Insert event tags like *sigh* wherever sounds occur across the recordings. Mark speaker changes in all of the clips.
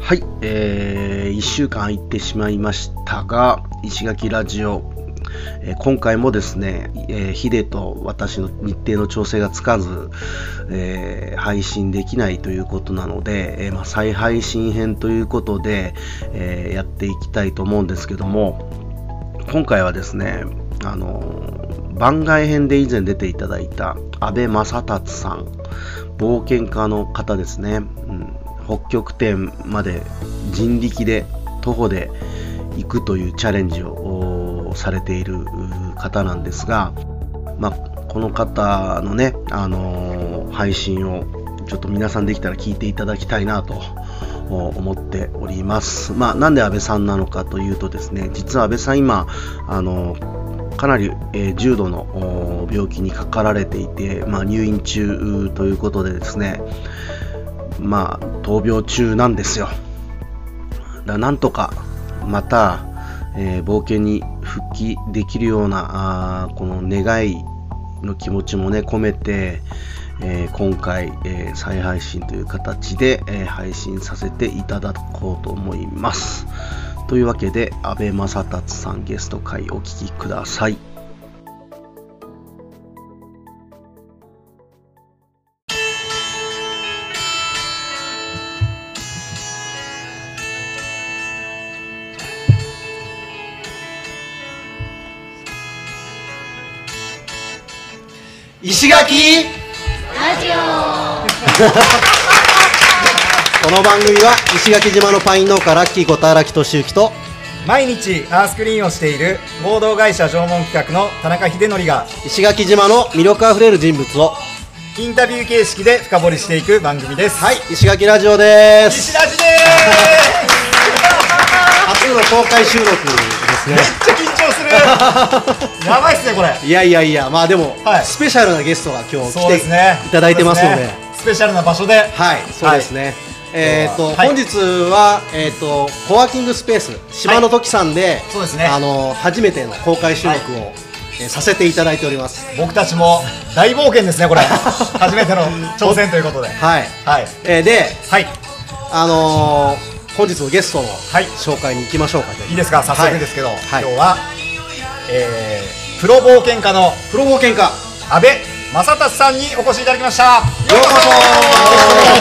Speaker 1: はい、え1週間行ってしまいましたが、石垣ラジオ、えー今回もですね、えーヒデと私の日程の調整がつかず、えー配信できないということなので、えーまあ、再配信編ということで、えーやっていきたいと思うんですけども、今回はですね、あのー番外編で以前出ていただいた安倍正達さん、冒険家の方ですね、うん、北極点まで人力で徒歩で行くというチャレンジをおーされているうー方なんですが、まあ、この方のね、あのー配信をちょっと皆さんできたら聞いていただきたいなとお思っております。まあ、なんで安倍さんなのかというとですね、実は安倍さん今、あのーかなり、えー重度のおー病気にかかられていて、まあ、入院中うーということでですね、まあ、闘病中なんですよ。だなんとかまた、えー冒険に復帰できるようなあーこの願いの気持ちもね込めて、えー今回、えー再配信という形で、えー配信させていただこうと思います。というわけで阿部正達さんゲスト会お聞きください。
Speaker 2: 石垣
Speaker 3: この番組は石垣島のパイン農家ラッキーこと荒木俊之と
Speaker 2: 毎日アースクリーンをしている合同会社縄文企画の田中秀則が
Speaker 3: 石垣島の魅力あふれる人物を
Speaker 2: インタビュー形式で深掘りしていく番組です
Speaker 3: はい石垣ラジオです
Speaker 2: 石田氏でーす
Speaker 3: 初の公開収録ですね
Speaker 2: めっちゃ緊張する *laughs* やばいっすねこれ
Speaker 3: いやいやいやまあでも、
Speaker 2: はい
Speaker 3: スペシャルなゲストが今日来
Speaker 2: そう
Speaker 3: て
Speaker 2: ですね
Speaker 3: いただいてますので
Speaker 2: そうすねスペシャルな場所では
Speaker 3: はいそうですね、えっ、と、
Speaker 2: はい
Speaker 3: 本日は、えっ、と、コワーキングスペース、島の時さんで、
Speaker 2: そうですね
Speaker 3: あの、初めての公開収録を、えーさせていただいております。
Speaker 2: 僕たちも大冒険ですねこ *laughs* れ初めての挑戦ということで
Speaker 3: はい。
Speaker 2: はい
Speaker 3: えーで、
Speaker 2: はい
Speaker 3: あのー、本日のゲストの
Speaker 2: い
Speaker 3: 紹介に行きましょうか、じゃあ
Speaker 2: いいですか早速ですけど、
Speaker 3: はい
Speaker 2: 今日は、えー、プロ冒険家の
Speaker 3: プロ冒険家よ
Speaker 2: 阿部正達さんにお越しいただきましたよう
Speaker 3: うこそ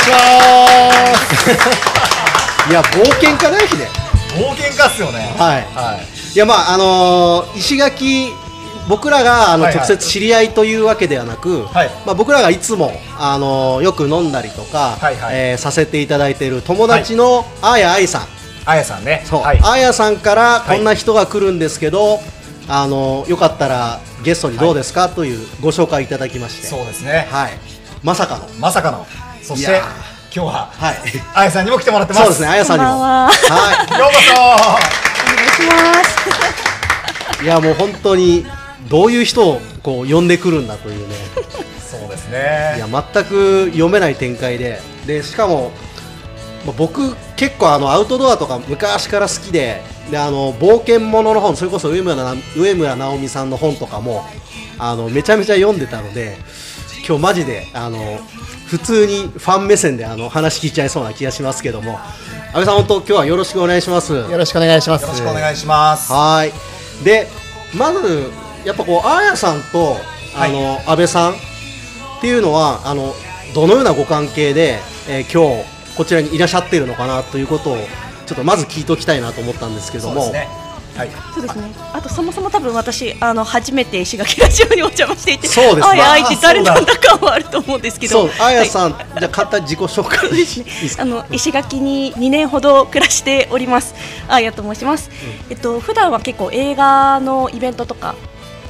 Speaker 3: いや冒険家だよヒデ
Speaker 2: 冒険家っすよね
Speaker 3: はい
Speaker 2: はい
Speaker 3: いやまああのー石垣僕らがあの
Speaker 2: はいはい
Speaker 3: 直接知り合いというわけではなく、
Speaker 2: はい
Speaker 3: まあ、僕らがいつも、あのーよく飲んだりとか、
Speaker 2: はいはい
Speaker 3: えーさせていただいている友達のあやあいさん、
Speaker 2: あやさんね
Speaker 3: そう、
Speaker 2: はい、
Speaker 3: あやさんから
Speaker 2: はい
Speaker 3: こんな人が来るんですけど、あのーよかったらゲストにどうですか、というご紹介いただきまして
Speaker 2: そうですね、
Speaker 3: はい、まさかの
Speaker 2: まさかのそし
Speaker 3: い
Speaker 2: て
Speaker 3: やー
Speaker 2: 今日は
Speaker 3: はい
Speaker 2: あやさんにも来てもらってま
Speaker 3: *laughs*
Speaker 2: す
Speaker 3: そうです *laughs* ねあやさんにも
Speaker 4: こんばんはい
Speaker 2: ようこそ
Speaker 4: お願いします。
Speaker 3: いやもう本当にどういう人をこう呼んでくるんだというね
Speaker 2: そうです
Speaker 3: い
Speaker 2: ね
Speaker 3: や全く読めない展開ででしかもまあ僕結構あのアウトドアとか昔から好きでであの冒険者の本それこそ上村な上村直美さんの本とかもあのめちゃめちゃ読んでたので今日マジであの普通にファン目線であの話聞いちゃいそうな気がしますけども安倍さん本当今日はよろしくお願いします。
Speaker 5: よろしくお願いします。
Speaker 2: よろしくお願いします
Speaker 3: はーい。で、まず、やっぱこう、あやさんと、あの、安倍さんっていうのは、あの、どのようなご関係で、えー今日、こちらにいらっしゃってるのかなということを、ちょっとまず聞いておきたいなと思ったんですけど
Speaker 2: そう
Speaker 3: も、
Speaker 2: ですねはい
Speaker 4: そうですね。あとそもそも多分私あの初めて石垣ラジオにお邪魔していて、
Speaker 3: そうですね
Speaker 4: あやあいって誰なんだかはあると思うんですけ
Speaker 3: そ
Speaker 4: ど、
Speaker 3: う、あや
Speaker 4: ん。
Speaker 3: さん、じゃあ簡単に自己紹介いいです
Speaker 4: あ
Speaker 3: か
Speaker 4: の石垣に2年ほど暮らしております。あやと申します。えっと普段は結構映画のイベントとか。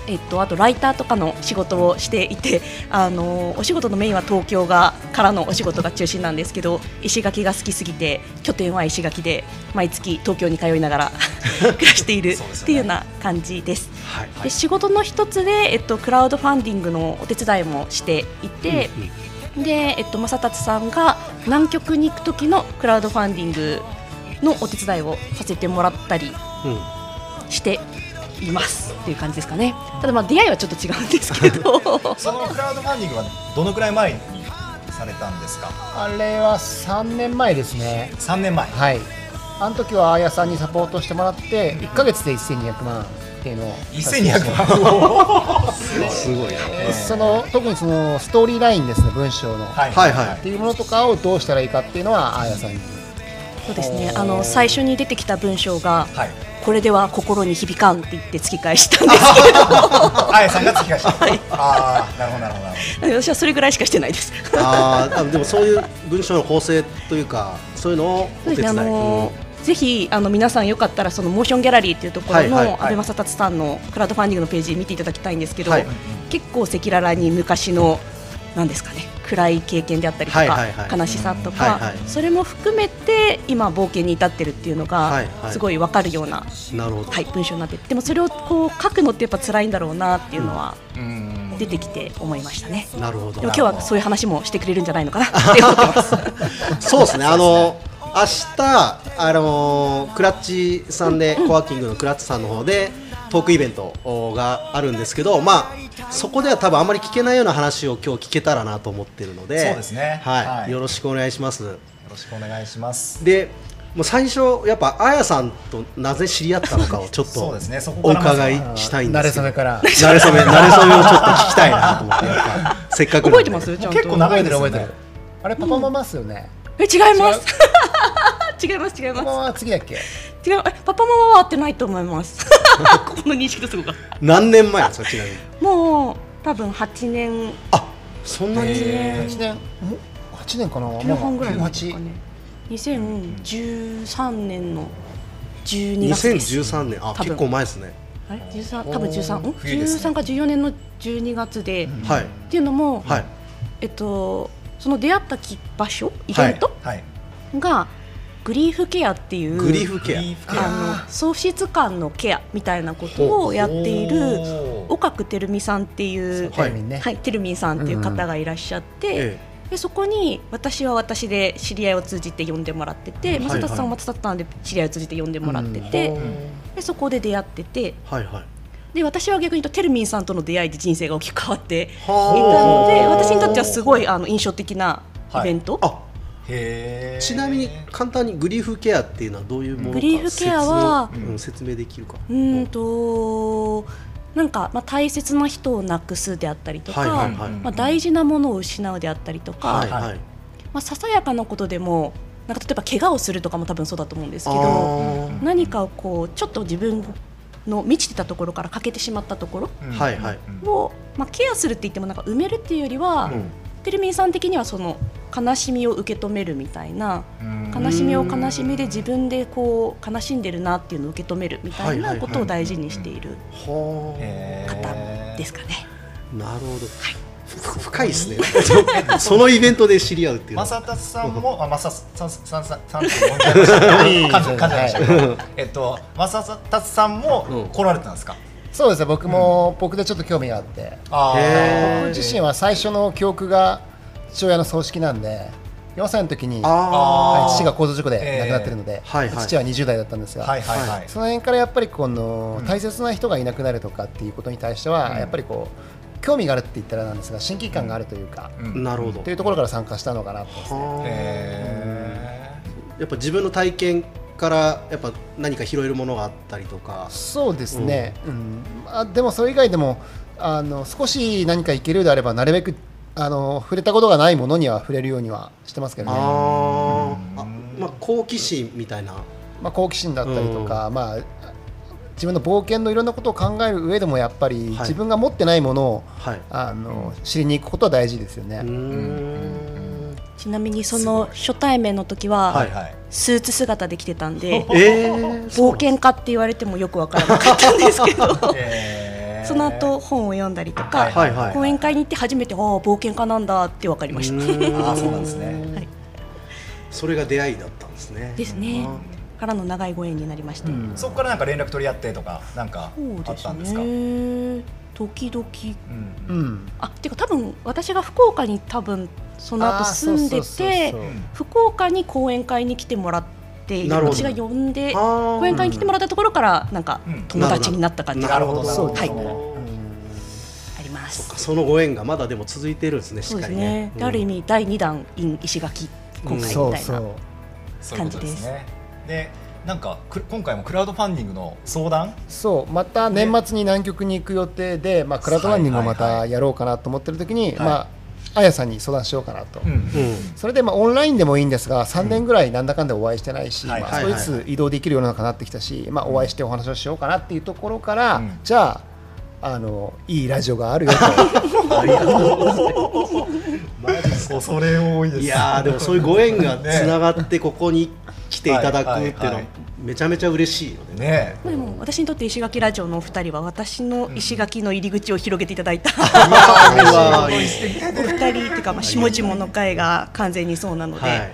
Speaker 4: えっと、あとライターとかの仕事をしていてあのお仕事のメインは東京がからのお仕事が中心なんですけど石垣が好きすぎて拠点は石垣で毎月東京に通いながら *laughs* 暮らしているっていうような感じです。
Speaker 3: はい。
Speaker 4: で仕事の一つで、えっと、クラウドファンディングのお手伝いもしていて、で、えっと、正達さんが南極に行く時のクラウドファンディングのお手伝いをさせてもらったり
Speaker 3: うん
Speaker 4: していますっていう感じですかね。ただまあ出会いはちょっと違うんですけど
Speaker 2: そのクラウドファンディングはどのくらい前にされたんですか
Speaker 5: あれは3年前ですね
Speaker 2: 3年前
Speaker 5: はいあの時はあやさんにサポートしてもらって1か月で1200万っていうのを
Speaker 2: 1200万
Speaker 3: すごいな
Speaker 5: えーその特にそのストーリーラインですね文章の、
Speaker 2: はい
Speaker 3: はいはい
Speaker 5: っていうものとかをどうしたらいいかっていうのはあやさんに
Speaker 4: そうですねあの最初に出てきた文章が、
Speaker 2: はい
Speaker 4: これでは心に響かんって言って突き返したんですけ
Speaker 2: あやさんが突き返した、ああなるほどなるほどなる
Speaker 4: ど私はそれぐらいしかしてないです。
Speaker 3: あーでもそういう文章の構成というかそういうのをお
Speaker 4: そう
Speaker 3: 手
Speaker 4: です
Speaker 3: 伝
Speaker 4: ね、あ
Speaker 3: い、
Speaker 4: のぜひあの皆さんよかったらそのモーションギャラリーっていうところ
Speaker 3: はいはい
Speaker 4: の阿部正達さんのクラウドファンディングのページ見ていただきたいんですけど、
Speaker 3: はい
Speaker 4: 結構赤裸々に昔のなんですかね暗い経験であったりとか、
Speaker 3: はいはいはい
Speaker 4: 悲しさと
Speaker 3: うんは
Speaker 4: か
Speaker 3: いは、い
Speaker 4: それも含めて今冒険に至ってるっていうの
Speaker 3: は
Speaker 4: が
Speaker 3: いはい
Speaker 4: すごいわかるような、はい
Speaker 3: なるほど、
Speaker 4: 文章になっててでもそれをこう書くのってやっぱ辛いんだろうなっていうのは
Speaker 2: ほどうん
Speaker 4: 出てきて思いましたね。
Speaker 3: なるほど
Speaker 4: でも今日はそういう話もしてくれるんじゃないのかなって思って
Speaker 3: *laughs*
Speaker 4: ます。
Speaker 3: そうですね、あの明日あのクラッチさんで、コワーキングのクラッチさんの方でトークイベントおがあるんですけど、まあ、そこでは多分あまり聞けないような話を今日聞けたらなと思ってるので、
Speaker 2: そうですね
Speaker 3: はい
Speaker 2: はい
Speaker 3: よろしくお願いします。
Speaker 2: よろしくお願いします
Speaker 3: でもう最初、やっぱあやさんとなぜ知り合ったのかをちょっ
Speaker 2: そう
Speaker 3: と
Speaker 2: ですねそこ
Speaker 3: お
Speaker 2: からまず
Speaker 3: 伺いしたいん
Speaker 5: 慣
Speaker 3: で
Speaker 5: れ
Speaker 3: すけ
Speaker 5: 初
Speaker 3: ど、
Speaker 5: めから
Speaker 3: なれそめ、なれそめをちょっと聞きたいなと思って、やっぱせっかくなん
Speaker 4: 覚
Speaker 3: で
Speaker 4: えてますちゃんと
Speaker 2: 結構長いですよね
Speaker 5: 覚えてるあれパパママっすよね、
Speaker 4: え違います。 *laughs* 違います違い
Speaker 5: パパマ
Speaker 4: ま
Speaker 5: マは次だっけ
Speaker 4: す違うえパパママは合ってないと思います。ここの認識とすごかっ
Speaker 3: 何年前なんですか、ちなみに。
Speaker 4: た。もう多分8年
Speaker 3: あそんなに、
Speaker 2: え
Speaker 5: 8年も8年かな
Speaker 4: 9本ぐらい前です
Speaker 5: 8
Speaker 4: かね。2013年の12月です。
Speaker 3: 2013年あ
Speaker 4: 多分
Speaker 3: 結構前ですね、
Speaker 4: あれ13多分13ん
Speaker 2: 冬ですね
Speaker 4: 13か14年の12月で、っ
Speaker 3: はい
Speaker 4: ていうのも、
Speaker 3: はい
Speaker 4: えっとその出会ったき場所イベント、
Speaker 2: ーはい
Speaker 4: がグリーフケアっていう
Speaker 3: グリーフケア、
Speaker 2: リーフケア
Speaker 4: あの喪失感のケアみたいなことをやっている岡久てるみさんってい
Speaker 3: はい
Speaker 4: う、
Speaker 5: テレビね、
Speaker 4: はい、てるみさんっていう方がいらっしゃって、
Speaker 3: え
Speaker 4: でそこに私は私で知り合いを通じて呼んでもらってて
Speaker 3: はい
Speaker 4: 松田さんは松田さんで知り合いを通じて呼んでもらってて、でそこで出会ってて
Speaker 3: えはいはい
Speaker 4: で私は逆に言うとてるみんさんとの出会いで人生が大きく変わってい
Speaker 3: は
Speaker 4: たので
Speaker 3: あ
Speaker 4: 私にとってはすごいあの印象的なイベント。
Speaker 3: あ
Speaker 2: へえ
Speaker 3: ちなみに簡単にグリーフケアっていうのはどういうものか
Speaker 4: グリーフケアは
Speaker 3: 説,、うん、説明できるか
Speaker 4: うーんとなんか、まあ、大切な人をなくすであったりとか、
Speaker 3: はいはいはい、
Speaker 4: まあ、大事なものを失うであったりとか、
Speaker 3: はい
Speaker 2: は
Speaker 3: はいい、
Speaker 4: まあ、ささやかなことでもなんか例えば怪我をするとかも多分そうだと思うんですけど
Speaker 3: あ
Speaker 4: 何かをこうちょっと自分の満ちてたところから欠けてしまったとこ
Speaker 3: ーはいはい、
Speaker 4: ろを、まあ、ケアするって言ってもなんか埋めるっていうよりは、てるみんさん的にはその悲しみを受け止めるみたいな悲しみを悲しみで自分でこう悲しんでるなっていうのを受け止めるみたいなことを大事にしている
Speaker 3: は
Speaker 4: 方ですかね。
Speaker 3: あなるほど、ふ深いですね *laughs* そのイベントで知り合うっていうの
Speaker 2: マ
Speaker 3: は
Speaker 2: サタさんも、 *laughs* あ、マサさん、さん、さん、さんって呼んじゃいました。噛んじゃいました。えっと、マサタツさんも来られたんですか。
Speaker 5: そうですね僕も、僕でちょっと興味があって
Speaker 2: あ
Speaker 3: へー
Speaker 5: 僕自身は最初の記憶が父親の葬式なんで4歳の時に、
Speaker 3: あ
Speaker 2: あ
Speaker 5: はい
Speaker 2: ー
Speaker 5: 父が交通事故で亡くなってるので、
Speaker 3: ーはいはい
Speaker 5: 父は20代だったんですが、
Speaker 2: はいはいはい。
Speaker 5: その辺からやっぱりこの
Speaker 2: うん
Speaker 5: 大切な人がいなくなるとかっていうことに対しては、
Speaker 2: うん
Speaker 5: やっぱりこう興味があるって言ったらなんですが親近感があるというか、
Speaker 2: う
Speaker 3: ー
Speaker 2: ん
Speaker 3: なるほど
Speaker 5: というところから参加したのかなと
Speaker 3: はあ
Speaker 2: へ
Speaker 3: やっぱ自分の体験からやっぱ何か拾えるものがあったりとか
Speaker 5: そうですね、うんまあ、でもそれ以外でもあの少し何かいけるようであればなるべくあの触れたことがないものには触れるようにはしてますけどね
Speaker 3: あーあ
Speaker 2: うん
Speaker 3: まあ好奇心みたいな
Speaker 5: まあ、好奇心だったりとか、まあ、自分の冒険のいろんなことを考える上でもやっぱり
Speaker 3: い
Speaker 5: 自分が持ってないものを、
Speaker 3: はい
Speaker 5: あの知りに行くことは大事ですよね。
Speaker 3: うーん
Speaker 4: ちなみにその初対面の時は、
Speaker 2: はいはい。
Speaker 4: スーツ姿で来てた *laughs* んで
Speaker 3: えー
Speaker 4: 冒険家って言われてもよくわからなかったんですけど
Speaker 2: へー
Speaker 4: その後。本を読んだりとか、
Speaker 2: はい
Speaker 3: はいはい
Speaker 4: 講演会に行って初めてああ冒険家なんだってわかりました。
Speaker 2: あー、そうなんですね。
Speaker 4: はい
Speaker 3: それが出会いだったんですね
Speaker 4: ですね。からの長いご縁になりまして、
Speaker 2: そこからなんか連絡取り合ってとか、なんか
Speaker 4: そう
Speaker 2: あ
Speaker 4: で
Speaker 2: った
Speaker 4: す
Speaker 2: んですか。
Speaker 4: ね。時々
Speaker 2: うん
Speaker 5: うん
Speaker 4: あていうか多分私が福岡に多分その後住んで
Speaker 5: あーそうそう
Speaker 4: て
Speaker 5: そうそう
Speaker 4: 福岡に講演会に来てもらって
Speaker 3: なるほど
Speaker 4: 私が呼んで
Speaker 3: あー
Speaker 4: 講演会に来てもらったところからなんか
Speaker 2: うん
Speaker 4: 友達になった感じが
Speaker 3: な
Speaker 4: あ
Speaker 3: るほど
Speaker 2: そう
Speaker 4: ですね
Speaker 5: うん
Speaker 4: りまま
Speaker 3: そっ
Speaker 4: す。
Speaker 3: かそのご縁がまだでも続いてるんですねし
Speaker 4: そう
Speaker 3: っ
Speaker 4: で
Speaker 3: か
Speaker 4: す
Speaker 3: りね
Speaker 4: ね。である意味第二弾 in 石垣今回みたいな。
Speaker 5: そうそう
Speaker 2: そういうことですねでなんかく今回もクラウドファンディングの相談
Speaker 5: そうまた年末に南極に行く予定で、まあ、クラウドファンディングをま
Speaker 2: はいはいは
Speaker 5: た
Speaker 2: い
Speaker 5: やろうかなと思ってる時に、
Speaker 2: い
Speaker 5: まああやさんに相談しようかなと、
Speaker 3: うん
Speaker 5: それでまあオンラインでもいいんですが3年ぐらいなんだかんだお会いしてないし、
Speaker 2: はい
Speaker 5: ま
Speaker 3: は
Speaker 5: あ、
Speaker 3: い
Speaker 5: 少しずつ移動できるようになってきたし、まあ、お会いしてお話をしようかなっていうところから、
Speaker 2: うん
Speaker 5: じゃああのいいラジオがあるよと
Speaker 2: 恐れ多いです
Speaker 3: いやーでもそういうご縁がつながってここに来ていただくっていう
Speaker 2: はい
Speaker 3: の
Speaker 2: は
Speaker 3: はい
Speaker 2: はい
Speaker 3: めちゃめちゃ嬉しいよね
Speaker 2: ね
Speaker 4: まあでも私にとって石垣ラジオのお二人は私の石垣の入り口を広げていただいた、
Speaker 3: は
Speaker 4: お二人っていうかまあ下々の会が完全にそうなので、
Speaker 3: い
Speaker 4: 今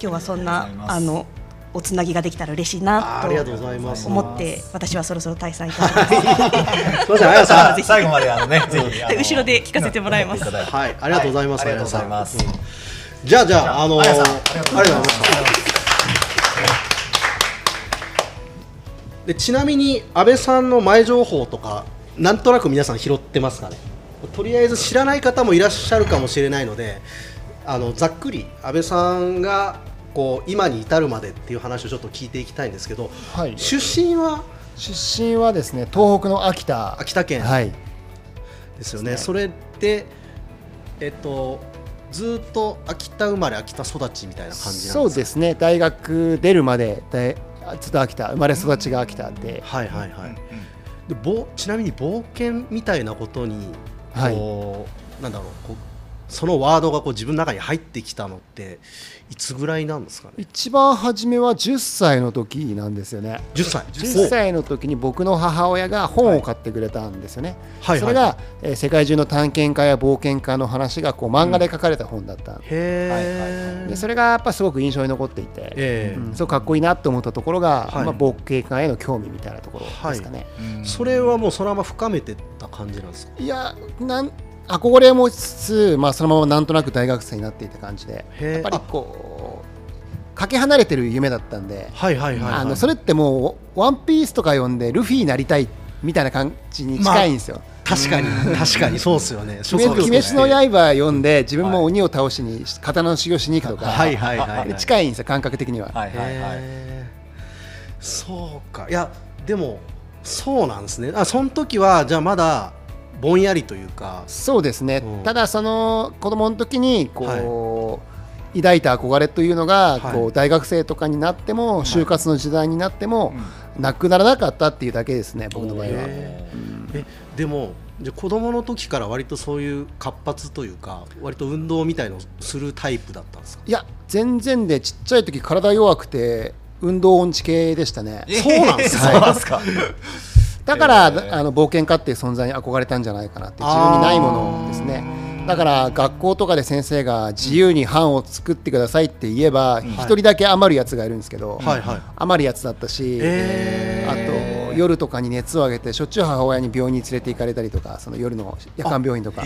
Speaker 4: 日はそん
Speaker 2: あ
Speaker 4: な
Speaker 2: りがとうございます
Speaker 4: あのおつなぎができたら嬉しい
Speaker 3: あ
Speaker 4: な
Speaker 3: ーありがとう
Speaker 4: と
Speaker 3: ございます
Speaker 4: 思って私はそろそろ退散いたします。
Speaker 3: すいませんあやさん *laughs*
Speaker 2: さあ最後まであのねぜひあの
Speaker 4: 後ろで聞かせてもらいます
Speaker 2: 思ってただいて
Speaker 3: はいありがとうございます
Speaker 2: はありがとうございます
Speaker 3: うんじゃあじゃああのー
Speaker 2: あやさん
Speaker 3: ありがとうございましたでちなみに安倍さんの前情報とかなんとなく皆さん拾ってますかねとりあえず知らない方もいらっしゃるかもしれないのであのざっくり安倍さんがこう今に至るまでっていう話をちょっと聞いていきたいんですけど、
Speaker 5: はい
Speaker 3: 出身は
Speaker 5: 出身はですね東北の秋田
Speaker 3: 秋田県
Speaker 5: はい
Speaker 3: ですよね、それでえっとずっと秋田生まれ秋田育ちみたいな感じなん
Speaker 5: そ
Speaker 3: で
Speaker 5: う
Speaker 3: すか
Speaker 5: ですね大学出るまで大あずっと秋田生まれ育ちが秋田で、
Speaker 3: はいはいはい、
Speaker 2: うん
Speaker 3: でぼちなみに冒険みたいなことに
Speaker 5: はい
Speaker 3: こう、なんだろうこうそのワードがこう自分の中に入ってきたのっていつぐらいなんですかね
Speaker 5: 一番初めは10歳の時なんですよね
Speaker 3: 10歳
Speaker 5: 10歳の時に僕の母親が本を買ってくれたんですよね、
Speaker 3: はいはいはい
Speaker 5: それが、えー世界中の探検家や冒険家の話がこう漫画で書かれた本だったんで,、
Speaker 3: へえ、
Speaker 5: でそれがやっぱすごく印象に残っていて、
Speaker 3: ええ
Speaker 5: うんすごくかっこいいなと思ったところが、
Speaker 3: はい
Speaker 5: まあ、冒険家への興味みたいなところですかね、
Speaker 2: うん
Speaker 3: それはもうそのまま深めてった感じなんですか
Speaker 5: い、やなん憧れもしつつ、まあ、そのままなんとなく大学生になっていた感じで
Speaker 3: へえ
Speaker 5: やっぱりこうかけ離れてる夢だったんで、
Speaker 3: はいはいはい、はい、
Speaker 5: あのそれってもう「ワンピースとか読んでルフィになりたいみたいな感じに近いんですよ。
Speaker 3: 確かに確かにそうっすよね
Speaker 5: 鬼滅
Speaker 3: そう
Speaker 5: 鬼
Speaker 3: で
Speaker 5: 滅
Speaker 3: す
Speaker 5: の
Speaker 3: ね
Speaker 5: 刃読んで自分も鬼を倒しに刀の修行しに行くとか、
Speaker 3: はいはいはい、はい、
Speaker 5: で近いんですよ感覚的には、
Speaker 2: はいはいはい
Speaker 3: へーそうかいやでもそうなんですねあその時はじゃあまだぼんやりというか
Speaker 5: そうですね、
Speaker 3: うん
Speaker 5: ただその子供の時にこう、抱いた憧れというのが、
Speaker 3: はい
Speaker 5: こう大学生とかになっても就活の時代になっても、なくならなかったっていうだけですね僕の場合は
Speaker 3: へーえでもじゃあ子供の時から割とそういう活発というか割と運動みたいのをするタイプだったんですか
Speaker 5: いや全然でちっちゃい時体弱くて運動音痴系でしたね
Speaker 3: そうなんですか
Speaker 2: えーそうなんですか
Speaker 5: だから、
Speaker 2: えー
Speaker 5: あの冒険家っていう存在に憧れたんじゃないかなって自分にないものですねだから学校とかで先生が自由に班を作ってくださいって言えば一、人だけ余るやつがいるんですけど、
Speaker 3: はいはい
Speaker 5: 余るやつだったし、
Speaker 3: へー
Speaker 5: あと夜とかに熱を上げてしょっちゅう母親に病院に連れて行かれたりとかその夜の夜間病院とか。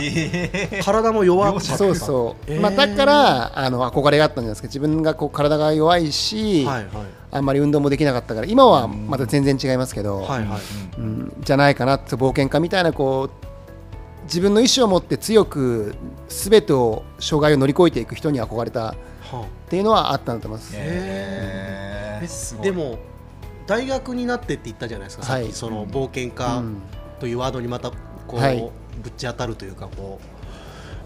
Speaker 3: 体も弱かった
Speaker 5: そうそう、
Speaker 3: えー
Speaker 5: まあ、だからあの憧れがあったんじゃないですか自分がこう体が弱いし、
Speaker 3: はいはい
Speaker 5: あんまり運動もできなかったから今はまた全然違いますけど、
Speaker 3: はいはい
Speaker 5: うん、じゃないかなって冒険家みたいなこう自分の意思を持って強く全てを障害を乗り越えていく人に憧れたっ
Speaker 3: は
Speaker 5: ていうのはあったんだと思います、
Speaker 2: へ
Speaker 3: あ
Speaker 2: ー
Speaker 3: え
Speaker 2: すごい
Speaker 3: でも大学になってって言ったじゃないですか、
Speaker 5: はい
Speaker 3: さっきその冒険家
Speaker 5: うん
Speaker 3: というワードにまたこう、
Speaker 5: はい
Speaker 3: ぶち当たるというかこ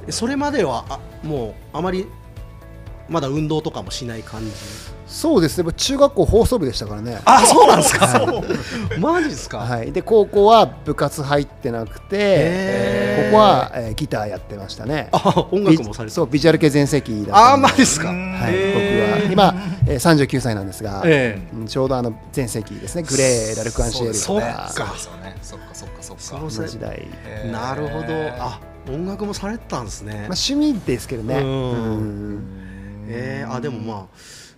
Speaker 3: うそれまではあもうあまりまだ運動とかもしない感じ
Speaker 5: そうですね中学校放送部でしたからね
Speaker 3: あ *laughs* そうなんですか *laughs* マジですか、
Speaker 5: はい、で高校は部活入ってなくて、
Speaker 3: へー
Speaker 5: ここは、えーギターやってましたね
Speaker 3: あ音楽もされ
Speaker 5: ビ
Speaker 3: て
Speaker 5: そ
Speaker 3: た
Speaker 5: うビジュアル系全盛期だった
Speaker 3: あーマジ
Speaker 5: で、
Speaker 3: ですすか
Speaker 5: はい、
Speaker 3: へー
Speaker 5: 僕は今、えー、39歳なんですが、
Speaker 3: ええ
Speaker 5: うんちょうどあの全盛期ですねグレーラルク・アンシエルと
Speaker 3: そう
Speaker 5: か
Speaker 3: そっか
Speaker 2: そうですよねそっかそっかそっか
Speaker 3: その
Speaker 5: その
Speaker 3: 世
Speaker 5: 時代、
Speaker 2: へー
Speaker 3: なるほどあ音楽もされてたんですね
Speaker 5: まあ、趣味ですけどね
Speaker 3: う
Speaker 5: うんん
Speaker 3: えーあでもまあ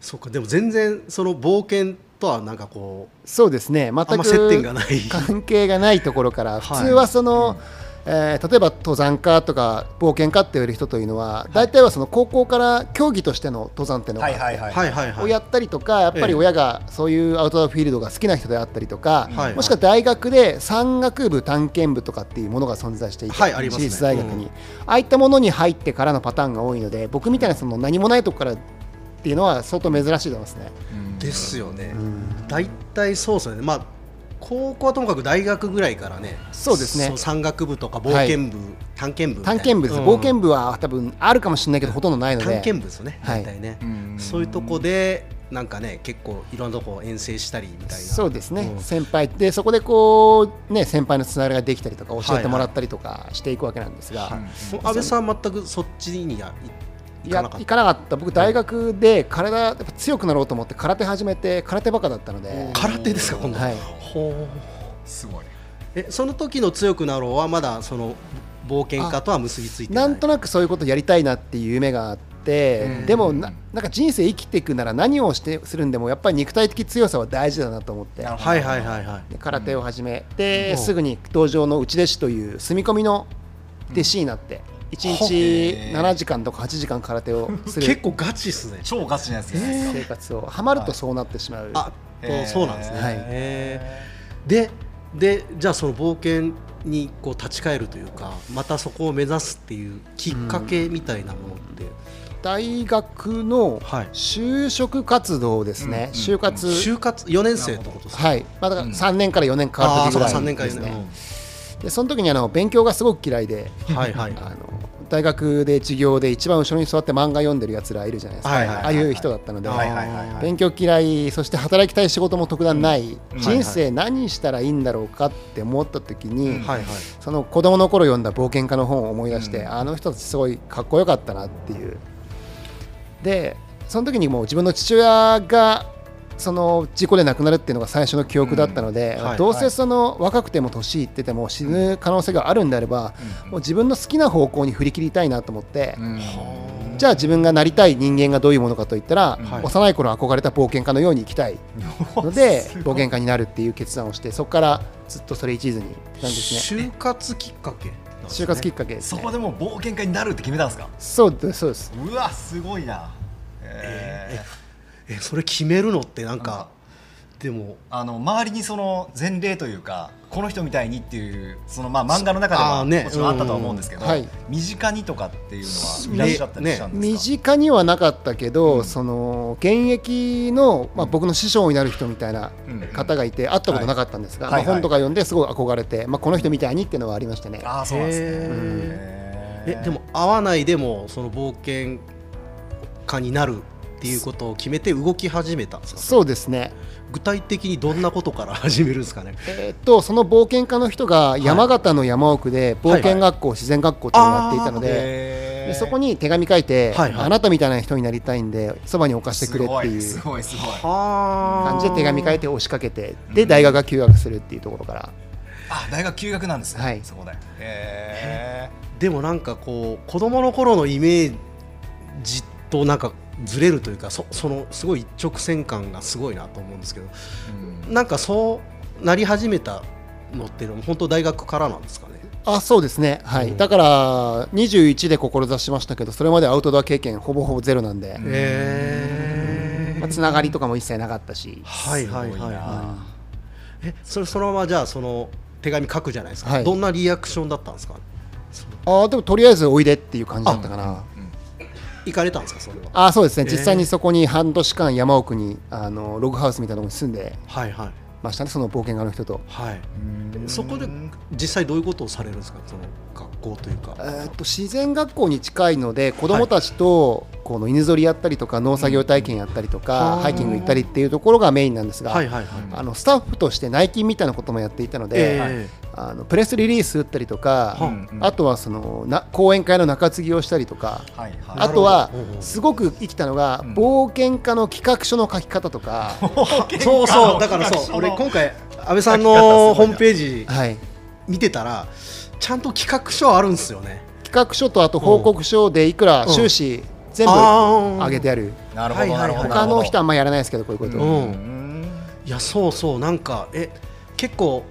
Speaker 3: そっかでも全然その冒険とはなんかこう
Speaker 5: そうですね全
Speaker 3: あんま
Speaker 5: く
Speaker 3: 接点がない
Speaker 5: 関係がないところから
Speaker 3: い
Speaker 5: 普通はその、えー例えば登山家とか冒険家って言われる人というのは、大体はその高校から競技としての登山っていうのがあ
Speaker 2: はい
Speaker 5: って
Speaker 2: はいはい
Speaker 3: はいはいはい
Speaker 5: をやったりとかやっぱ
Speaker 3: ええ
Speaker 5: り親がそういうアウトドアフィールドが好きな人であったりとか、
Speaker 3: はい
Speaker 5: もしくは大学で山岳部探検部とかっていうものが存在していて、
Speaker 3: はいあります
Speaker 5: 私
Speaker 3: ね
Speaker 5: 立大学に、
Speaker 3: うん
Speaker 5: ああいったものに入ってからのパターンが多いので僕みたいなその何もないとこからっていうのは相当珍しいと思いますね。
Speaker 3: ですよね、大体そうですよね、まあ、高校はともかく大学ぐらいからね、
Speaker 5: そうですね
Speaker 3: そ山岳部とか冒険部、探検部みたい
Speaker 5: 探
Speaker 3: な、
Speaker 5: 検部です、
Speaker 3: うん
Speaker 5: 冒険部は多分あるかもしれないけどほとんどないので
Speaker 3: 探検部ですよね、
Speaker 5: はい
Speaker 3: 大体ね、
Speaker 2: ん
Speaker 3: そういうとこで、なんかね、結構いろんなとこ遠征したりみたいな、
Speaker 5: そうですね、
Speaker 3: うん
Speaker 5: 先輩でそこでこうね先輩のつながりができたりとか教えてもらったりとかしていくわけなんですが、
Speaker 3: 安倍さん、全くそっちにやい
Speaker 5: い
Speaker 3: 行か
Speaker 5: や
Speaker 3: なかっ
Speaker 5: 行
Speaker 3: た。
Speaker 5: かなかった僕大学で体やっぱ強くなろうと思って空手始めて空手バカだったので、
Speaker 3: 空手ですか、今度、
Speaker 5: はい
Speaker 3: ほう
Speaker 2: すごい
Speaker 3: えその時の強くなろうはまだその冒険家とは結びついてな
Speaker 5: ないんとなくそういうことやりたいなっていう夢があって、でもななんか人生生きていくなら何をしてするんでもやっぱり肉体的強さは大事だなと思って
Speaker 2: なるほど
Speaker 3: はいはいはいはい
Speaker 5: で空手を始めて、
Speaker 3: うん
Speaker 5: すぐに道場の内弟子という住み込みの弟子になって、1
Speaker 2: ほへ
Speaker 5: 日
Speaker 2: ー
Speaker 5: 7時間とか8時間空手をす
Speaker 3: 結
Speaker 5: る
Speaker 3: 構ガチっすね
Speaker 2: 超ガチなやつじゃないですか
Speaker 5: 生活をハマるとそうなってしまう。
Speaker 3: あ
Speaker 2: へー
Speaker 3: そうなんですね、
Speaker 5: はい
Speaker 3: へーででじゃあその冒険にこう立ち返るというかまたそこを目指すっていうきっかけみたいなものって、
Speaker 5: 大学の
Speaker 3: はい
Speaker 5: 就職活動ですね、
Speaker 2: うんうん
Speaker 5: 就活、
Speaker 3: 就活4年生ってことですか
Speaker 5: はいまあ、だから
Speaker 2: うん
Speaker 5: 3年から4年かか
Speaker 3: あ
Speaker 5: る
Speaker 3: あ
Speaker 5: 時
Speaker 3: そう
Speaker 5: ぐ
Speaker 3: から3年
Speaker 5: い
Speaker 3: 間
Speaker 5: で
Speaker 3: ですす
Speaker 5: ね、
Speaker 3: ね、
Speaker 5: でその時にあの勉強がすごく嫌いで、
Speaker 3: うんはいはい
Speaker 5: あの大学で授業で一番後ろに座って漫画読んでるやつらいるじゃないですか、
Speaker 3: はいはいはい
Speaker 5: ああいう人だったので、
Speaker 2: はいはいはいはい
Speaker 5: 勉強嫌い、そして働きたい仕事も特段ない、
Speaker 2: うん
Speaker 5: 人生何したらいいんだろうかって思った時に、
Speaker 2: うん
Speaker 3: はいはい
Speaker 5: その子供の頃読んだ冒険家の本を思い出して、
Speaker 2: うん
Speaker 5: あの人たちすごいかっこよかったなっていうでその時にもう自分の父親がその事故で亡くなるっていうのが最初の記憶だったので、
Speaker 3: うんはい
Speaker 5: どう
Speaker 2: はい
Speaker 5: せその若くても年いってても死ぬ可能性があるんであれば、もう自分の好きな方向に振り切りたいなと思って、じゃあ自分がなりたい人間がどういうものかといったら、
Speaker 3: はい
Speaker 5: 幼い頃憧れた冒険家のように生きたいの *laughs* で冒険家になるっていう決断をしてそこからずっとそれ一途にって感じですね。
Speaker 3: 就活きっかけなんですね
Speaker 5: 就活きっかけです、
Speaker 2: そ
Speaker 5: ね、
Speaker 2: こでもう冒険家になるって決めたんですか
Speaker 5: そうですそうです
Speaker 2: うわすごいなえー
Speaker 3: えそれ決めるのってなんかでも
Speaker 2: あの周りにその前例というかこの人みたいにっていうそのまあ漫画の中で
Speaker 3: あー
Speaker 2: は
Speaker 3: ね
Speaker 2: もちろんあったとは思うんですけど、
Speaker 5: うんはい
Speaker 2: 身近にとかっていうのはいらっしゃったりしたん
Speaker 5: 身
Speaker 2: ですか、
Speaker 5: 近にはなかったけど、その現役の、まあ、僕の師匠になる人みたいな
Speaker 2: うん
Speaker 5: 方がいて、会ったことなかったんですが、
Speaker 2: はい
Speaker 5: まあ、本とか読んですごい憧れて、まあ、この人みたいにっていうのはありましたね。
Speaker 2: ああそうなんですね
Speaker 3: へー
Speaker 2: へ
Speaker 3: え
Speaker 2: ー
Speaker 3: でも会わないでもその冒険家になるっていうことを決めて動き始めたんですか
Speaker 5: そうですね、
Speaker 3: 具体的にどんなことから始めるんですかね
Speaker 5: えーっとその冒険家の人が山形の山奥で冒険学校、自然学校っていうのをやっていたので,、
Speaker 2: へー
Speaker 5: でそこに手紙書いて、
Speaker 3: はいはい
Speaker 5: あなたみたいな人になりたいんでそばに置かせてくれっていう
Speaker 2: すごいすごいすごい
Speaker 3: は
Speaker 5: 感じで手紙書い
Speaker 3: て
Speaker 5: て押しかけてで大学が休学するっていうところから。
Speaker 2: あ大学休学なんですね、
Speaker 5: はい
Speaker 2: そこでへ
Speaker 3: でもなんかこう子供の頃のイメージとなんかずれるというかそそのすごい一直線感がすごいなと思うんですけど
Speaker 2: ーうん
Speaker 3: なんかそうなり始めたのっていうのも本当大学からなんですかね
Speaker 5: あそうですね、はいだから21で志しましたけどそれまでアウトドア経験ほぼほぼゼロなんで、
Speaker 3: へ
Speaker 5: まあ、つながりとかも一切なかったし、
Speaker 3: はいはいはい
Speaker 2: すごいな
Speaker 3: はいえそれそのままじゃあその手紙書くじゃないですか、
Speaker 5: はい
Speaker 3: どんなリアクションだったんですか
Speaker 5: あーでもとりあえずおいでっていう感じだったかな。
Speaker 3: 行かれたんですかそれは
Speaker 5: あーそうですね、
Speaker 3: えー
Speaker 5: 実際にそこに半年間山奥にあのログハウスみたいなところに住んで
Speaker 3: はいはい
Speaker 5: ましたねその冒険家の人と,、
Speaker 3: はいそこで実際どういうことをされるんですかその学校というか
Speaker 5: えーっと自然学校に近いので子どもたちとこの犬ぞりやったりとか農作業体験やったりとか、
Speaker 3: うん
Speaker 5: ハイキング行ったりっていうところがメインなんですが、
Speaker 3: はいはいはい
Speaker 5: あのスタッフとして内勤みたいなこともやっていたので、
Speaker 3: え
Speaker 5: あのプレスリリース打ったりとか、
Speaker 2: うんうん
Speaker 5: あとはそのな講演会の中継ぎをしたりとか、
Speaker 2: はいはい
Speaker 5: あとは
Speaker 3: なるほど
Speaker 5: すごく生きたのが、
Speaker 2: うん
Speaker 5: 冒険家の企画書の書き方
Speaker 3: *laughs*
Speaker 5: とか、
Speaker 3: えそうそうだからそう俺今回安倍さんのホームページ
Speaker 5: はい、
Speaker 3: 見てたらちゃんと企画書あるんですよね
Speaker 5: 企画書とあと報告書でいくら
Speaker 3: うん
Speaker 5: 収支全部
Speaker 3: あー
Speaker 5: 上げてある、
Speaker 2: なるほどなるほど
Speaker 5: 他の人は
Speaker 2: は
Speaker 5: あんまやらないですけどこういうこと、
Speaker 3: うん
Speaker 2: うん
Speaker 3: いやそうそうなんかえ結構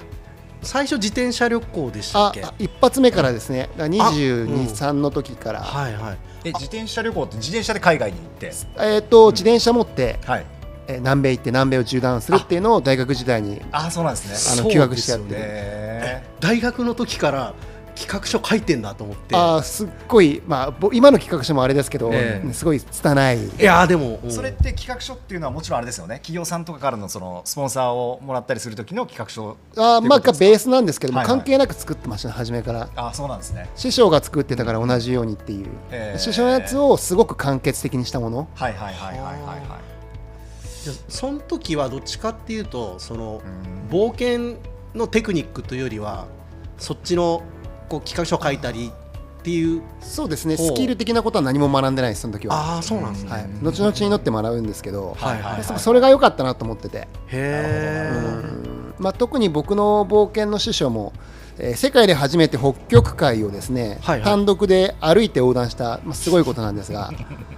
Speaker 3: 最初自転車旅行でした
Speaker 5: あ
Speaker 3: っけ
Speaker 5: 一発目からですね、だから22、
Speaker 3: うん
Speaker 5: 3の時から、
Speaker 3: はいはい
Speaker 2: え自転車旅行って自転車で海外に行って
Speaker 5: えー、と自転車持って、
Speaker 2: はい
Speaker 5: えー南米行って南米を縦断するっていうのを大学時代に
Speaker 2: あそうなんですね
Speaker 5: あ
Speaker 3: そう
Speaker 5: の休学してやってる、
Speaker 2: へ
Speaker 3: 大学の時から企画書書いてんだと思って
Speaker 5: あーすっごい、まあ、ぼ今の企画書もあれですけど、
Speaker 2: ええ
Speaker 5: すごい拙い
Speaker 3: いやーでも、う
Speaker 2: ー
Speaker 3: ん
Speaker 2: それって企画書っていうのはもちろんあれですよね企業さんとかからのそのスポンサーをもらったりする時の企画書
Speaker 5: あ
Speaker 2: という
Speaker 5: ーまあ
Speaker 2: こと
Speaker 5: が
Speaker 2: ですか
Speaker 5: ベースなんですけども、
Speaker 2: はいはい
Speaker 5: 関係なく作ってましたね初めから
Speaker 2: あそうなんですね
Speaker 5: 師匠が作ってたから同じようにっていう、
Speaker 2: ええ
Speaker 5: 師匠のやつをすごく簡潔的にしたもの
Speaker 2: はいはいはいはいはいはい
Speaker 3: じゃあその時はどっちかっていうとその
Speaker 2: うん
Speaker 3: 冒険のテクニックというよりはそっちのこう企画書書いたりっていう
Speaker 5: そうですね
Speaker 3: ほう
Speaker 5: スキル的なことは何も学んでないですその時は、
Speaker 3: ああそうなんですね、
Speaker 5: はい、後々に乗って学ぶんですけど、
Speaker 2: はいはいはい
Speaker 5: それが良かったなと思ってて、
Speaker 3: へ
Speaker 2: なるほど
Speaker 3: え
Speaker 5: まあ、特に僕の冒険の師匠も、えー世界で初めて北極海をですね、
Speaker 3: はいはい
Speaker 5: 単独で歩いて横断した、まあ、すごいことなんで
Speaker 3: *laughs*
Speaker 5: すが、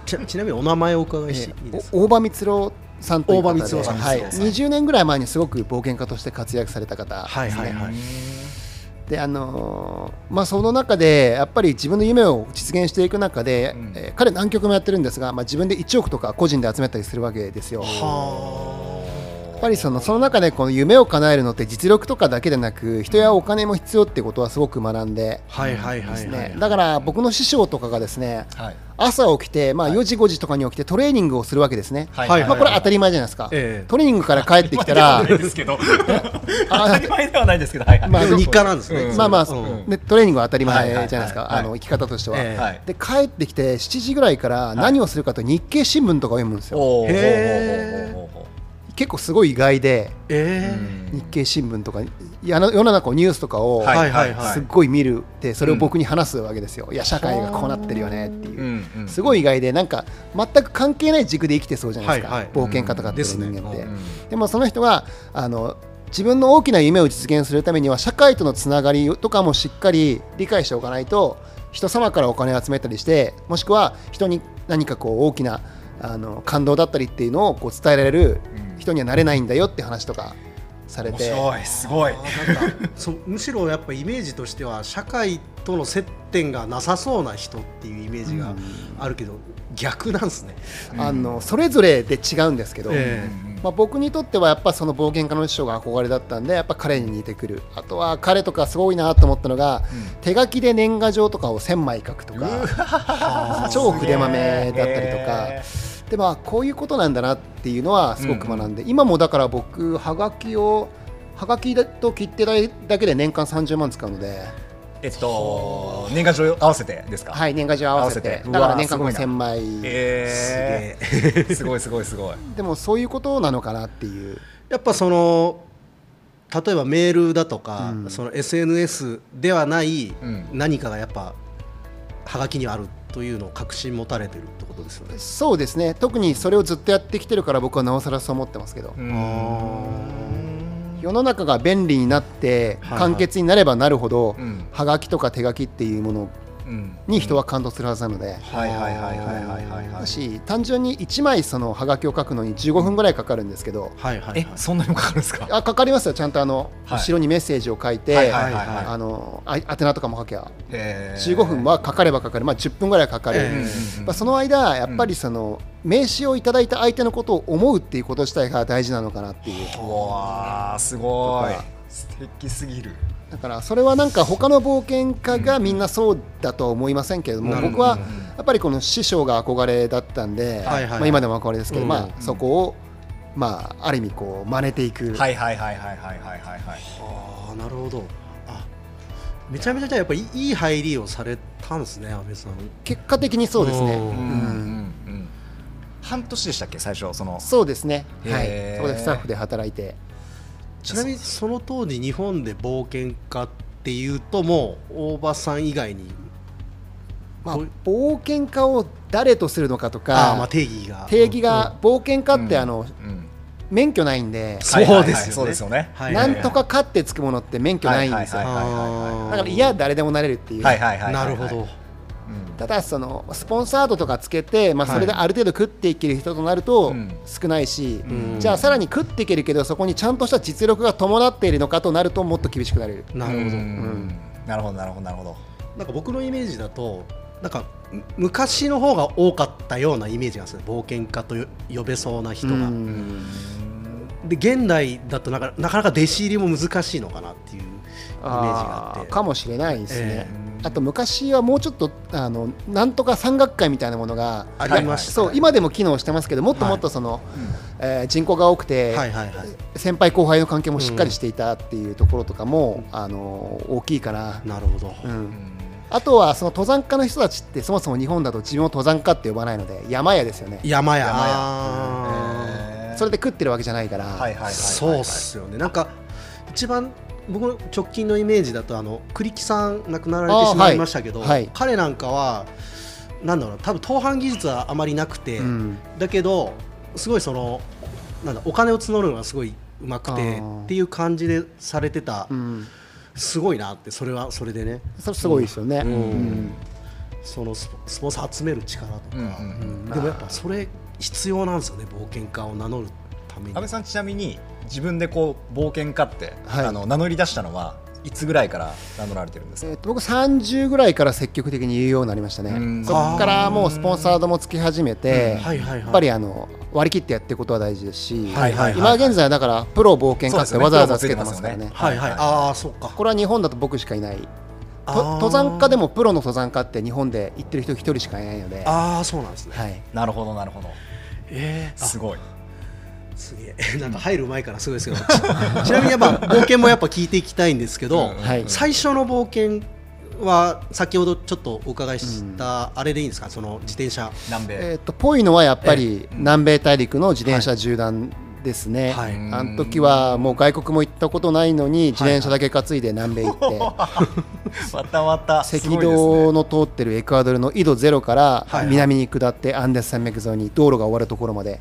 Speaker 3: ちちなみにお名前をお伺
Speaker 5: え
Speaker 3: いしていいです
Speaker 5: ー
Speaker 3: か、
Speaker 5: お大場光郎さんという方
Speaker 3: 大
Speaker 5: で
Speaker 3: 場光郎さん
Speaker 5: はい、
Speaker 2: 光郎さん
Speaker 5: 20年ぐらい前にすごく冒険家として活躍された方ですね、
Speaker 3: はいはいはい
Speaker 5: であのーまあ、その中でやっぱり自分の夢を実現していく中で、
Speaker 2: うん
Speaker 5: えー彼何曲もやってるんですが、まあ、自分で1億とか個人で集めたりするわけですよ。やっぱりそのその中でこの夢を叶えるのって実力とかだけでなく人やお金も必要ってことはすごく学んで
Speaker 3: はいはい
Speaker 5: で
Speaker 3: は
Speaker 5: す
Speaker 3: い
Speaker 5: ね、
Speaker 3: はい
Speaker 5: だから僕の師匠とかがですね
Speaker 2: はい
Speaker 5: 朝起きて、まあ、4時5時とかに起きてトレーニングをするわけですね、
Speaker 2: はい
Speaker 3: はい
Speaker 5: まあ、これは当たり前じゃないですか、
Speaker 3: ええ
Speaker 5: トレーニングから帰ってきた
Speaker 2: *laughs* 当た
Speaker 5: ら
Speaker 2: り前ではないですけど
Speaker 5: あ
Speaker 2: 当たり前ではないですけどはいはい
Speaker 5: まあ
Speaker 3: でも日課なんですね、
Speaker 2: うん
Speaker 5: まあまあ、
Speaker 3: うん
Speaker 5: ね、トレーニングは当たり前じゃないです
Speaker 2: はい
Speaker 5: か、
Speaker 2: はいはい
Speaker 5: あの生き方としては。
Speaker 3: ええ
Speaker 2: はい
Speaker 5: で帰ってきて7時ぐらいから何をするかと日経新聞とかを読むんですよ、
Speaker 2: おー
Speaker 3: へー
Speaker 2: ほうほうほうほうほ
Speaker 5: 結構すごい意外で
Speaker 2: うう
Speaker 3: え
Speaker 2: ん
Speaker 5: 日経新聞とかやな世の中のニュースとかを
Speaker 3: はいはい
Speaker 5: すっごい見るってそれを僕に話すわけですよ、いや社会がこうなってるよねっていう、
Speaker 2: うん
Speaker 5: すごい意外でなんか全く関係ない軸で生きてそうじゃないですか、
Speaker 3: はいはい
Speaker 5: 冒険家とかっていう人間って、
Speaker 3: ですね
Speaker 2: うん
Speaker 5: でもその人があの自分の大きな夢を実現するためには社会とのつながりとかもしっかり理解しておかないと人様からお金を集めたりしてもしくは人に何かこう大きなあの感動だったりっていうのをこう伝えられる
Speaker 2: うん
Speaker 5: 人にはなれないんだよって話とかされ
Speaker 2: 面
Speaker 5: て
Speaker 2: 白いすごい
Speaker 3: なんかそむしろやっぱイメージとしては社会との接点がなさそうな人っていうイメージがあるけど、逆なんですね。
Speaker 5: あのそれぞれで違うんですけど、
Speaker 3: え
Speaker 5: まあ、僕にとってはやっぱその冒険家の師匠が憧れだったんでやっぱ彼に似てくるあとは彼とかすごいなと思ったのが、手書きで年賀状とかを1000枚書くとか *laughs* 超筆豆だったりとか
Speaker 2: へ
Speaker 5: でまあこういうことなんだなっていうのはすごく学んで、今もだから僕はがきをはがきと切手代だけで年間30万使うので、
Speaker 2: ーえっと年賀状合わせてですか
Speaker 5: はい、年賀状合わ
Speaker 2: 合
Speaker 5: せ
Speaker 2: わ
Speaker 5: て
Speaker 2: せて
Speaker 5: だから年間
Speaker 2: うわすご
Speaker 5: 5000
Speaker 2: いな
Speaker 5: 枚、
Speaker 2: えー、すごいすごいすごい
Speaker 5: でもそういうことなのかなっていう
Speaker 3: やっぱその例えばメールだとか、
Speaker 5: うん
Speaker 3: その SNS ではない
Speaker 2: うん
Speaker 3: 何かがやっぱはがきにあるというのを確信持たれてるってことですよね。
Speaker 5: そうですね特にそれをずっとやってきてるから僕はなおさらそう思ってますけど、世の中が便利になって
Speaker 3: はいはい
Speaker 5: 簡潔になればなるほど、
Speaker 2: うん
Speaker 5: はがきとか手書きっていうもの
Speaker 2: うん
Speaker 5: に人は感動するはずなので、
Speaker 2: はいはいはいはいはいはいは
Speaker 5: だ
Speaker 2: い
Speaker 5: し単純に1枚そのはがきを書くのに15分ぐらいかかるんですけど
Speaker 3: はいはいはい
Speaker 2: えそんなにもかかるんですか
Speaker 5: あかかりますよちゃんとあの、
Speaker 2: はい
Speaker 5: 後ろにメッセージを書いて、
Speaker 2: はいはいはいはい
Speaker 5: あのあ宛名とかも書けば
Speaker 2: えー
Speaker 5: 15分はかかればかかる、まあ、10分ぐらいかかる、
Speaker 3: ええ
Speaker 2: うん
Speaker 5: まあ、その間やっぱりその名刺をいただいた相手のことを思うっていうこと自体が大事なのかなっていう
Speaker 2: うわーすごい
Speaker 5: とか
Speaker 2: 素敵すぎる
Speaker 5: だからそれはなんか他の冒険家がみんなそうだとは思いませんけれども、
Speaker 3: なるほど
Speaker 5: 僕はやっぱりこの師匠が憧れだったんで、
Speaker 3: はいはい
Speaker 5: まあ、今でも憧れですけど、
Speaker 3: うん
Speaker 5: まあ、そこを、まあ、ある意味こう真似ていく、
Speaker 2: はいはいはいはいはいはいはいはい
Speaker 3: ああなるほどあめちゃめちゃじゃあやっぱいいいい入りをされたんですね安倍さん
Speaker 5: 結果的にそうです
Speaker 3: う
Speaker 5: ね。
Speaker 2: うんん
Speaker 5: ん
Speaker 2: うん半年でしたっけ最初その
Speaker 5: そうですね、は
Speaker 2: へー
Speaker 5: い、そこでスタッフで働いて、
Speaker 3: ちなみにその当時日本で冒険家っていうともう大場さん以外に
Speaker 5: まあ
Speaker 3: こう、
Speaker 5: 冒険家を誰とするのかと
Speaker 3: あーま
Speaker 5: か
Speaker 3: あ、定義が
Speaker 5: 定義が、冒険家ってあ
Speaker 2: う
Speaker 5: の
Speaker 2: ん
Speaker 5: 免許ないんで、
Speaker 3: そうですよね
Speaker 2: はいはいはいそうですよね
Speaker 3: はい
Speaker 5: なんとかかってつくものって免許ないんですよ、
Speaker 2: はいはいはいはいはい
Speaker 5: だからいや誰でもなれるっていう、
Speaker 2: はいはいはいはいはい
Speaker 3: なるほど、
Speaker 2: うん
Speaker 5: ただそのスポンサードとかつけて、まあ、それである程度食っていける人となると
Speaker 2: うん
Speaker 5: 少ないし、
Speaker 3: うん
Speaker 5: じゃあさらに食っていけるけどそこにちゃんとした実力が伴っているのかとなるともっと厳しくなる
Speaker 3: なるほど
Speaker 2: うんなるほどなるほどなるほど
Speaker 3: なんか僕のイメージだとなんかむ昔の方が多かったようなイメージがする冒険家とよ呼べそうな人が、
Speaker 5: うん
Speaker 3: で現代だとなんかなかなか弟子入りも難しいのかなっていうイメージがあっ
Speaker 5: あ
Speaker 3: て
Speaker 5: ーかもしれないですね、
Speaker 3: え
Speaker 5: あと昔はもうちょっとあのなんとか山学会みたいなものが
Speaker 3: ありました、
Speaker 5: そう今でも機能してますけどもっともっとその、えー人口が多くて、
Speaker 3: はいはいはい
Speaker 5: 先輩後輩の関係もしっかりしていたっていうところとかも、あの大きいかな、
Speaker 3: なるほど、
Speaker 5: う、
Speaker 2: うんん
Speaker 5: あとはその登山家の人たちってそもそも日本だと自分を登山家って呼ばないので山屋ですよね
Speaker 3: 山や
Speaker 2: 山や
Speaker 3: あ
Speaker 2: へー
Speaker 5: それで食ってるわけじゃないから、
Speaker 2: はいはいはいは
Speaker 3: ー
Speaker 2: い
Speaker 3: そうっすよねなんか一番僕の直近のイメージだとあの栗木さん亡くなられてしまいましたけど、
Speaker 5: あーはいはい
Speaker 3: 彼なんかはなんだろう多分当番技術はあまりなくて、
Speaker 5: うん
Speaker 3: だけどすごいそのなんだお金を募るのがすごいうまく
Speaker 5: あ
Speaker 3: て
Speaker 5: ー
Speaker 3: っていう感じでされてた、
Speaker 5: うん、
Speaker 3: すごいなってそれはそれでね
Speaker 5: それすごいですよね、
Speaker 3: うん
Speaker 5: うん
Speaker 3: そのスポスポンサー集める力とか、
Speaker 2: うんうんうん
Speaker 3: でもやっぱそれ必要なんですよね冒険家を名乗るために
Speaker 2: 安倍さんちなみに自分でこう冒険家って、
Speaker 5: はい
Speaker 2: あの名乗り出したのはいつぐらいから名乗られてるんですか
Speaker 5: えっと僕30ぐらいから積極的に言うようになりましたね、
Speaker 2: うん
Speaker 5: そこからもうスポンサードもつき始めて、
Speaker 3: はいはいはい
Speaker 5: やっぱりあの割り切ってやっていくことは大事ですし、
Speaker 3: はいはいはい
Speaker 5: 今現在はだからプロ冒険家ってわざわざつけてますからね
Speaker 3: はいはいああそうか
Speaker 5: これは日本だと僕しかいないと
Speaker 3: あー
Speaker 5: 登山家でもプロの登山家って日本で行ってる人一人しかいないので、は
Speaker 3: ああそうなんですね
Speaker 5: い、
Speaker 2: なるほどなるほど
Speaker 3: えー、あ
Speaker 2: すごい
Speaker 3: すげえ *laughs* なんか入る前からすごいですけど *laughs* ちちなみにやっぱ冒険もやっぱ聞いていきたいんですけど、
Speaker 2: うん
Speaker 5: はい
Speaker 3: 最初の冒険は先ほどちょっとお伺いしたあれでいいんですか、その自転車
Speaker 2: 南米、
Speaker 5: えっとぽいのはやっぱり南米大陸の自転車縦断ですね、
Speaker 3: はい
Speaker 5: あの時はもう外国も行ったことないのに自転車だけ担いで南米行って、
Speaker 2: またまたす
Speaker 5: 赤
Speaker 2: ごいですね
Speaker 5: 道の通ってるエクアドルの緯度ゼロか
Speaker 3: はいは
Speaker 5: ら
Speaker 3: い
Speaker 5: 南に下ってアンデス山脈沿いに道路が終わるところまで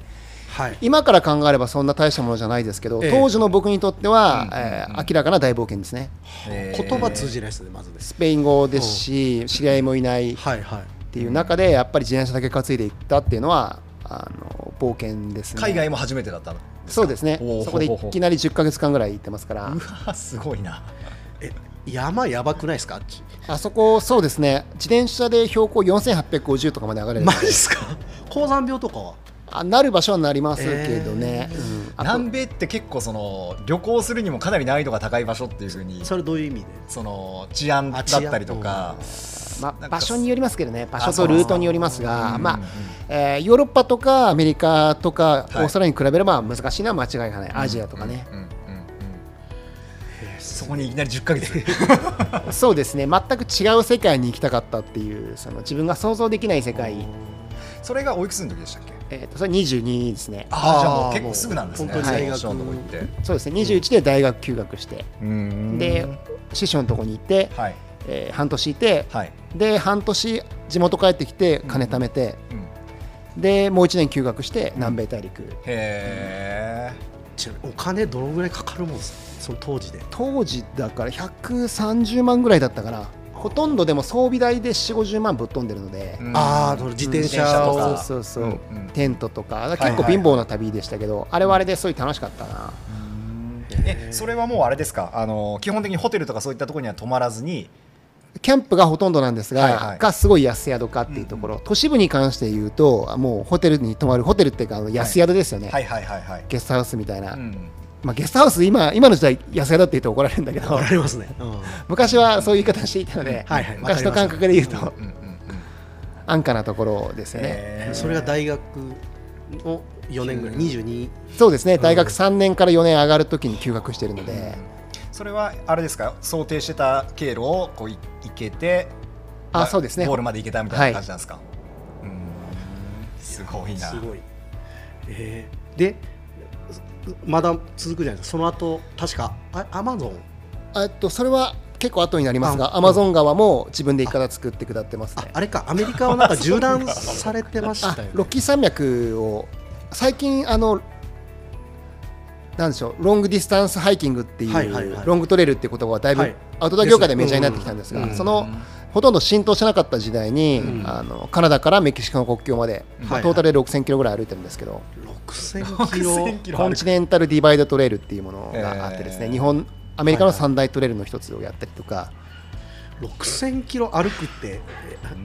Speaker 3: はい
Speaker 5: 今から考えればそんな大したものじゃないですけど、
Speaker 3: ええ
Speaker 5: 当時の僕にとっては、えー明らかな大冒険ですね
Speaker 2: えー
Speaker 3: 言葉通じないですねまずです
Speaker 5: スペイン語ですし、知り合いもいないっ
Speaker 3: はいはい
Speaker 5: ていう中でやっぱり自転車だけ担いでいったっていうのはあの冒険ですね
Speaker 2: 海外も初めてだったの
Speaker 5: そうですね
Speaker 2: おー
Speaker 5: そこで
Speaker 2: ほうほうほう
Speaker 5: いきなり10ヶ月間ぐらい行ってますから
Speaker 2: うわすごいな
Speaker 3: え山やばくないですかあっち
Speaker 5: あそこそうですね自転車で標高4850とかまで上がれる
Speaker 3: マジっすか高山病とかは
Speaker 5: あなる場所はなりますけどね、うんあと
Speaker 2: 南米って結構その旅行するにもかなり難易度が高い場所っていうふうに
Speaker 3: それどういう意味で
Speaker 2: その治安だったりとか
Speaker 5: ま
Speaker 2: な
Speaker 5: あ、
Speaker 2: んか
Speaker 5: 場所によりますけどね、場
Speaker 2: あ
Speaker 5: 所
Speaker 2: そう
Speaker 5: と
Speaker 2: そう
Speaker 5: ルートによります
Speaker 2: うんうんう
Speaker 5: が、
Speaker 2: ん
Speaker 5: まあえーヨーロッパとかアメリカとか、
Speaker 2: はい
Speaker 5: オーストラリアに比べれば難しいのは間違いがない、アジアとかね、
Speaker 2: うんうんうんそこにいきなり10ヶ月
Speaker 5: そうですね、全く違う世界に行きたかったっていう、その自分が想像できない世界、
Speaker 2: それがおいくつの時でしたっけ
Speaker 5: えー、とそれ22ですね、
Speaker 2: ああじゃあも
Speaker 3: あ
Speaker 2: う
Speaker 3: ー
Speaker 2: 結構すぐなんですね
Speaker 3: もう本当に大学
Speaker 2: 師匠のとこ行って
Speaker 5: そうですね、21で大学休学して、
Speaker 2: うん
Speaker 5: で、師匠のとこに行って、
Speaker 2: はい
Speaker 5: えー半年いて、
Speaker 2: はい
Speaker 5: で、半年、地元帰ってきて、金貯めて、
Speaker 2: うんへ
Speaker 5: で、もう1年休学して、南米大陸。
Speaker 2: え
Speaker 3: ちなみにお金どのぐらいかかるもんですかその当時で
Speaker 5: 当時だから130万ぐらいだったからほとんどでも装備代で4 5 0万ぶっ飛んでるので、
Speaker 3: あーその自転車を
Speaker 2: 自転車と
Speaker 5: そう
Speaker 2: か
Speaker 5: そうそう、
Speaker 2: うんうん
Speaker 5: テントとか
Speaker 2: はい
Speaker 5: 結構貧乏な旅でしたけど、あれはあれですごい楽しかったな
Speaker 2: えそれはもうあれですかあの基本的にホテルとかそういったところには泊まらずに
Speaker 5: キャンプがほとんどなんですが、
Speaker 2: はいはい
Speaker 5: がすごい安宿かっていうところ、都市部に関して言うともうホテルに泊まるホテルっていうかあの安宿ですよね、
Speaker 2: はいはいはいはい
Speaker 5: ゲストハウスみたいな、
Speaker 2: うん
Speaker 5: まあ、ゲストハウス今今の時代安宿って言うと怒られるんだけ
Speaker 3: *laughs*
Speaker 5: ど
Speaker 3: ありますね、うん、
Speaker 5: 昔はそういう言い方していたので、
Speaker 3: はいはい
Speaker 5: 昔の感覚で言うと、
Speaker 2: うんうんうん
Speaker 5: 安価なところですよね、
Speaker 2: へー
Speaker 3: それが大学を4年ぐらい22
Speaker 5: そうですね、大学3年から4年上がるときに休学してるので、
Speaker 2: それはあれですか想定してた経路をこうい行けて
Speaker 5: あ
Speaker 2: ま
Speaker 5: そうですね
Speaker 2: ゴールまで行けたみたいな感じなんですか、うんすごいな
Speaker 3: すごい、えーでまだ続くじゃないですかその後確かあアマゾン
Speaker 5: えっとそれは結構後になりますが、
Speaker 3: あ
Speaker 5: アマゾン川も自分で行き方作って下ってます
Speaker 3: あ
Speaker 5: ね。
Speaker 3: あれかアメリカはなんか縦断されてまし
Speaker 5: あ
Speaker 3: たよ、ね、
Speaker 5: *laughs* ロッキー山脈を、最近、あの、なんでしょう、ロングディスタンスハイキングっていう、
Speaker 3: はいはいはい
Speaker 5: ロングトレイルっていう言葉はだいぶ、
Speaker 3: はい
Speaker 5: アウトドア業界でメジャーになってきたんですが、
Speaker 3: ですねうん
Speaker 5: そのほとんど浸透してなかった時代に、
Speaker 3: うん
Speaker 5: あのカナダからメキシコの国境まで、まあ
Speaker 3: はい
Speaker 5: トータルで6000キロぐらい歩いてるんですけど、
Speaker 3: 6000キロ
Speaker 2: 6000キロ
Speaker 5: コンチネンタルディバイドトレイルっていうものがあってですね、
Speaker 2: えー
Speaker 5: 日本アメリカの三大トレイルの一つをやったりとか、
Speaker 3: 6000キロ歩くって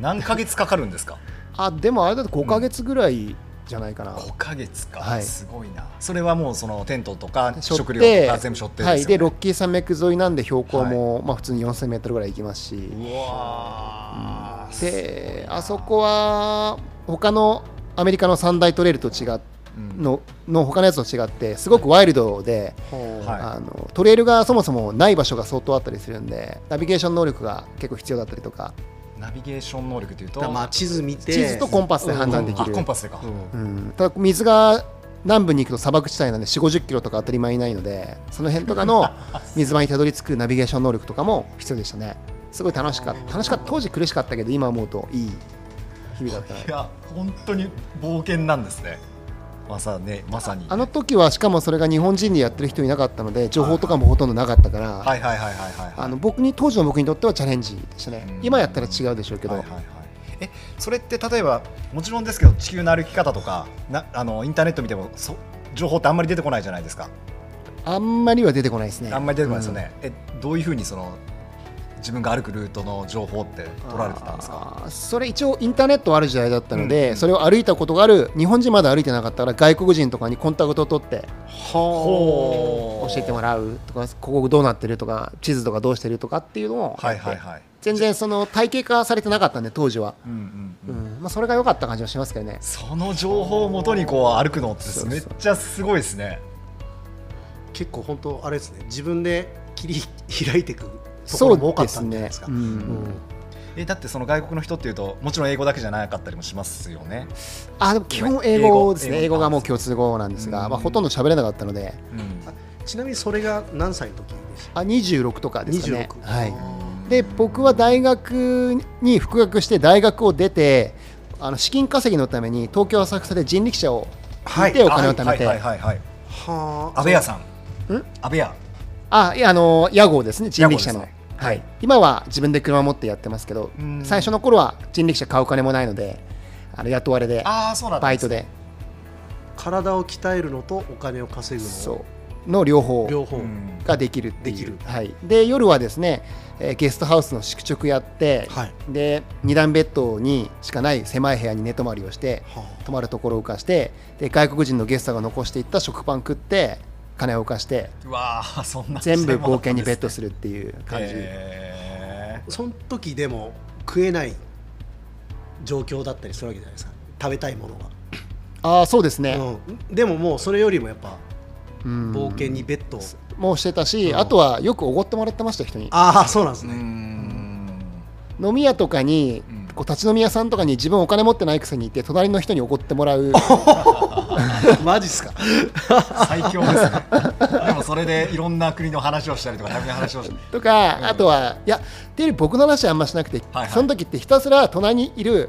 Speaker 2: 何ヶ月かかるんですか
Speaker 5: あでもあれだと5か月ぐらいじゃないかな、
Speaker 2: 5ヶ月か、
Speaker 5: はい
Speaker 2: すごいなそれはもうそのテントとか
Speaker 5: 背負って
Speaker 2: 食料とか全部しょって
Speaker 5: はい、で
Speaker 2: よ
Speaker 5: ロッキー山脈沿いなんで標高も、まあ、普通に4 0 0 0メートルぐらい行きますし
Speaker 2: うわー
Speaker 5: であそこは他のアメリカの三大トレイルと違っ
Speaker 2: うん
Speaker 5: のの他のやつと違ってすごくワイルドで、
Speaker 2: はい
Speaker 5: あのトレイルがそもそもない場所が相当あったりするんでナビゲーション能力が結構必要だったりとか、
Speaker 2: ナビゲーション能力というと
Speaker 3: だからまあ地図見て
Speaker 5: 地図とコンパスで判断でき
Speaker 2: あ
Speaker 5: る
Speaker 2: コンパスでか、
Speaker 3: うん
Speaker 5: うん、ただ水が南部に行くと砂漠地帯なんで4 5 0キロとか当たり前いないのでその辺と
Speaker 2: *laughs*
Speaker 5: かの水場にたどり着くナビゲーション能力とかも必要でしたねすごい楽しかった楽しかった当時苦しかったけど今思うといい日々だった
Speaker 2: いや本当に冒険なんですねまさねまさに
Speaker 5: あの時はしかもそれが日本人でやってる人いなかったので情報とかもほとんどなかったから、
Speaker 2: はいはいはいはいはい
Speaker 5: あの僕に当時の僕にとってはチャレンジでしたね
Speaker 2: うん
Speaker 5: 今やったら違うでしょうけど、
Speaker 2: はいはいはいえそれって例えばもちろんですけど地球の歩き方とかなあのインターネット見てもそ情報ってあんまり出てこないじゃないですか、
Speaker 5: あんまりは出てこないですね
Speaker 2: あんまり出てこないですよね、えどういうふうにその自分が歩くルートの情報って取られてたんですか
Speaker 5: あーそれ一応インターネットはある時代だったので、
Speaker 2: うん
Speaker 5: それを歩いたことがある日本人まだ歩いてなかったから外国人とかにコンタクトを取って教
Speaker 2: ほ
Speaker 5: えてもらうとかここどうなってるとか地図とかどうしてるとかっていうのをやって
Speaker 2: はいはいはい、
Speaker 5: 全然その体系化されてなかったんで当時は、
Speaker 2: うんうんうん
Speaker 5: うんまあ、それが良かった感じはしますけどね
Speaker 2: その情報をもとにこう歩くのって
Speaker 5: そうそう
Speaker 2: めっちゃすごいですね
Speaker 3: 結構本当あれですね自分で切り開いていくとこ
Speaker 5: そ
Speaker 3: ろも多
Speaker 5: う
Speaker 3: か
Speaker 5: で
Speaker 3: った
Speaker 5: す
Speaker 3: んじゃない
Speaker 5: ね
Speaker 3: ですか
Speaker 5: う
Speaker 3: うん
Speaker 5: ん
Speaker 2: えだってその外国の人っていうともちろん英語だけじゃなかったりもしますよね、
Speaker 5: あでも基本英語ですね英
Speaker 2: 英
Speaker 5: 語
Speaker 2: 語
Speaker 5: がもう共通語なんですが、
Speaker 2: うん
Speaker 5: まあ、ほとんど喋れなかったので
Speaker 2: うん
Speaker 3: ちなみにそれが何歳の時でした
Speaker 5: あ26とかですかね
Speaker 3: 26、
Speaker 5: はい、
Speaker 3: あ
Speaker 5: で僕は大学に復学して大学を出てあの資金稼ぎのために東京浅草で人力車を
Speaker 3: は
Speaker 5: 見てお金
Speaker 2: は
Speaker 5: を
Speaker 2: い
Speaker 5: 貯めて、
Speaker 2: はいはいはいはい
Speaker 3: ーは
Speaker 2: 安倍屋さん
Speaker 5: ん
Speaker 2: 安倍屋
Speaker 5: あいやあの屋号ですね人力車の、
Speaker 2: 屋号ですね
Speaker 5: はい、今は自分で車持ってやってますけど
Speaker 2: うん
Speaker 5: 最初の頃は人力車買うお金もないのであの雇われで
Speaker 2: ああそうなん
Speaker 5: バイトで
Speaker 3: 体を鍛えるのとお金を稼ぐの
Speaker 5: そうの両方
Speaker 3: 両方、
Speaker 2: うん
Speaker 5: ができるっていう
Speaker 3: できる
Speaker 5: はい、で夜はですね、えーゲストハウスの宿直やって、
Speaker 3: はい
Speaker 5: で2段ベッドにしかない狭い部屋に寝泊まりをして
Speaker 3: はあ
Speaker 5: 泊まるところを浮かしてで外国人のゲストが残していった食パン食って金を浮かして
Speaker 2: うわーそんな
Speaker 5: 全部冒険にベットす
Speaker 2: る
Speaker 5: るっていう感じ、
Speaker 2: え
Speaker 3: その時でも食えない状況だったりするわけじゃないですか食べたいものが、
Speaker 5: ああそうですね、
Speaker 3: うん、でももうそれよりもやっぱ
Speaker 5: うん
Speaker 3: 冒険にベッドを、
Speaker 5: もうしてたし、
Speaker 3: うん
Speaker 5: あとはよくおごってもらってました人に
Speaker 3: ああそうなんです
Speaker 2: うー
Speaker 3: ね、
Speaker 2: ん
Speaker 5: 飲み屋とかに、
Speaker 2: うん
Speaker 5: こう立ち飲み屋さんとかに自分お金持ってないくせに行って隣の人におごっても
Speaker 2: *laughs*
Speaker 5: らう
Speaker 3: *laughs* マジっすか
Speaker 2: 最強ですね *laughs* でもそれでいろんな国の話をしたりとか旅の話をしたり
Speaker 5: とか、あとはいやっていうより僕の話はあんましなくて、
Speaker 2: はいはい
Speaker 5: その時ってひたすら隣にいる、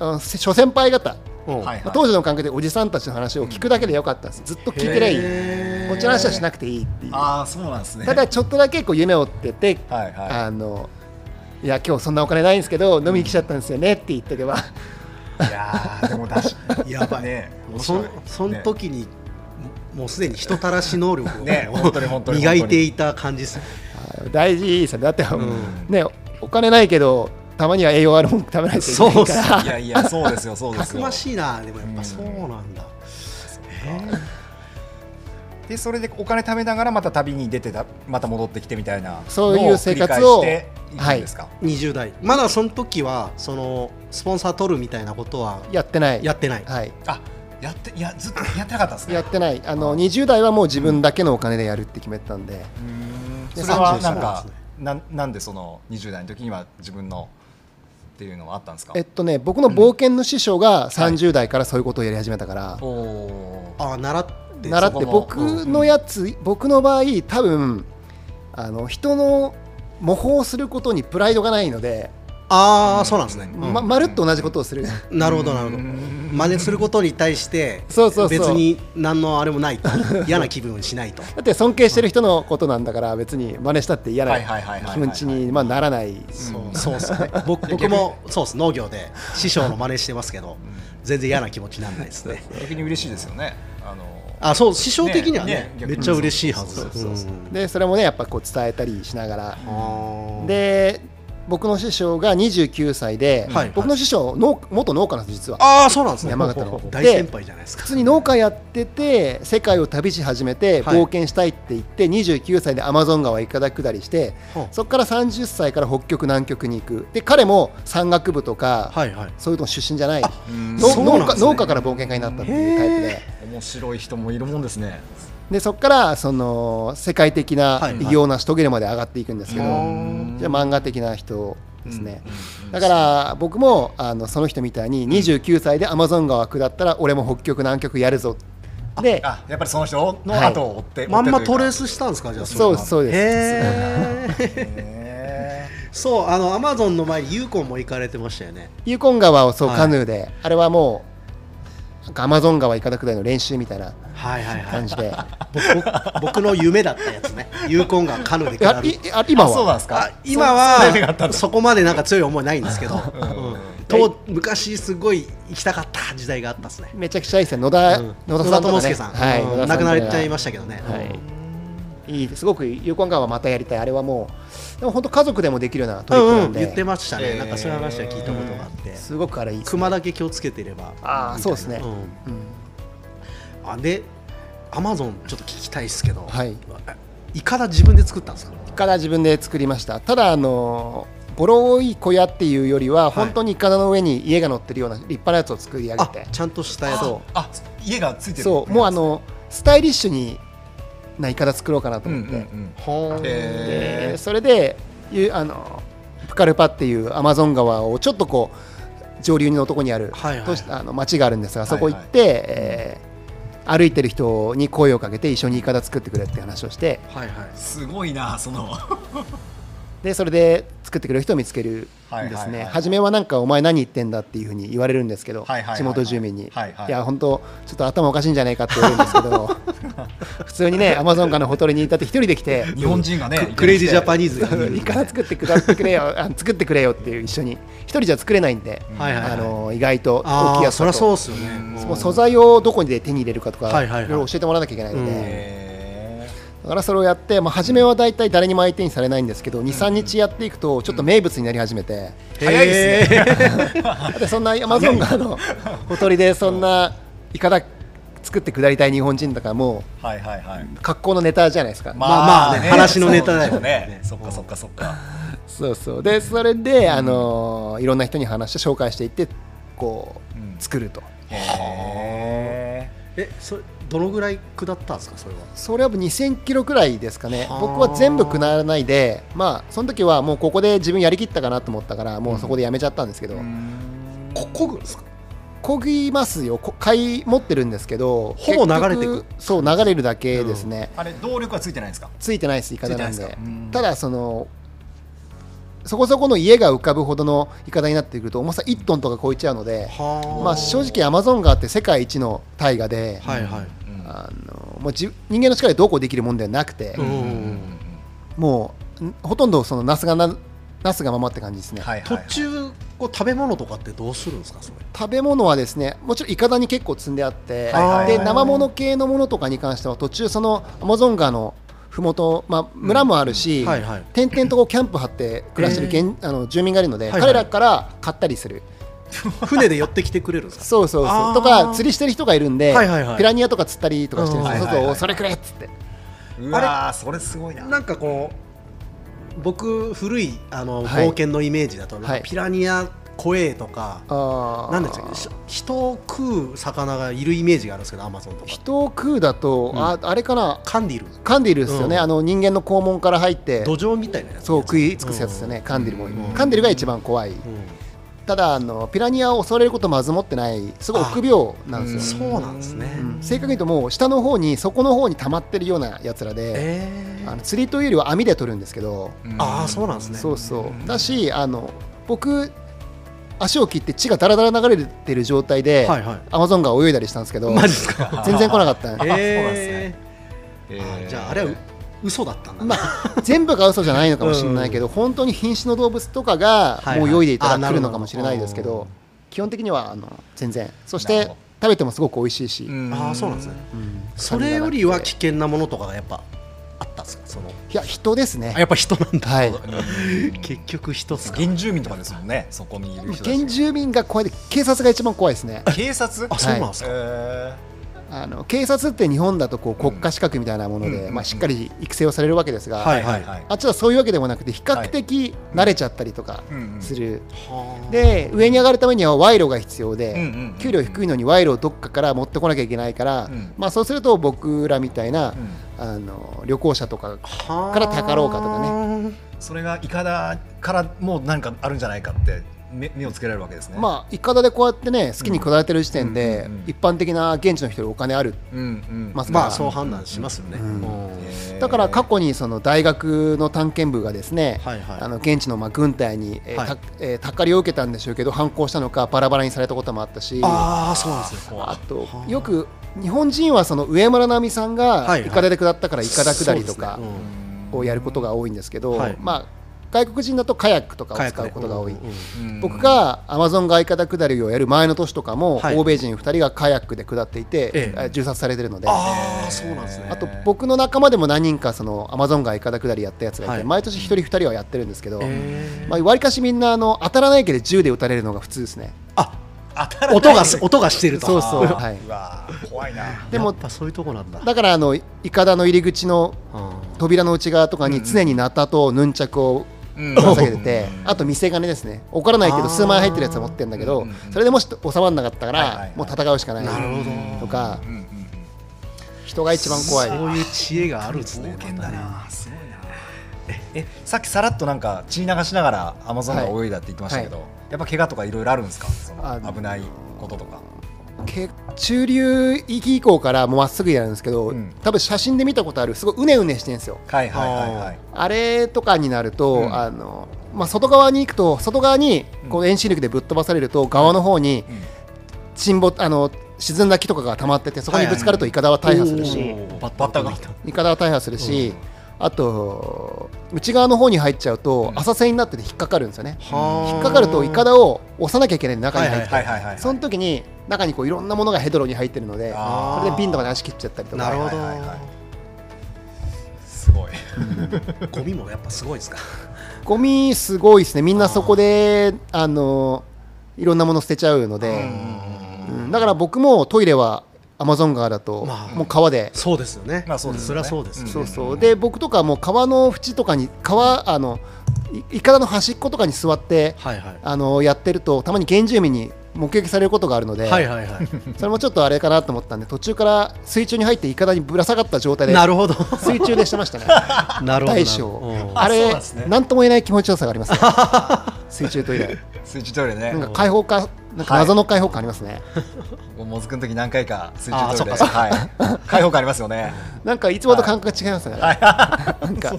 Speaker 5: あの諸先輩方、
Speaker 3: うん
Speaker 2: はいはい
Speaker 5: 当時の感覚でおじさんたちの話を聞くだけでよかったんです、ずっと聞いてりゃいいこっちの話はしなくていいっていう
Speaker 2: ああそうなんですね
Speaker 5: ただちょっとだけこう夢を追ってて、
Speaker 2: はいはい
Speaker 5: あのいや今日そんなお金ないんですけど飲みに来ちゃったんですよねって言っておけば、
Speaker 2: いやーでもだしやばいね面
Speaker 3: そ
Speaker 2: 白い
Speaker 3: んその時に、もうすでに人たらし能力を、
Speaker 2: ね本当に本当に
Speaker 3: 磨いていた感じですね
Speaker 5: 大事ですよねだって、
Speaker 3: ん
Speaker 5: ねお金ないけどたまには栄養あるもの食べないといけない
Speaker 3: そうっ
Speaker 5: か
Speaker 3: す
Speaker 5: ら
Speaker 2: いやいやそうですよそうで
Speaker 3: た
Speaker 2: す
Speaker 3: く
Speaker 2: よ
Speaker 3: ましいなでもやっ
Speaker 2: う
Speaker 3: ぱ
Speaker 2: ん
Speaker 3: そうなんだ、
Speaker 2: でそれでお金貯めながらまた旅に出てたまた戻ってきてみたいな
Speaker 5: そういう生活を
Speaker 2: の繰り返していくんですか、
Speaker 3: 20代まだその時はそのスポンサー取るみたいなことは
Speaker 5: やってない
Speaker 3: やってない
Speaker 5: はい、
Speaker 2: あやっていやずっとやってなかったんですね
Speaker 5: やってないあの20代はもう自分だけのお金でやるって決めてたんで、
Speaker 2: うーん
Speaker 5: で
Speaker 2: それは
Speaker 5: 33
Speaker 2: なんか
Speaker 3: ですね
Speaker 2: なんなんでその20代の時には自分のっていうのはあったんですか
Speaker 5: えっとね僕の冒険の師匠が30代からそういうことをやり始めたから、
Speaker 2: おおー
Speaker 3: ああ習って
Speaker 5: 習っ
Speaker 3: そ
Speaker 5: て
Speaker 3: こ
Speaker 5: 僕のやつ、僕の場合多分あの人の模倣することにプライドがないので、
Speaker 3: ああそうなんですね、
Speaker 2: うん *laughs*
Speaker 5: ままるっと同じことをする、
Speaker 3: なるほどなるほ
Speaker 2: うーん
Speaker 3: 真似することに対して
Speaker 5: そうそうそう
Speaker 3: 別に何のあれもないと嫌な気分しないと
Speaker 5: だって尊敬してる人のことなんだから別に真似したって嫌な
Speaker 2: はいはいはいはいはい
Speaker 5: 気持ちにまあならない
Speaker 3: そうそうっすね僕僕もそうっす農業で師匠の真似してますけど全然嫌な気持ちにならないですね
Speaker 2: 逆に嬉しいですよねあの
Speaker 3: あそう師匠的には
Speaker 2: ね
Speaker 3: ね
Speaker 2: ね
Speaker 3: めっちゃ嬉しいはず
Speaker 2: そうそうそう
Speaker 3: うん
Speaker 5: でそれもねやっぱこう伝えたりしながら
Speaker 3: あー
Speaker 5: で僕の師匠が29歳で、
Speaker 3: はい
Speaker 5: 僕の師匠農元農家なんです実は
Speaker 3: あーそうなんですね
Speaker 5: 山形の
Speaker 3: 大先輩じゃないですか
Speaker 5: 普通に農家やってて世界を旅し始めて
Speaker 3: はい
Speaker 5: 冒険したいって言って、29歳でアマゾン川行かだ下りして
Speaker 3: ほう
Speaker 5: そこから30歳から北極南極に行くで彼も山岳部とか、
Speaker 3: はいはい
Speaker 5: そういうの出身じゃない
Speaker 2: うん
Speaker 5: の
Speaker 3: そうなん
Speaker 5: 農
Speaker 3: です
Speaker 5: 家
Speaker 3: ね
Speaker 5: 農家から冒険家になったっていうタイプで。
Speaker 2: 面白い人もいるもんですね
Speaker 5: でそこからその世界的な
Speaker 3: はい
Speaker 5: 偉業を成し遂げるまで上がっていくんですけど、
Speaker 3: あ
Speaker 5: じゃあ漫画的な人ですね、
Speaker 2: うん
Speaker 5: だから僕もあのその人みたいに29歳でアマゾン川下ったら俺も北極南極やるぞで
Speaker 2: あやっぱりその人
Speaker 5: はい
Speaker 2: の後を追って、
Speaker 3: まんまトレー
Speaker 2: ス
Speaker 3: スしたんですかじゃあれ
Speaker 5: そうですそうです
Speaker 3: へえ *laughs* そうあのアマゾンの前にユーコンも行かれてましたよね
Speaker 5: ユーコン川をそう
Speaker 3: はい
Speaker 5: カヌーで、あれはもうなんかアマゾン川行かだくらいの練習みたいな
Speaker 3: はいはいは
Speaker 5: 感
Speaker 3: い *laughs*
Speaker 5: じで
Speaker 3: 僕僕の夢だったやつ *laughs* ねユーコンがカヌーで下
Speaker 5: あ
Speaker 3: る
Speaker 5: いあ今
Speaker 2: そうなん
Speaker 5: は
Speaker 2: ですか
Speaker 3: あ今はそこまでなんか強い思いないんですけど、うんと昔すごい行きたかった時代があったですね、
Speaker 5: めちゃくちゃいいですね野田、
Speaker 3: うん
Speaker 5: 野田さんとか、ね、
Speaker 3: 野田智介さん、
Speaker 5: はい
Speaker 3: うん
Speaker 5: 野田さ
Speaker 3: 亡く
Speaker 5: んと
Speaker 3: な
Speaker 5: か
Speaker 3: れちゃいましたけどね、
Speaker 5: はい、いいですすごく有効感はまたやりたいあれはもうでも本当家族でもできるような
Speaker 3: う
Speaker 5: 取り組み
Speaker 3: ん
Speaker 5: な
Speaker 3: うんん、
Speaker 5: で、
Speaker 3: 言ってましたね、
Speaker 2: えー
Speaker 3: なんかそういう話は聞いたことがあって、
Speaker 5: すごくあれいいです
Speaker 3: 熊だけ気をつけてれば
Speaker 5: あーそうですね
Speaker 3: うん
Speaker 5: うん
Speaker 3: あでアマゾンちょっと聞きたいですけど、
Speaker 5: はい
Speaker 3: イカダ自分で作ったんですか
Speaker 5: から自分で作りましたただあのボロい小屋っていうよりは本当にイカダの上に家が乗ってるような立派なやつを作り上げ
Speaker 3: あ
Speaker 5: て
Speaker 3: ちゃんとしたやつ
Speaker 5: そ
Speaker 2: あ家がついてる
Speaker 5: そうもうあのスタイリッシュになイカダ作ろうかなと
Speaker 2: うんう
Speaker 5: 思っ
Speaker 2: ん
Speaker 5: て、
Speaker 2: うん
Speaker 3: ほーん
Speaker 5: で
Speaker 2: へ
Speaker 5: それでゆあのプカルパっていうアマゾン川をちょっとこう上流のとこにある、
Speaker 3: はいはい
Speaker 5: 都市あの町があるんですがそこ行って、えー歩いてる人に声をかけて一緒にイカダ作ってくれって話をして
Speaker 3: はいはい
Speaker 2: ーすごいなその
Speaker 5: でそれで作ってくれる人を見つけるんですね、
Speaker 2: はいはいはいはい
Speaker 5: 初めはなんかお前何言ってんだっていうふうに言われるんですけど、
Speaker 2: はいはいはいはい
Speaker 5: 地元住民に、
Speaker 2: はいはい
Speaker 5: や本当ちょっと頭おかしいんじゃないかって言われるんですけど *laughs* 普通にねアマゾン川のほとりにいたって一人で来て
Speaker 2: 日本人がね
Speaker 3: ククレイジージャパ
Speaker 2: ニ
Speaker 3: ニーズ
Speaker 5: *laughs* そうイカダ作ってくだってくれよあ作ってくれよっていう一緒に一人じゃ作れないんで、
Speaker 3: はいはいはい
Speaker 5: あの意外と大
Speaker 3: あ
Speaker 5: きい
Speaker 3: あ
Speaker 5: やつ
Speaker 3: そり
Speaker 5: だ
Speaker 3: ゃそう
Speaker 5: と
Speaker 3: っすよね
Speaker 5: もう素材をどこで手に入れるかとか、
Speaker 3: はい
Speaker 5: い
Speaker 3: はいはい
Speaker 5: ろいろ教えてもらわなきゃいけないので、
Speaker 3: うん
Speaker 2: へ
Speaker 5: だからそれをやって、まあ、初めは大体誰にも相手にされないんですけど23日やっていくとちょっと名物になり始めて、
Speaker 2: ー早いですね
Speaker 5: だってそんなアマゾン川のほとりでそんなイカダ作って下りたい日本人だからも
Speaker 2: はいはいはいう
Speaker 5: 格好のネタじゃないですか、
Speaker 3: あまあね話のネタだよ
Speaker 2: そうでしょう
Speaker 3: ね
Speaker 2: ねそっかそっかそっか
Speaker 5: そうそうでそれで、あのーいろんな人に話して紹介していってこ
Speaker 2: う
Speaker 5: う、
Speaker 2: ん
Speaker 5: 作ると
Speaker 2: へ
Speaker 3: *laughs*
Speaker 2: ー
Speaker 3: えそれどのぐらい下ったんですかそれは
Speaker 5: それは2000キロくらいですかね
Speaker 3: はあ
Speaker 5: 僕は全部くならないでまあその時はもうここで自分やりきったかなと思ったからもうそこでやめちゃったんですけど、
Speaker 3: ここぐんですか
Speaker 5: こぎますよこ買い持ってるんですけど
Speaker 3: ほぼ流れてく
Speaker 5: 結局そう流れるだけですね、
Speaker 2: あれ動力はついてないんですか
Speaker 5: ついてないですイカダなん
Speaker 2: つい
Speaker 5: で
Speaker 2: てないですかうん
Speaker 5: ただそのそこそこの家が浮かぶほどのイカダになってくると重さ1トンとか超えちゃうので、
Speaker 3: は
Speaker 5: まあ、正直アマゾン川って世界一の大河で、
Speaker 3: はいはい
Speaker 5: あのもうじ人間の力でどうこうできるもんではなくて、
Speaker 3: うん
Speaker 5: もうんほとんどそのナスがなナスがままって感じですね、
Speaker 2: はいはい
Speaker 3: 途
Speaker 2: はい
Speaker 3: 中こう食べ物とかってどうするんですかそれ
Speaker 5: 食べ物はですねもちろんイカダに結構積んであっ
Speaker 2: は
Speaker 5: て、
Speaker 2: いはいはい
Speaker 5: で生もの系のものとかに関しては途中そのアマゾン川のふもと、まあ、村もあるし、
Speaker 3: はいはい
Speaker 5: 点々とこうキャンプ張って暮らしてる
Speaker 3: へ
Speaker 5: 現あの住民がいるので、
Speaker 3: はいはい
Speaker 5: 彼らから買ったりする
Speaker 3: 船で寄ってきてくれるんですか
Speaker 5: そうそう
Speaker 3: あ
Speaker 5: そ
Speaker 3: ー
Speaker 5: うとか釣りしてる人がいるんで、
Speaker 3: はいはいはい
Speaker 5: ピラニアとか釣ったりとかしてるんですよ、
Speaker 2: うんはいはいはい
Speaker 5: そうそうそれくれっつって
Speaker 2: うわーそれすごいな
Speaker 3: なんかこう僕古いあの
Speaker 5: はい
Speaker 3: 冒険のイメージだと、
Speaker 5: はい
Speaker 3: ピラニア怖えとか、
Speaker 5: あー
Speaker 3: なんでしたっけし人を食う魚がいるイメージがあるんですけどアマゾンとか
Speaker 5: 人を食うだと、
Speaker 3: うん
Speaker 5: ああれかな
Speaker 3: カンディル
Speaker 5: カンディルですよね、
Speaker 3: うん
Speaker 5: あの人間の肛門から入って
Speaker 3: 土壌みたいなやつ
Speaker 5: そう食い尽くすやつですよね、カンディルも、
Speaker 3: うん
Speaker 5: カンディルが一番怖い、
Speaker 3: うん
Speaker 5: ただあのピラニアを恐れることまずもってないすごい臆病なんですよ、
Speaker 3: そうなんですね、
Speaker 5: うん正確に言うともう下の方に底の方に溜まってるようなやつらで、
Speaker 3: えー
Speaker 5: あの釣りというよりは網で取るんですけど、
Speaker 2: うん
Speaker 3: ああそうなんですね
Speaker 5: そうそうだしあの僕足を切って血がだらだら流れてる状態で、
Speaker 3: はいはい
Speaker 5: アマゾンが泳いだりしたんですけど
Speaker 3: マジですか
Speaker 5: *laughs* 全然来なかったん
Speaker 2: あそ
Speaker 5: で
Speaker 2: うなんですねえ
Speaker 3: えー
Speaker 2: ー
Speaker 3: じゃああれはう嘘だったんだ
Speaker 5: まあ、全部が嘘じゃないのかもしれないけど、本当に瀕死の動物とかが
Speaker 3: はい
Speaker 5: も
Speaker 3: はいう
Speaker 5: 泳いでいた
Speaker 3: あ
Speaker 5: ら
Speaker 3: なる
Speaker 5: 来
Speaker 3: ほど
Speaker 5: るのかもしれないですけど、
Speaker 3: うん
Speaker 5: 基本的にはあの全然そし
Speaker 2: なる
Speaker 5: て
Speaker 2: ほ
Speaker 5: 食べてもすごく美味しいし、
Speaker 2: うん
Speaker 3: ああそうなんですね
Speaker 5: うん
Speaker 3: それよりは
Speaker 5: 臭みが
Speaker 3: 危険な
Speaker 5: なくて
Speaker 3: ものとかがやっぱあったんですかその
Speaker 5: いや人ですね
Speaker 3: あやっぱ人なんだ
Speaker 5: はい
Speaker 3: *laughs* 結局人っすか
Speaker 2: 原住民とかですもんねそこにいる人た
Speaker 5: 原
Speaker 2: ち
Speaker 5: 住民が怖いで警察が一番怖いですね
Speaker 2: 警察
Speaker 3: あそうなんですか、
Speaker 2: え
Speaker 5: あの警察って日本だとこう国家資格みたいなもので、
Speaker 2: うん
Speaker 5: まあ、しっかり育成をされるわけですが、
Speaker 3: はい
Speaker 2: ー
Speaker 3: はい
Speaker 2: はい
Speaker 5: あっちはそういうわけでもなくて比較的慣れちゃったりとか
Speaker 2: うんうん
Speaker 5: する、
Speaker 3: はー
Speaker 5: で上に上がるためには賄賂が必要
Speaker 2: う
Speaker 5: で、
Speaker 2: んうんうん
Speaker 5: 給料低いのに賄賂をどっかから持ってこなきゃいけないから、
Speaker 2: うん
Speaker 5: まあ、そうすると僕らみたいな、
Speaker 2: うん
Speaker 5: あの旅行者とか
Speaker 3: はー
Speaker 5: から宝岡とか
Speaker 3: ね
Speaker 2: それがイカダからもう何かあるんじゃないかって目目をつけられるわけですね
Speaker 5: まあいかだでこうやってね好きに下られてる時点で、
Speaker 2: うんうんうん
Speaker 5: 一般的な現地の人よりお金ある
Speaker 2: うんうん
Speaker 5: まあ
Speaker 3: まあそう判断しますよね、
Speaker 5: うん
Speaker 3: うん
Speaker 2: えー
Speaker 5: だから過去にその大学の探検部がですね、
Speaker 3: はいはい
Speaker 5: あの現地のまあ軍隊に、えー
Speaker 3: はい
Speaker 5: たえーたっかりを受けたんでしょうけど反抗したのかバラバラにされたこともあったし
Speaker 3: ああそうなんですよ
Speaker 5: あと
Speaker 3: はあ
Speaker 5: よく日本人はその上村直美さ
Speaker 3: は
Speaker 5: んが
Speaker 3: いはい
Speaker 5: イカダで下ったからイカダ下りとか
Speaker 3: そうですねうん
Speaker 5: をやることが多いんですけど、
Speaker 3: はい
Speaker 5: まあ、外国人だとカヤックとかを
Speaker 3: カヤック
Speaker 5: 使う
Speaker 3: ね
Speaker 5: ことが多い。
Speaker 3: うんうんうん
Speaker 2: うん
Speaker 5: 僕がアマゾンがイカダ下りをやる前の年とかも、
Speaker 3: はい
Speaker 5: 欧米人2人がカヤックで下っていて、
Speaker 3: ええ
Speaker 5: えー銃殺されてるので
Speaker 3: ああそうなんですね
Speaker 5: あと僕の仲間でも何人かそのアマゾン街下下りやったやつがいて、
Speaker 3: はい
Speaker 5: 毎年1人2人はやってるんですけど、
Speaker 3: えー
Speaker 5: まあ、割かしみんなあの当たらないけど銃で撃たれるのが普通ですね
Speaker 3: あ
Speaker 2: 当たらない
Speaker 3: 音が
Speaker 2: *laughs*
Speaker 3: す音がしてると
Speaker 5: そうそう
Speaker 2: あー
Speaker 5: はいう
Speaker 2: わー怖いな
Speaker 5: で
Speaker 3: で
Speaker 5: も
Speaker 3: もやっぱそういうとこなんだ
Speaker 5: だからあのイカダの入り口の
Speaker 3: あ
Speaker 5: 扉の内側とかに常にナタとヌンチャクを
Speaker 2: うん
Speaker 5: ぶら下げてて、あと見せ金ですね怒らないけ
Speaker 3: あー
Speaker 5: ど数万円入ってるやつは持ってるんだけ
Speaker 2: う
Speaker 5: ど
Speaker 2: んうんうん
Speaker 5: それでもし収まらなかったか
Speaker 2: はいはいは
Speaker 5: ら
Speaker 2: い
Speaker 5: もう戦うしかない
Speaker 3: なるほど
Speaker 5: とか
Speaker 2: うんうんうん
Speaker 5: 人が一番怖い
Speaker 3: そういう知恵があるんですね
Speaker 2: 冒険だなすごいなえさっきさらっとなんか血流しながらアマゾンが泳いだって言ってましたけど、やっぱ怪我とかいろいろあるんですかそ
Speaker 5: あの
Speaker 2: の危ないこととか
Speaker 5: け中流域以降からもうまっすぐやるんですけど
Speaker 2: うん
Speaker 5: 多分写真で見たことあるすごいうねうねしてるんですよ
Speaker 2: はいはいはいはい
Speaker 5: あれとかになると、
Speaker 2: うん
Speaker 5: あのまあ、外側に行くと外側にこ
Speaker 2: う
Speaker 5: う遠心力でぶっ飛ばされると側の方に沈没あの沈んだ木とかが溜まっててそこにぶつかるとイカダは大破するし、
Speaker 2: バッバッタが
Speaker 5: 味方は大破するし、あと内側の方に入っちゃうと浅瀬になってて引っかかるんですよね、引
Speaker 3: 引
Speaker 5: っかかるとイカダを押さなきゃいけないんで中に入って、
Speaker 2: はいはいはいはい
Speaker 5: その時に中にこういろんなものがヘドロに入ってるので
Speaker 2: あー
Speaker 5: それで瓶とかに足切っちゃったりと
Speaker 3: なる
Speaker 5: か
Speaker 3: ほど、
Speaker 2: はいはいはいすごい
Speaker 3: ゴミもやっぱすごいですか
Speaker 5: ゴミすごいですねみんなそこであのいろんなもの捨てちゃうので、うんだから僕もトイレはアマゾン川だと、
Speaker 3: まあ
Speaker 5: もう川で
Speaker 3: そうですよね
Speaker 2: まあそうです
Speaker 3: そ
Speaker 2: よ
Speaker 3: り
Speaker 2: ね
Speaker 3: ゃそうですよね
Speaker 5: そうそうで僕とかもう川の縁とかに川あのいイカダの端っことかに座って
Speaker 3: はいはい
Speaker 5: あのやってるとたまに原住民に目撃されることがあるので、
Speaker 3: はいはいは
Speaker 5: それもちょっとあれかなと思ったんで途中から水中に入ってイカダにぶら下がった状態
Speaker 3: い
Speaker 5: で
Speaker 3: なるほど
Speaker 5: 水中でしてましたね
Speaker 3: *laughs* なるほど
Speaker 5: 大将あ
Speaker 2: あそう
Speaker 5: れ
Speaker 2: なんですね
Speaker 5: なんとも言えない気持ちよさがあり
Speaker 3: *laughs*
Speaker 5: ますね水中トイレ
Speaker 2: 水中トイレね
Speaker 5: なんか開放感なんか謎の開放感ありますね、
Speaker 2: もずくの時何回か水中
Speaker 3: あそ
Speaker 2: ト
Speaker 3: っ
Speaker 2: イレ
Speaker 3: かそっ
Speaker 2: はい開放感ありますよね
Speaker 5: なんかいつもと感覚が違いますね、なんか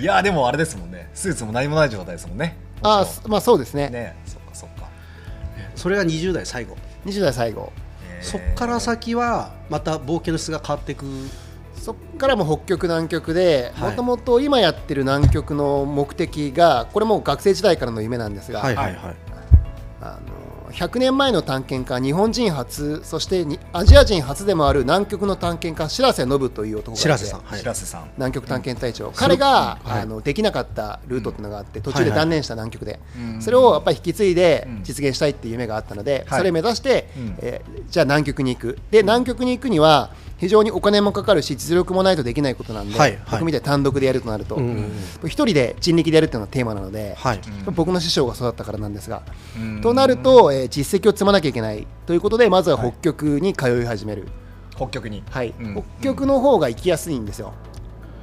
Speaker 2: いやーでもあれですもんねスーツも何もない状態ですもんね
Speaker 5: あーまあそうですね
Speaker 2: ねそっかそっか
Speaker 3: それが20代最後
Speaker 5: 20代最後
Speaker 2: えー
Speaker 3: そっから先はまた冒険の質が変わっていく
Speaker 5: そっからも北極南極で
Speaker 3: は
Speaker 5: も
Speaker 3: い
Speaker 5: ともと今やってる南極の目的がこれもう学生時代からの夢なんですが、
Speaker 2: はいはい
Speaker 5: あの100年前の探検家日本人初そしてにアジア人初でもある南極の探検家白瀬信という男がいて
Speaker 3: 白瀬さん、はい
Speaker 2: 白瀬さん
Speaker 5: 南極探検隊長、彼が、
Speaker 3: それはい
Speaker 5: あのできなかったルートっていうのがあって途
Speaker 3: は
Speaker 5: 中
Speaker 3: い
Speaker 5: で
Speaker 3: はい
Speaker 5: 断念した南極で、
Speaker 2: うん
Speaker 5: それをやっぱり引き継いで
Speaker 2: うん
Speaker 5: 実現したいっていう夢があったので、
Speaker 2: はい
Speaker 5: それ目指して、
Speaker 2: うん
Speaker 5: えーじゃあ南極に行くで南極に行くには非常にお金もかかるし実力もないとできないことなんで、
Speaker 3: はいはい
Speaker 5: 僕みたいに単独でやるとなると、
Speaker 3: うんうんうん
Speaker 5: 一人で人力でやるっていうのがテーマなので、
Speaker 3: はい
Speaker 2: うん
Speaker 5: 僕の師匠が育ったからなんですが、
Speaker 2: うん
Speaker 5: となると、えー実績を積まなきゃいけないということでまずは北極に通い始める、
Speaker 2: 北極に
Speaker 5: はい
Speaker 2: うん
Speaker 5: 北極の方が行きやすいんですよ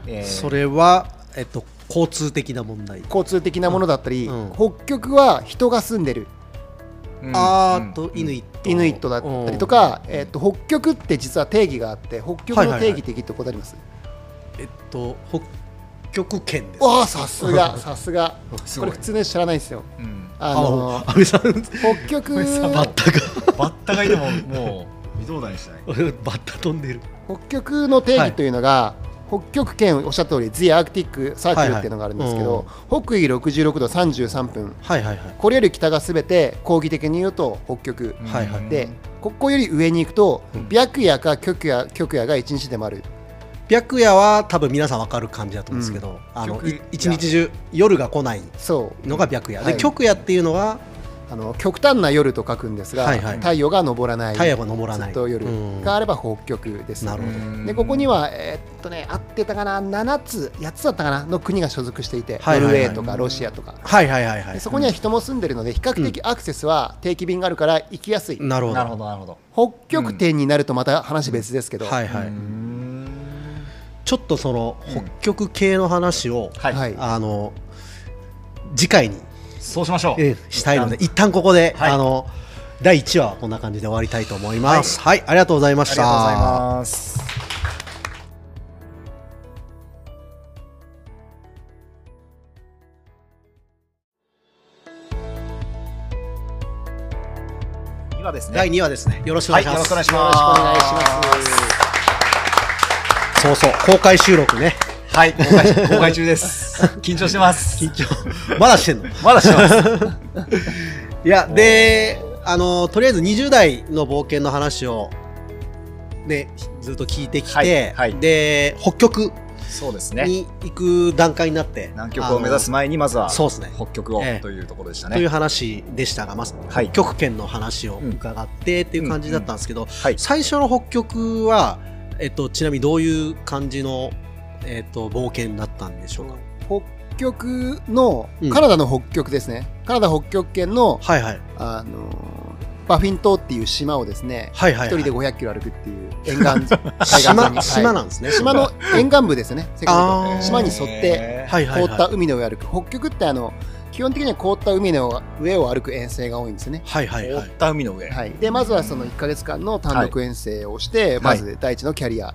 Speaker 2: えー
Speaker 3: それはえっと交通的な問題
Speaker 5: 交通的なものだったり、
Speaker 3: うん
Speaker 5: 北極は人が住んでる
Speaker 2: うん
Speaker 3: あ
Speaker 2: うん
Speaker 3: ーとイヌイット
Speaker 5: イヌイットだったりとか、えー、と北極って実は定義があって北極の定義って聞いたことあります、
Speaker 3: うんえっと北局券です。
Speaker 5: わあさす *laughs* がさすが
Speaker 2: す
Speaker 5: こ
Speaker 2: ごい
Speaker 5: れ普通ね知らないんですよ
Speaker 2: うん
Speaker 5: あ
Speaker 3: あ
Speaker 5: の
Speaker 3: 安倍さん、
Speaker 5: 北極
Speaker 3: バッタが、 *laughs*
Speaker 2: バッタがいてももう微動だにしない
Speaker 3: バッタ飛んでる。
Speaker 5: 北極の定義というのが、北極圏おっしゃった通り The Arctic Circle っていうのがあるんですけ
Speaker 3: はい
Speaker 5: ど、北緯66度33分
Speaker 3: はいはいはい。
Speaker 5: これより北がすべて講義的に言うと北極、 *laughs*
Speaker 3: はいはい
Speaker 5: でここより上に行くと白夜か極夜極夜が1日でもある
Speaker 3: 白夜は多分皆さんわかる感じだと思うんですけど、あの
Speaker 2: 極
Speaker 3: い一日中夜が来ない
Speaker 5: そ
Speaker 3: のが白夜、
Speaker 5: は
Speaker 3: で
Speaker 5: い
Speaker 3: 極夜っていうのは
Speaker 5: うあの極端な夜と書くんですが、
Speaker 3: はいはい
Speaker 5: 太陽が昇らない
Speaker 3: 太陽が昇らない
Speaker 5: ずっと夜
Speaker 3: うん
Speaker 5: があれば北極です
Speaker 3: なるほど
Speaker 5: でここには、えーっとね、合ってたかな、7つ、8つだったかな、の国が所属していて、
Speaker 3: はいはい
Speaker 5: ノ
Speaker 3: はい
Speaker 5: ルウェーとかロシアとか、
Speaker 3: はいはいはいは
Speaker 5: で
Speaker 3: い
Speaker 5: そこには人も住んでるので、比較的アクセスは定期便があるから行きやすい、
Speaker 3: なるほど
Speaker 2: なるほどなるほど
Speaker 5: 北極点になるとまた話別ですけど、
Speaker 3: はいはい、
Speaker 2: うん
Speaker 3: ちょっとその北極系の話を、
Speaker 2: はい、
Speaker 5: はい
Speaker 3: あの次回に、
Speaker 2: そうしましょう、
Speaker 3: えーしたいので一旦ここで、
Speaker 2: はい
Speaker 3: あの第1話はこんな感じで終わりたいと思いますはい、ありがとうございま
Speaker 2: あ
Speaker 3: し
Speaker 2: りがとうござい
Speaker 3: た
Speaker 2: ます今ですね
Speaker 3: 第2話ですねよろしくお
Speaker 2: は
Speaker 3: 願い
Speaker 2: い
Speaker 3: し
Speaker 2: よ
Speaker 3: ます、
Speaker 2: ろしくお願いし
Speaker 5: よ
Speaker 2: ま
Speaker 5: ろし
Speaker 2: す
Speaker 5: くお願いします。
Speaker 3: そうそう公開収録ね
Speaker 2: はい公開中公開中です緊張してます緊張
Speaker 3: まだしてんの
Speaker 2: まだしてます
Speaker 3: いや、で、あの、とりあえず20代の冒険の話を、ね、ずっと聞いてきて、
Speaker 2: はいはい
Speaker 3: で、北極
Speaker 2: そうですね
Speaker 3: に行く段階になって、
Speaker 2: 南極を目指す前にまず
Speaker 3: あの
Speaker 2: は
Speaker 3: そうですね。
Speaker 2: 北極を
Speaker 3: ええ
Speaker 2: というところでした
Speaker 3: という
Speaker 2: ね
Speaker 3: 話でしたが、まず、
Speaker 2: はい
Speaker 3: 北極圏の話を伺ってっていう感じだったんですけど、
Speaker 2: はい
Speaker 3: 最初の北極は、えっと、ちなみにどういう感じの、えっと、冒険だったんでしょうか。
Speaker 5: 北極の
Speaker 3: うん、
Speaker 5: カナダの北極ですね、カナダ北極圏の、
Speaker 3: はいはい。
Speaker 5: あのーバフィン島っていう島をですね、
Speaker 3: はいはい、
Speaker 5: 一人で500キロ歩くっていう沿岸
Speaker 3: *laughs*
Speaker 5: 海岸沿いには
Speaker 3: 島、
Speaker 5: い
Speaker 3: 島なんですね。
Speaker 5: 島の沿岸部ですね、世界で
Speaker 3: あー
Speaker 5: 島に沿って
Speaker 2: へー
Speaker 3: はいはい、
Speaker 5: 凍
Speaker 3: はい。
Speaker 5: った海の上を歩く、北極ってあの基本的には凍った海の上を歩く遠征が多いんですね。
Speaker 3: はいはい
Speaker 2: 凍
Speaker 3: は
Speaker 2: っ
Speaker 3: い。
Speaker 2: た海の上
Speaker 5: はい、でまずはその1か月間の単独遠征をして、まず第一のキャリア、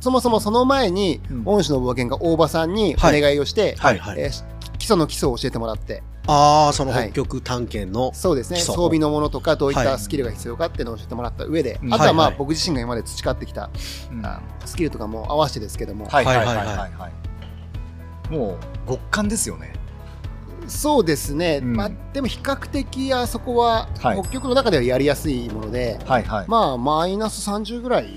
Speaker 5: そもそもその前に、
Speaker 2: うん
Speaker 5: 恩師の冒険が大場さんにお願いをして、
Speaker 3: はいはい。
Speaker 5: えー基礎の基礎を教えてもらって、
Speaker 3: ああ、その
Speaker 5: はい
Speaker 3: 北極探検 *laughs* の、
Speaker 5: そうですね
Speaker 3: 基礎
Speaker 5: 装備のものとかどういっ
Speaker 3: は
Speaker 5: た
Speaker 3: い
Speaker 5: スキルが必要かっていうのを教えてもらった上で、
Speaker 2: うん
Speaker 5: あとはまあ、
Speaker 3: はいはい
Speaker 5: 僕自身が今まで培ってきた
Speaker 2: うん
Speaker 5: あスキルとかも合わせてですけども、
Speaker 2: はいはいはい
Speaker 3: は
Speaker 2: はいい
Speaker 3: はい
Speaker 2: はいはい。もう極寒ですよね。
Speaker 5: そうですね、
Speaker 2: うん
Speaker 5: まあ、でも比較的あそこは
Speaker 2: はい
Speaker 5: 北極の中ではやりやすいもので、
Speaker 2: はいはい。
Speaker 5: まあマイナス30ぐらい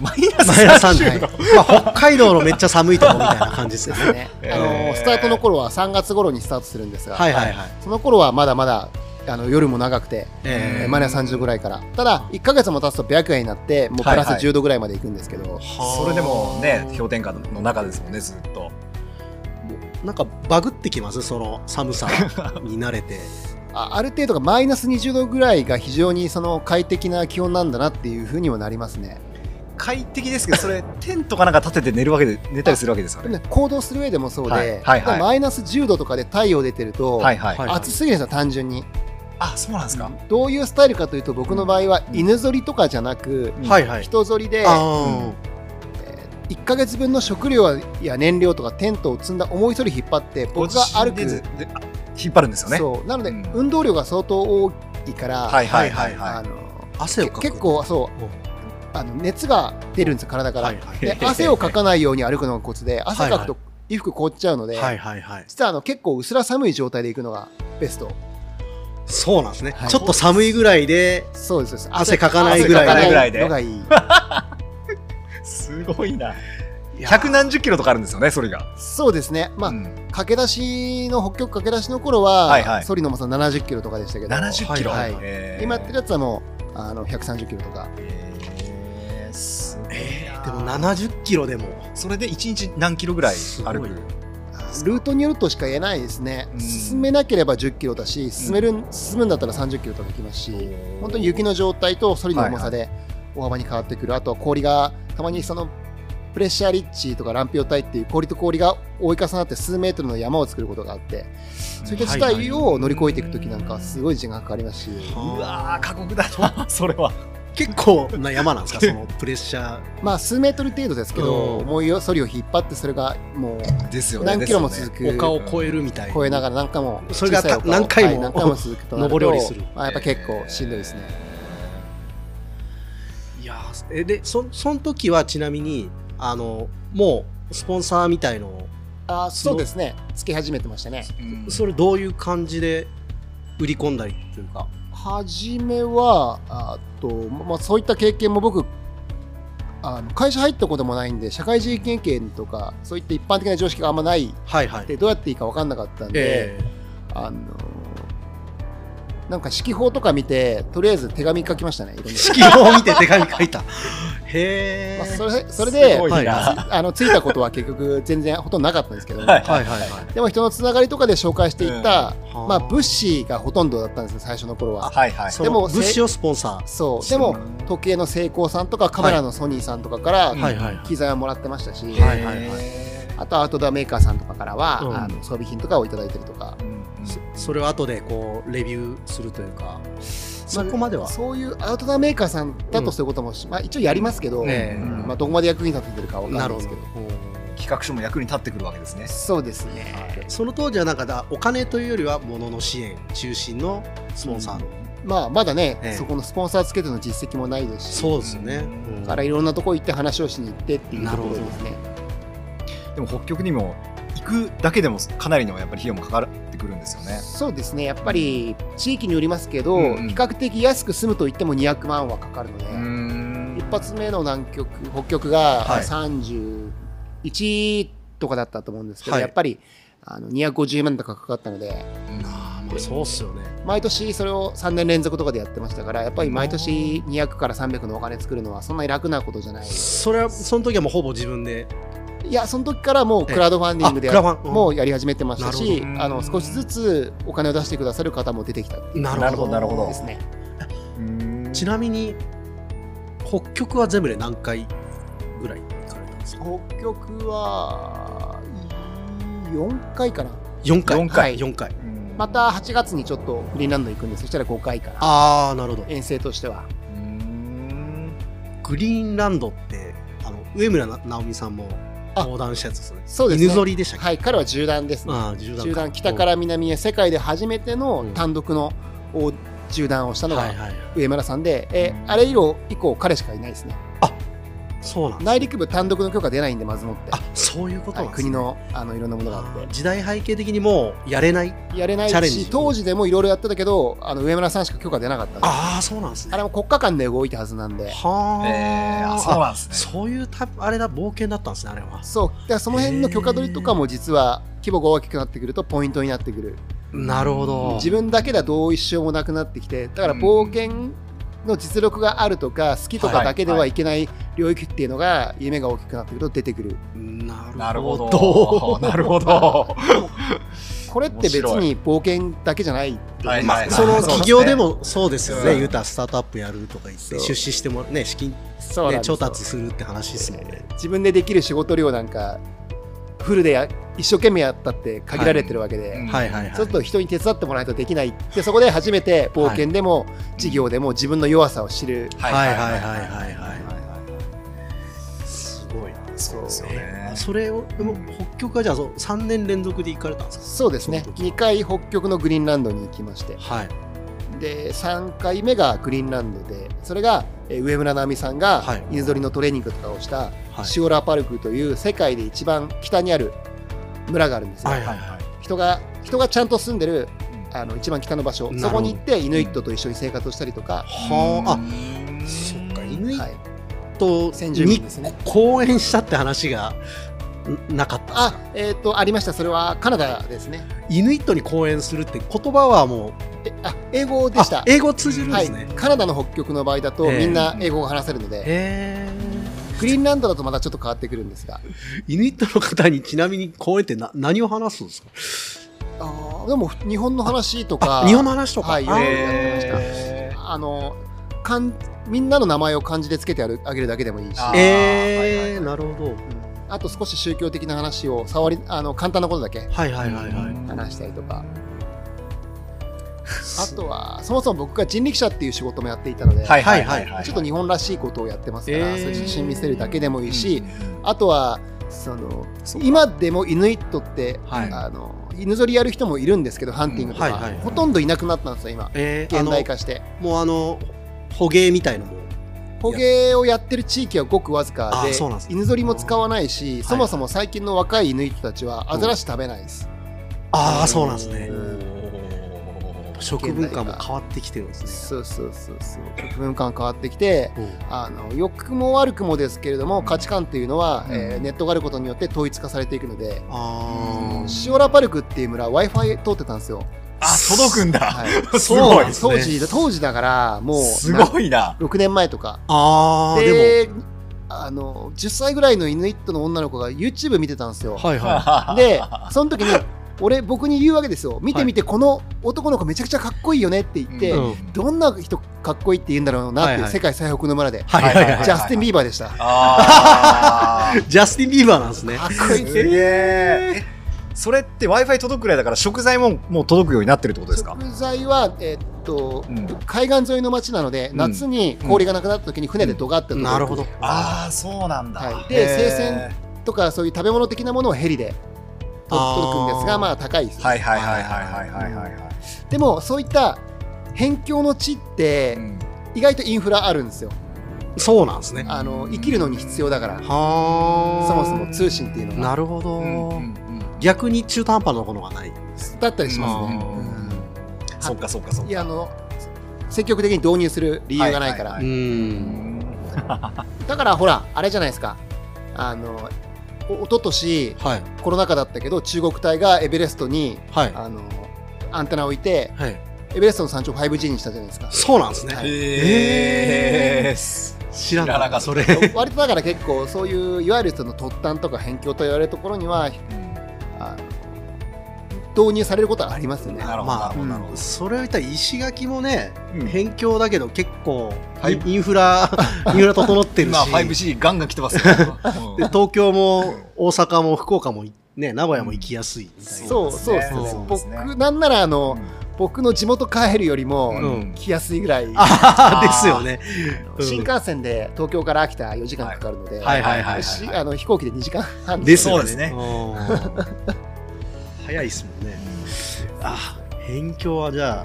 Speaker 2: マイナ
Speaker 3: マイナス
Speaker 2: 30
Speaker 3: 30度、まあ、北海道のめっちゃ寒いとこみたいな感じですね。
Speaker 5: で *laughs* すね、
Speaker 2: *laughs* えー
Speaker 5: あのスタートの頃は3月頃にスタートするんですが、
Speaker 3: はいはいはい。
Speaker 5: その頃はまだまだあの夜も長くて、
Speaker 3: え
Speaker 5: えー
Speaker 3: ー
Speaker 5: マイナス30ぐらいからただ1か月も経つと白夜になってもうプラス
Speaker 2: はいはい
Speaker 5: 10度ぐらいまでいくんですけど、
Speaker 2: それでもね氷点下の中ですもんねずっと。
Speaker 3: なんかバグってきますその寒さに慣れて。
Speaker 5: あある程度がマイナス20度ぐらいが非常にその快適な気温なんだなっていうふうにもなりますね
Speaker 2: 快適ですけどそれテントかなんか立てて寝るわけで寝たりするわけですよ
Speaker 5: でも
Speaker 2: ね。
Speaker 5: ね行動する上でもそうで、
Speaker 2: はいはいはい
Speaker 5: マイナス10度とかで太陽出てると、
Speaker 2: はいはい。
Speaker 3: はい
Speaker 5: 暑すぎるんですよ単純に
Speaker 2: あそうなんですか。
Speaker 5: どういうスタイルかというと僕の場合は犬ぞりとかじゃなく、
Speaker 2: うん
Speaker 3: はいはい。
Speaker 5: 人ぞりで
Speaker 3: あ
Speaker 5: 1か月分の食料や燃料とかテントを積んだ重いそり引っ張って僕が歩
Speaker 2: でず
Speaker 5: く
Speaker 2: であ引っ張るんですよね。
Speaker 5: そうなので、
Speaker 2: うん
Speaker 5: 運動量が相当大きいから、
Speaker 2: はいはいはい
Speaker 5: あ
Speaker 2: は
Speaker 5: の
Speaker 3: あ、汗をかく。
Speaker 5: け結構そう
Speaker 3: うん。
Speaker 5: あの熱が出るんですよ体から、
Speaker 3: はいはい。
Speaker 2: *laughs*
Speaker 5: で汗をかかないように歩くのがコツで汗かくと衣服凍っちゃうの
Speaker 3: *laughs*
Speaker 5: で、
Speaker 3: はいはいはい。
Speaker 5: 実はあの結構うすら寒い状態で行くのがベスト
Speaker 3: そうなんですね、
Speaker 5: はい
Speaker 3: ちょっと寒いぐらいで、
Speaker 5: そうですそうです
Speaker 3: 汗かかないぐ
Speaker 2: らい
Speaker 5: 汗かかな
Speaker 2: で
Speaker 5: のがいい
Speaker 2: い。すごいな。
Speaker 3: いや
Speaker 2: 百何十キロとかあるんですよねそれが。
Speaker 5: そうです
Speaker 2: *laughs*
Speaker 5: ねまあ、
Speaker 2: うん
Speaker 5: 駆け出しの北極駆け出しの頃は、
Speaker 2: はいはい
Speaker 5: ソリの重さ70キロとかでしたけど
Speaker 2: 七十キロ。
Speaker 5: はいはい
Speaker 2: えー
Speaker 5: 今やってるやつはもうあの130キロとか
Speaker 2: えーすごいな
Speaker 3: でも70キロでも、
Speaker 2: それで一日何キロぐらい歩
Speaker 3: す
Speaker 2: く
Speaker 5: ルートによるとしか言えないですね、
Speaker 2: うん
Speaker 5: 進めなければ10キロだし進める、進むんだったら30キロとかできますし本当に雪の状態とソリの重さで大幅に変わってくる、あとは氷がたまにそのプレッシャーリッチとか乱氷帯っていう氷と氷が追い重なって数メートルの山を作ることがあってそういった事態を乗り越えていく時なんかはすごい時間がかかりますし、
Speaker 3: は
Speaker 2: うわー過酷だなそれは
Speaker 3: 結構な山なんですか、そのプレッシャー
Speaker 5: まあ数メートル程度ですけど、
Speaker 3: うん
Speaker 5: 思いよそりを引っ張ってそれがもう
Speaker 2: ですよね。
Speaker 5: 何キロも
Speaker 2: ですよ
Speaker 5: 続
Speaker 2: ね
Speaker 5: く、
Speaker 3: *laughs* 丘を *laughs* 越えるみたいな。
Speaker 5: 超えながら何回も
Speaker 3: それが
Speaker 5: 小さい丘を
Speaker 3: 何回も
Speaker 5: はい何回も続くとなると
Speaker 3: 登り降りする
Speaker 5: まあ、やっぱ結構しんどいですね、
Speaker 3: いやーえでそその時はちなみにあのもうスポンサーみたいのを
Speaker 5: あーそうですねつけ始めてましたね
Speaker 2: うん
Speaker 3: それどういう感じで売り込んだりというか
Speaker 5: 初めはあと、まあ、そういった経験も僕あの会社入ったこともないんで社会人経験とかそういった一般的な常識があんまない
Speaker 3: はいはい
Speaker 5: でどうやっていいか分かんなかったんで、
Speaker 3: え
Speaker 5: あのなんか式法とか見てとりあえず手紙書きましたねいろ
Speaker 2: *laughs*
Speaker 5: んな
Speaker 3: え式を見て手紙書いた *laughs* へえ、
Speaker 5: まあ、それそれで、
Speaker 2: すごい
Speaker 3: はい
Speaker 2: な
Speaker 5: あのついたことは結局全然ほとんどなかったんですけども、
Speaker 2: はい
Speaker 3: はいはいはい
Speaker 5: でも人のつながりとかで紹介していった、
Speaker 3: うん
Speaker 5: まあ、
Speaker 3: はあ
Speaker 5: 物資がほとんどだったんですよ最初の頃は。
Speaker 2: はいはい。
Speaker 3: そ
Speaker 5: で
Speaker 3: の
Speaker 5: もせ
Speaker 3: 物資をスポンサ
Speaker 5: そうでも時計のセイコーさんとかカメラのソニーさんとかから
Speaker 3: ーはいはいはい
Speaker 5: 機材をもらってましたし、
Speaker 3: はいはいはい
Speaker 2: へ
Speaker 5: あとアウトドアメーカーさんとかからは、
Speaker 3: うん
Speaker 5: あの装備品とかをいただいてるとか
Speaker 2: ーうん
Speaker 3: そそれを後でこうレビューするというかそこまでは、
Speaker 5: そういうアウトドアメーカーさんだとそういうこともし、まあ、一応やりますけど、
Speaker 3: ええ
Speaker 5: まあ、どこまで役に立ててるかわかんな
Speaker 3: ないるほ
Speaker 5: です
Speaker 3: ど
Speaker 5: けど
Speaker 2: 企画書も役に立ってくるわけですね。
Speaker 5: そうですね
Speaker 3: その当時はなんかだお金というよりは物の支援中心のスポンサーの、
Speaker 5: まあまだね、
Speaker 3: ええ
Speaker 5: そこのスポンサーつけての実績もないですし
Speaker 3: そうですね、
Speaker 5: だからいろんなとこ行って話をしに行ってっていうところですね
Speaker 2: でも北極にも行くだけでもかなりのやっぱり費用もかかってくるんですよね。
Speaker 5: そうですねやっぱり地域によりますけど、
Speaker 2: うんうん
Speaker 5: 比較的安く済むと言っても200万はかかるので、
Speaker 2: ん
Speaker 5: 一発目の南極北極が
Speaker 3: はい
Speaker 5: 31とかだったと思うんですけど、
Speaker 3: はい
Speaker 5: やっぱりあの250万とかかかったので
Speaker 3: あーまあそうっすよね
Speaker 5: 毎年それを3年連続とかでやってましたからやっぱり毎年200から300のお金作るのはそんなに楽なことじゃない
Speaker 3: それはその時はもうほぼ自分で
Speaker 5: いやその時からもうクラウドファンディングで
Speaker 3: ええあクラファンうん
Speaker 5: もうやり始めてましたし、
Speaker 2: なるほど
Speaker 5: あの少しずつお金を出してくださる方も出てきたっていう
Speaker 3: な
Speaker 2: るほどなるほど
Speaker 5: ですね
Speaker 2: うん
Speaker 3: ちなみに北極は全部で何回ぐらい行かれたんですか
Speaker 5: 北極は4回かな
Speaker 3: 4回
Speaker 2: 四
Speaker 5: 回
Speaker 3: 4回
Speaker 2: うん
Speaker 5: また8月にちょっとフリーランド行くんでそしたら5回かな
Speaker 3: ああなるほど
Speaker 5: 遠征としては
Speaker 2: うん
Speaker 3: グリーンランドってあの上村な直美さんも
Speaker 5: あ
Speaker 3: 横断したやつですね
Speaker 5: そうですね
Speaker 3: 犬ぞりでしたっけ、
Speaker 5: はい彼は縦断ですね
Speaker 3: ああ縦断
Speaker 5: 縦断北から南へ世界で初めての単独のを縦断をした
Speaker 3: うん
Speaker 5: の
Speaker 3: はいはい
Speaker 5: が
Speaker 3: はい
Speaker 5: 上村さんで、えあれ以降以降彼しかいないですね
Speaker 3: そうなんだ
Speaker 5: 内陸部単独の許可出ないんでまずもって
Speaker 3: あそういうこと
Speaker 5: は
Speaker 3: ないんです
Speaker 5: 国
Speaker 3: ね、
Speaker 5: のあのいろんなものがあっ
Speaker 3: あー時代背景的にもうやれない
Speaker 5: てやれな
Speaker 3: チャレ
Speaker 5: い
Speaker 3: ンジ
Speaker 5: し当時でもいろいろやってたけどあの上村さんしか許可出なかったんで
Speaker 3: ああそうなんですね
Speaker 5: あれも国家間で動いたはずなん
Speaker 3: は
Speaker 5: で
Speaker 3: ー
Speaker 2: えーあそう
Speaker 3: あ
Speaker 2: なんですね。
Speaker 3: そういうタイプあれだ冒険だったんですねあれは
Speaker 5: そうだからその辺の許可取りとかも実は規模が大きくなってくるとポイントになってくる
Speaker 3: なるほど
Speaker 5: 自分だけではどうしようもなくなってきてだから冒険の実力があるとか好きとかだけではいけない領域っていうのが夢が大きくなってくると出てくる
Speaker 3: な
Speaker 2: な
Speaker 3: る
Speaker 2: る
Speaker 3: ほ
Speaker 2: ほ
Speaker 3: ど
Speaker 2: ど。なるほど。
Speaker 5: これって別に冒険だけじゃない
Speaker 2: はい
Speaker 3: ま
Speaker 2: は
Speaker 3: あ、
Speaker 2: いはい
Speaker 3: *laughs* その企業でもそうですよ
Speaker 2: う
Speaker 3: ね、
Speaker 2: ん
Speaker 3: 言うたらスタートアップやるとか言って、
Speaker 5: そう
Speaker 3: 出資してもらうね、資金、
Speaker 5: そ
Speaker 3: ね、調達するって話ですもんね。
Speaker 5: 自分でできる仕事量なんかフルでや一生懸命やったって限られてるわけで、
Speaker 2: はいうん
Speaker 3: はいはいはい。
Speaker 5: ちょっと人に手伝ってもらわないとできないでそこで初めて冒険でも事業でも自分の弱さを知る、
Speaker 3: はいはいはいはいはい
Speaker 2: はい。すごいな。そうですよ
Speaker 3: え
Speaker 2: ね
Speaker 3: ー。それを、でも北極はじゃあそう、3年連続で行かれたんです
Speaker 5: そうですね
Speaker 3: そうそう
Speaker 5: 2回北極のグリーンランドに行きまして
Speaker 3: かはい。
Speaker 5: で3回目がグリーンランドでそれがえー上村直美さんが
Speaker 3: はい
Speaker 5: 犬ぞりのトレーニングとかをした
Speaker 3: はい
Speaker 5: シオラパルクという世界で一番北にある村があるんですよ、
Speaker 3: はいはい
Speaker 2: は
Speaker 5: 人が人がちゃんと住んでる
Speaker 2: い。
Speaker 5: あの一番北の場所
Speaker 3: なるほ
Speaker 5: そ
Speaker 3: ど
Speaker 5: こに行ってイヌイットと一緒に生活をしたりとか、
Speaker 3: はあ、あ、
Speaker 2: あ
Speaker 3: そっか、イヌイ
Speaker 5: は
Speaker 3: ッ
Speaker 5: い、
Speaker 3: ト
Speaker 5: 先住民
Speaker 3: に
Speaker 5: ですね
Speaker 3: 講演したって話がんなかったんですか。
Speaker 5: あえっ、とありましたそれはカナダですね
Speaker 3: イヌイットに講演するって言葉はもう、
Speaker 5: えあ英語で
Speaker 3: あ
Speaker 5: した
Speaker 3: 英語通じるん
Speaker 5: は
Speaker 3: で
Speaker 5: い
Speaker 3: すね。、
Speaker 5: カナダの北極の場合だと
Speaker 3: ええ
Speaker 5: みんな英語が話せるので、
Speaker 3: へ
Speaker 5: グリーンランドだとまたちょっと変わってくるんですが
Speaker 3: え。イヌイットの方にちなみに講演ってな何を話すんですか
Speaker 5: でも日本の話とか
Speaker 3: あ日本の話とか。
Speaker 5: はい
Speaker 3: あー
Speaker 5: やってまあのかんみんなの名前を漢字でつけてあるあげるだけでもいいし、
Speaker 2: あー
Speaker 3: えー、なるほど。
Speaker 5: うんあと少し宗教的な話を触りあの簡単なことだけ
Speaker 3: はいはいはいはい。
Speaker 5: 話したりとかあとはそもそも僕が人力車っていう仕事もやっていたので、
Speaker 2: はいはいはいはい
Speaker 5: ちょっと日本らしいことをやってますから、
Speaker 3: えー
Speaker 5: それ自信見せるだけでもいいし、
Speaker 2: うん
Speaker 5: あとはその
Speaker 3: そうか
Speaker 5: 今でもイヌイットって、
Speaker 3: はい
Speaker 5: あの犬ぞりやる人もいるんですけどハンティングとか、
Speaker 3: うんはいはいはい
Speaker 5: ほとんどいなくなったんですよ今
Speaker 3: えー、あ
Speaker 5: 現
Speaker 3: の
Speaker 5: 代化して
Speaker 3: もうあの捕鯨みたいのも
Speaker 5: 捕鯨をやってる地域はごくわずか
Speaker 3: あ
Speaker 5: で
Speaker 3: そうなんですね
Speaker 5: 犬ぞりも使わないし、
Speaker 3: い
Speaker 5: そもそも最近の若いイヌイットたちはアザラシ食べないです、
Speaker 3: ああそうなんですね
Speaker 2: おー
Speaker 3: 食文化も変わってきてるんですね
Speaker 5: そうそうそうそう文化が変わってきて
Speaker 3: うん
Speaker 5: あの良くも悪くもですけれども価値観っていうのは、
Speaker 2: うん
Speaker 5: えーネットがあることによって統一化されていくので、
Speaker 3: あー
Speaker 5: シオラパルクっていう村 w i f i 通ってたんですよ、
Speaker 2: あ届くんだ
Speaker 5: は *laughs*
Speaker 2: すごい
Speaker 5: い、当時当時だからもう
Speaker 2: すごいな
Speaker 5: 6年前とか
Speaker 3: あーで
Speaker 5: であの10歳ぐらいのイヌイットの女の子が YouTube 見てたんですよ、
Speaker 3: もはいは
Speaker 5: でその時に俺僕に言うわけですよ見てみてこの男の子めちゃくちゃかっこいいよねって言って、
Speaker 3: うん
Speaker 5: どんな人かっこいいって言うんだろうなってい
Speaker 3: は
Speaker 5: う、
Speaker 3: いはい
Speaker 5: 世界最北の村で、
Speaker 3: いはいはいはい
Speaker 5: ジャスティン・ビーバーでした、
Speaker 2: あー
Speaker 3: ジャスティン・ビーバーなん *laughs* ですね
Speaker 5: かっこいい
Speaker 2: すげえそれって w i f i 届くくらいだから食材ももう届くようになってるってことですか
Speaker 5: 食材は、えっと
Speaker 2: うん
Speaker 5: 海岸沿いの町なので、
Speaker 2: うん
Speaker 5: 夏に氷がなくなった時に船でドガッと、
Speaker 3: なるほど
Speaker 2: ああそうなんだ、
Speaker 5: はいで
Speaker 2: へー
Speaker 5: 生鮮とかそういう食べ物的なものをヘリでと
Speaker 3: あー
Speaker 5: 届くんですがまあ高いです、
Speaker 2: はいはいはいはいはいはいはいはい、
Speaker 5: でもそういった辺境の地って
Speaker 2: うん
Speaker 5: 意外とインフラあるんですよ
Speaker 3: そうなんですね
Speaker 5: あの生きるのに必要だから
Speaker 3: はあ
Speaker 5: そもそも通信っていうのが
Speaker 3: なるほど、
Speaker 2: うんうん
Speaker 3: 逆に中途半端なものがない
Speaker 5: だったりしますね、
Speaker 2: うん
Speaker 5: うん
Speaker 2: そっかそっかそっか
Speaker 5: いやあの積極的に導入する理由がないから、
Speaker 2: は
Speaker 3: う
Speaker 2: うんん
Speaker 5: だからほらあれじゃないですかあのおととし
Speaker 3: はい
Speaker 5: コロナ禍だったけど中国隊がエベレストに
Speaker 3: はい
Speaker 5: あのアンテナを置いて
Speaker 3: はい
Speaker 5: エベレストの山頂を 5G にしたじゃな
Speaker 3: *laughs*
Speaker 5: いですか
Speaker 3: そうなんですね、
Speaker 5: は
Speaker 2: へ
Speaker 5: い
Speaker 2: え
Speaker 3: 知ら
Speaker 2: 知ら
Speaker 3: な
Speaker 2: な
Speaker 3: か
Speaker 2: か
Speaker 3: っ
Speaker 2: ったた
Speaker 3: それ
Speaker 5: 割とだから結構そういういわゆるその突端とか辺境と言われるところにはあの導入されることはありますよね
Speaker 2: なるほどな
Speaker 3: ま
Speaker 2: る
Speaker 3: あ
Speaker 2: ほどなるほど
Speaker 3: それを言ったら石垣もね、
Speaker 2: うん
Speaker 3: 辺境だけど結構、
Speaker 2: はい
Speaker 3: インインフ *laughs* ラインフラ整ってるし、
Speaker 2: 今 5G ガンガン来てますよ、
Speaker 3: で東京も大阪も福岡もいね名古屋も行きやすいみたいな、
Speaker 5: そうそう
Speaker 2: そ
Speaker 5: そうう
Speaker 2: です
Speaker 5: そ
Speaker 2: ねそうですね
Speaker 5: う僕なんならあの、
Speaker 2: うん
Speaker 5: 僕の地元帰るより
Speaker 2: う
Speaker 5: も
Speaker 3: うん
Speaker 5: 来やすいぐらい、
Speaker 3: あー *laughs* ですよね、うん
Speaker 5: 新幹線で東京から秋田4時間かかるので、
Speaker 3: *laughs* はいはいはいはい
Speaker 5: しあの飛行機で2時間半
Speaker 3: ですよね
Speaker 2: そうですね
Speaker 3: *laughs* うん早いですもんねあ辺境はじゃあ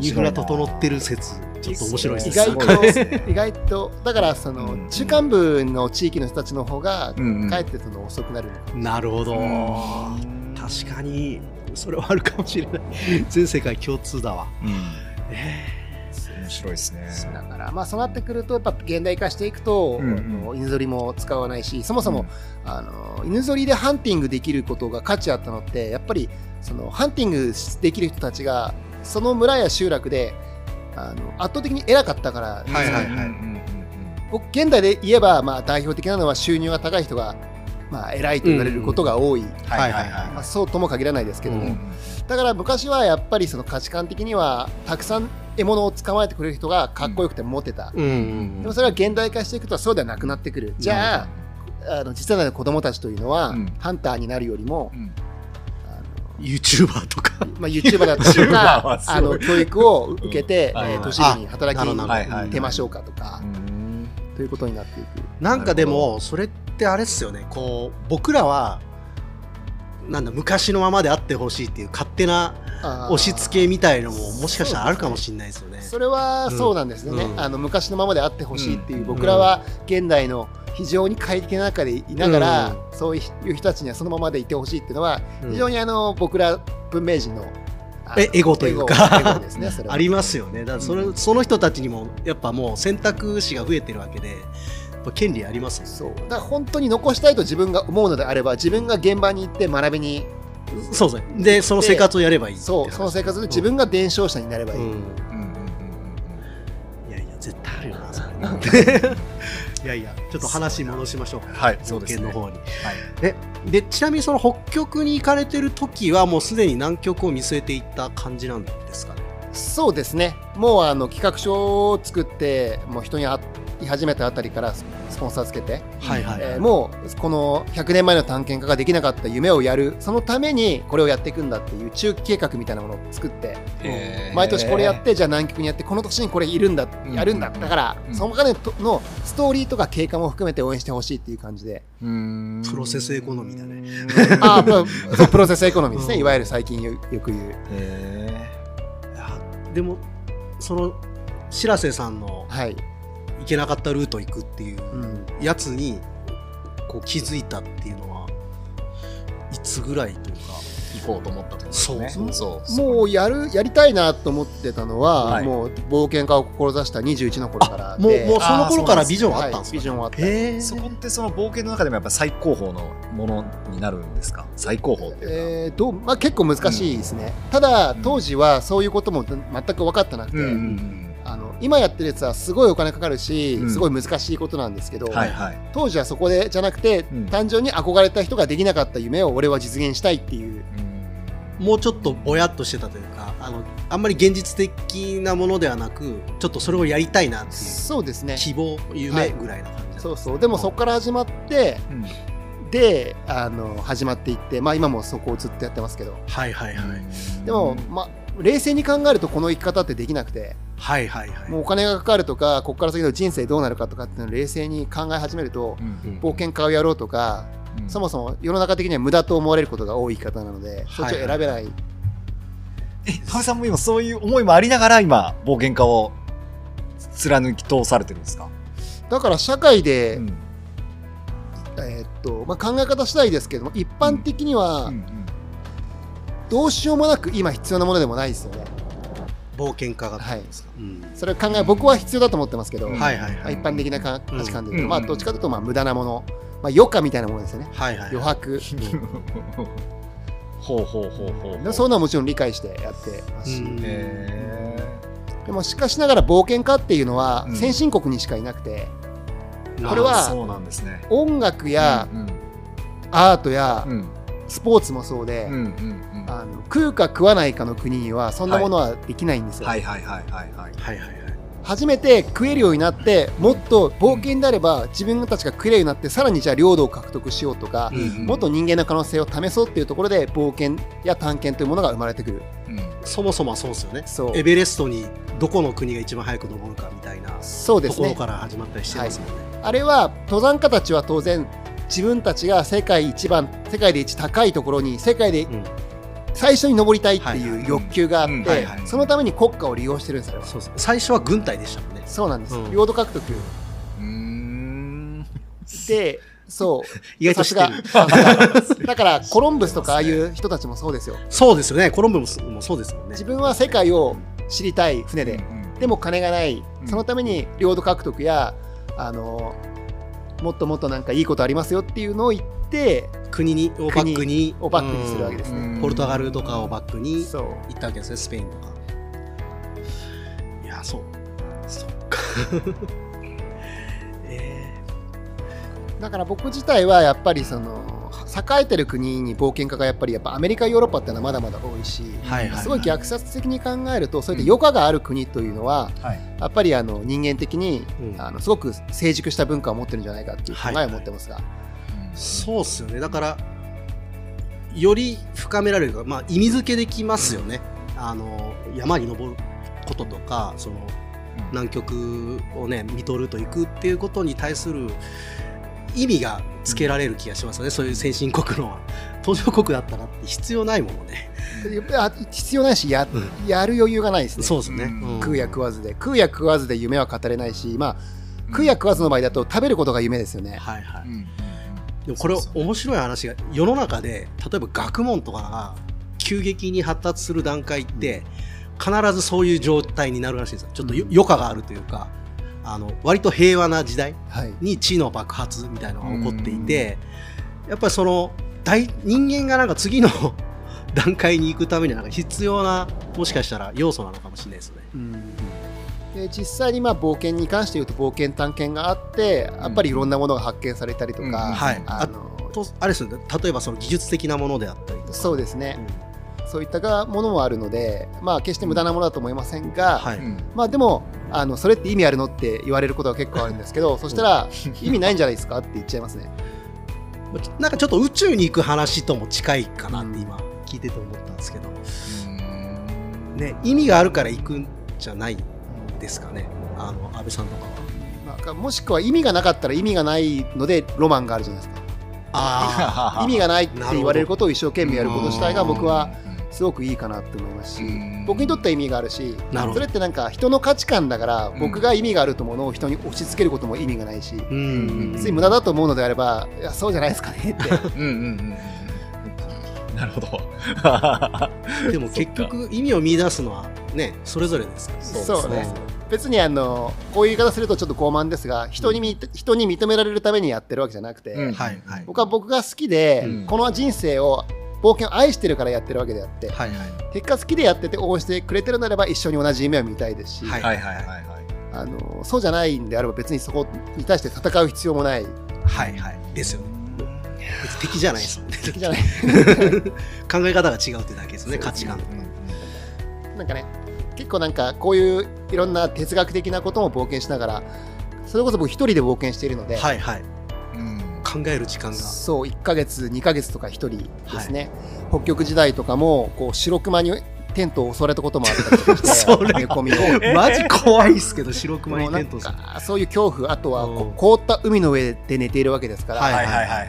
Speaker 3: インフラ整ってる説ちょっと面白いです
Speaker 5: 意
Speaker 3: ね
Speaker 5: 外
Speaker 2: すごいです
Speaker 5: と
Speaker 2: ね
Speaker 5: 意外とだからそ
Speaker 2: う
Speaker 5: の、
Speaker 2: ん
Speaker 5: 中間部の地域の人たちの方が、
Speaker 2: うんうん
Speaker 5: かえってその遅くなるのか
Speaker 3: なるほど、
Speaker 2: うん
Speaker 3: 確かにそれはあるかもしれない全世界共通だわ、
Speaker 2: うん
Speaker 3: え
Speaker 2: 面白いですね
Speaker 5: だから、まあ、そうなってくるとやっぱ現代化していくと、
Speaker 2: うんうん
Speaker 5: あの犬ぞりも使わないしそもそも、あの犬ぞりでハンティングできることが価値あったのってやっぱりそのハンティングできる人たちがその村や集落であの圧倒的に偉かったから、
Speaker 2: うん
Speaker 3: はいはい
Speaker 2: うんうん
Speaker 5: 僕現代で言えば、まあ、代表的なのは収入が高い人が、まあ、偉いと言われることが多い、
Speaker 2: うんはいはいはい
Speaker 5: まあ、そうとも限らないですけども、
Speaker 3: う
Speaker 5: だから昔はやっぱりその価値観的にはたくさん獲物を捕まえてくれる人がかっこよくてモテた、
Speaker 3: うんうん
Speaker 5: でもそれは現代化していくとそうではなくなってくるじゃあ,、あの実際の子供たちというのは、
Speaker 2: うん
Speaker 5: ハンターになるよりも
Speaker 2: うん
Speaker 5: あの
Speaker 3: YouTuber とか
Speaker 5: まあ、YouTuber だった
Speaker 2: *laughs*
Speaker 5: りと
Speaker 2: YouTuber は
Speaker 5: か
Speaker 2: すごい
Speaker 5: あの教育を受けて、
Speaker 2: うん
Speaker 5: え
Speaker 2: は
Speaker 5: ー
Speaker 2: い
Speaker 5: 都市部に働き
Speaker 3: あなる
Speaker 5: に
Speaker 3: ほど
Speaker 2: はいはい
Speaker 5: 出ましょうかとか、
Speaker 2: うん
Speaker 5: ということになっていく。
Speaker 3: なんかでもそれってあれっすよねこう僕らはなんだ昔のままであってほしいっていう勝手な
Speaker 5: あー
Speaker 3: 押し付けみたいのももしかしたらあるかもしれないですよね。
Speaker 5: それはそうなんですよね、
Speaker 3: うん
Speaker 5: あの昔のままであってほしいっていう、
Speaker 2: うん
Speaker 5: 僕らは現代の非常に快適な中でいながら、
Speaker 3: う
Speaker 5: そういう人たちにはそのままでいてほしいっていうのは、
Speaker 3: うん
Speaker 5: 非常にあの僕ら文明人のあの
Speaker 3: えエゴというか
Speaker 5: エゴエゴですねそれは
Speaker 3: *laughs* ありますよね。だからそれ、
Speaker 2: う
Speaker 3: その人たちにもやっぱもう選択肢が増えてるわけで、やっぱ権利ありますよね
Speaker 5: そうだから本当に残したいと自分が思うのであれば自分が現場に行って学びに
Speaker 3: そうですね。でその生活をやればいいって話
Speaker 5: そうその生活で自分が伝承者になればいい、
Speaker 3: うん
Speaker 2: うんうんうん
Speaker 3: いやいや絶対あるよなそれ。 *laughs* いやいやちょっと話戻しましょう
Speaker 2: う
Speaker 3: か。
Speaker 2: んはいそうです
Speaker 3: 条件
Speaker 2: ね
Speaker 3: の方に。
Speaker 2: はい
Speaker 3: えでちなみにその北極に行かれてる時はもうすでに南極を見据えていった感じなんですかね
Speaker 5: そうですねもうあの企画書を作ってもう人に会い始めたあたりからスポンサーつけて、
Speaker 3: はいはい
Speaker 5: えーもうこの100年前の探検家ができなかった夢をやるそのためにこれをやっていくんだっていう中期計画みたいなものを作って
Speaker 2: えー
Speaker 5: 毎年これやってじゃあ南極にやってこの年にこれいるんだ
Speaker 2: うん
Speaker 5: やるんだだから
Speaker 2: うん
Speaker 5: その中でとのストーリーとか経過も含めて応援してほしいっていう感じで
Speaker 2: うーん
Speaker 3: プロセスエコノミーだね
Speaker 2: ね
Speaker 5: あ *laughs* ーそうプロセスエコノミーです
Speaker 3: う
Speaker 5: ね
Speaker 3: ん
Speaker 5: いわゆる最近よよく言う
Speaker 2: へ
Speaker 3: あでもその白瀬さんの
Speaker 5: はい、
Speaker 3: 行けなかったルート行くっていう
Speaker 5: うん、
Speaker 3: やつにこう気づいたっていうのはいつぐらいというか
Speaker 2: ー行こうと思ったと
Speaker 3: そう
Speaker 2: ね
Speaker 3: そう
Speaker 2: そう
Speaker 5: もうやるやりたいなと思ってたのは、
Speaker 3: はい
Speaker 5: もう冒険家を志した21の頃から
Speaker 3: もう
Speaker 5: で
Speaker 3: もうその頃から
Speaker 2: あー
Speaker 3: ビジョンあったんです
Speaker 5: はい
Speaker 3: か
Speaker 5: ビジョンはあった
Speaker 3: へえ
Speaker 2: そこってその冒険の中でもやっぱ最高峰のものになるんですか最高峰っていう
Speaker 5: えーどうまあ、結構難しいですね、ただ
Speaker 2: うん
Speaker 5: 当時はそういうことも全く分かってなくて、
Speaker 2: か。ん
Speaker 5: あの今やってるやつはすごいお金かかるし、
Speaker 2: うん
Speaker 5: すごい難しいことなんですけど、
Speaker 2: はいはい。
Speaker 5: 当時はそこでじゃなくて、
Speaker 2: うん
Speaker 5: 単純に憧れた人ができなかった夢を俺は実現したいっていう
Speaker 3: もうちょっとぼやっとしてたというかあのあんまり現実的なものではなくちょっとそれをやりたいなっていう
Speaker 5: そうですね
Speaker 3: 希望夢ぐらいな感じ
Speaker 5: そうそうでもそこから始まって
Speaker 2: うん
Speaker 5: であの始まっていって、まあ、今もそこをずっとやってますけど
Speaker 3: はいはいはい
Speaker 5: でも、まあ、冷静に考えるとこの生き方ってできなくて
Speaker 3: はいはいはい
Speaker 5: もうお金がかかるとかここから先の人生どうなるかとかっていうのを冷静に考え始めると、
Speaker 2: うん
Speaker 5: 冒険家をやろうとか、
Speaker 2: うん
Speaker 5: そもそも世の中的には無駄と思われることが多い生き方なので、そっちを選べない、
Speaker 2: え、かみさんも今そういう思いもありながら今、冒険家を貫き通されてるんですか
Speaker 5: だから社会で、
Speaker 2: うん
Speaker 5: えーっとまあ、考え方次第ですけども一般的に
Speaker 2: う
Speaker 5: は
Speaker 2: ん
Speaker 5: どうしようもなく今必要なものでもないですよね
Speaker 3: 冒険家がってことですか、うん
Speaker 5: それを考え僕は必要だと思ってますけど、
Speaker 2: うん
Speaker 5: ま
Speaker 3: はいはい
Speaker 5: あ、
Speaker 3: はい
Speaker 5: 一般的なか価値観で言うと、
Speaker 2: うん
Speaker 5: まあ、どっちかというとまあ無駄なもの、まあ、余暇みたいなものですよね
Speaker 3: はいはい
Speaker 5: 余白
Speaker 2: ほうほうほうほうほ
Speaker 5: で
Speaker 2: う。
Speaker 5: そういうのはもちろん理解してやってますし、
Speaker 3: うん
Speaker 2: へ
Speaker 5: でもしかしながら冒険家っていうのは
Speaker 2: うん
Speaker 5: 先進国にしかいなくて、
Speaker 2: ー
Speaker 5: これは
Speaker 2: あーそうなんですね。
Speaker 5: 音楽や
Speaker 2: うん
Speaker 5: アートや
Speaker 2: うん
Speaker 5: スポーツもそうで、
Speaker 2: うんうんうんうん
Speaker 5: あの食うか食わないかの国にはそんなものはできないんですよ、
Speaker 2: はいはいはいはいは
Speaker 3: は
Speaker 2: い。
Speaker 3: いはいはい
Speaker 5: 初めて食えるようになってもっと冒険であれば自分たちが食えるようになってさらにじゃあ領土を獲得しようとか、もっと人間の可能性を試そうっていうところで冒険や探検というものが生まれてくる
Speaker 2: うん
Speaker 3: そもそもはそうですよね
Speaker 5: そう
Speaker 3: エベレストにどこの国が一番早く登るかみたいな
Speaker 5: そうで
Speaker 3: と
Speaker 5: す
Speaker 3: ころ
Speaker 5: ね
Speaker 3: から始まったりしてますもんね、
Speaker 5: あれは登山家たちは当然自分たちが世界一番世界で一高いところに世界で
Speaker 3: うん
Speaker 5: 最初に登りたいって
Speaker 3: はいはいいう
Speaker 5: 欲求があっ
Speaker 2: うんはい
Speaker 5: て
Speaker 2: はい
Speaker 5: そのために国家を利用してるんですよあれは
Speaker 3: そうそう最初は軍隊でしたもんね
Speaker 5: そうなんです、
Speaker 3: うん
Speaker 5: 領土獲得
Speaker 2: うーん。
Speaker 5: でそう
Speaker 3: 意外と知ってる
Speaker 5: さすがだからコロンブスとかああいう人たちもそうですよ
Speaker 3: そうですよねコロンブももそうですもんね
Speaker 5: 自分は世界を知りたい船で、
Speaker 2: うん
Speaker 5: でも金がない
Speaker 2: うん
Speaker 5: そのために領土獲得やあのもっともっとなんかいいことありますよっていうのを言って
Speaker 3: 国にをバックに
Speaker 5: をバックにするわけですね、
Speaker 3: うんポルトガルとかをバックに行
Speaker 5: そう
Speaker 3: ったわけですねスペインとかいやそうそっか *laughs* え
Speaker 5: だから僕自体はやっぱりその栄えてる国に冒険家がやっぱりやっぱアメリカヨーロッパってのはまだまだ多いし、
Speaker 3: ーはいはい
Speaker 5: すごい逆説的に考えるとそうやって余暇がある国というのは、
Speaker 2: はい
Speaker 5: やっぱりあの人間的に、
Speaker 3: うん
Speaker 5: あのすごく成熟した文化を持ってるんじゃないかっていう考えを持ってますが、
Speaker 3: そうっすよねだからより深められるか、まあ、意味付けできますよね、あの山に登ることとかその
Speaker 2: うん
Speaker 3: 南極をね見とると行くっていうことに対する意味がつけられる気がしますよね、そういう先進国の途上国だったらって必要ないものね、
Speaker 5: やっぱりあ必要ないしや,、やる余裕がないですね
Speaker 3: そうですね、
Speaker 2: うん
Speaker 5: 食うや食わずで食うや食わずで夢は語れないし、まあ、食うや食わずの場合だと食べることが夢ですよね、
Speaker 3: はいはい、
Speaker 2: うんうん
Speaker 3: でもこれ
Speaker 2: そうそう
Speaker 3: 面白い話が世の中で例えば学問とかが急激に発達する段階って必ずそういう状態になるらしいんですよちょっとよ
Speaker 5: うん
Speaker 3: 余暇があるというかあの割と平和な時代
Speaker 5: はい、
Speaker 3: に地の爆発みたいなのが起こっていてやっぱりその大人間がなんか次の *laughs* 段階に行くためにはなんか必要なもしかしたら要素なのかもしれないですね。
Speaker 5: で実際にまあ冒険に関して言うと冒険探検があってやっぱりいろんなものが発見されたりとか、
Speaker 2: うん
Speaker 3: はい、
Speaker 5: あ
Speaker 3: あ
Speaker 5: の
Speaker 3: とあれですよね例えばその技術的なものであったりとか
Speaker 5: そうですね、
Speaker 3: うん
Speaker 5: そういったがものもあるので、まあ、決して無駄なものだと思いませんが、
Speaker 3: はい
Speaker 5: まあ、でもあのそれって意味あるのって言われることが結構あるんですけどそしたら意味ないんじゃないですかって言っちゃいますね。
Speaker 3: なんかちょっと宇宙に行く話とも近いかなって今聞いてて思ったんですけど、ね、意味があるから行くんじゃないんですかねあの安倍さんとかは。
Speaker 5: まあ、もしくは意味がなかったら意味がないのでロマンがあるじゃないですか。
Speaker 3: あ
Speaker 5: 意味がないっ
Speaker 3: な
Speaker 5: て
Speaker 3: るほど
Speaker 5: 言われることを一生懸命やること自体が僕は
Speaker 2: うん
Speaker 5: すごくいいかなって思いますし
Speaker 2: うん
Speaker 5: 僕にとっては意味があるし
Speaker 3: なるほど
Speaker 5: それってなんか人の価値観だから
Speaker 2: うん
Speaker 5: 僕が意味があると思うのを人に押し付けることも意味がないし
Speaker 3: ー *laughs* うん
Speaker 5: 別に無駄だと思うのであればいやそうじゃないですかね
Speaker 3: *laughs*
Speaker 5: って
Speaker 2: うんうんうんうんなるほど
Speaker 3: でも結局意味を見出すのはねそれぞれですから
Speaker 5: そうね別にあのこういう言い方するとちょっと傲慢ですが人にみ人に認められるためにやってるわけじゃなくて、
Speaker 2: うん
Speaker 3: はいはい
Speaker 5: 僕は僕が好きで、
Speaker 2: うん
Speaker 5: この人生を冒険を愛してるからやってるわけであって、
Speaker 3: はいはい
Speaker 5: 結果好きでやってて応援してくれてるならば一緒に同じ夢を見たいですし、
Speaker 3: はい
Speaker 2: はいはいはいはい
Speaker 5: あのそうじゃないんであれば別にそこに対して戦う必要もない
Speaker 3: *laughs* はいはいですよね別に敵じゃないです
Speaker 5: 敵じゃない
Speaker 3: *laughs* 考え方が違うってだけですね価値観
Speaker 5: なんかね結構なんかこういういろんな哲学的なことも冒険しながらそれこそ僕一人で冒険しているので、
Speaker 3: はいはい
Speaker 2: うん
Speaker 3: 考える時間が
Speaker 5: そう1ヶ月2ヶ月とか一人ですね、北極時代とかもこう白熊にテントを襲われたこともあったりとかして
Speaker 3: *laughs* それ
Speaker 5: 寝込みを。
Speaker 3: マジ怖いっすけど白熊
Speaker 5: も
Speaker 3: に
Speaker 5: うな
Speaker 3: テ
Speaker 5: ん
Speaker 3: ントさん
Speaker 5: かそういう恐怖あとはこ
Speaker 3: うん
Speaker 5: う凍った海の上で寝ているわけですから、
Speaker 3: はい
Speaker 2: はいはいはいはい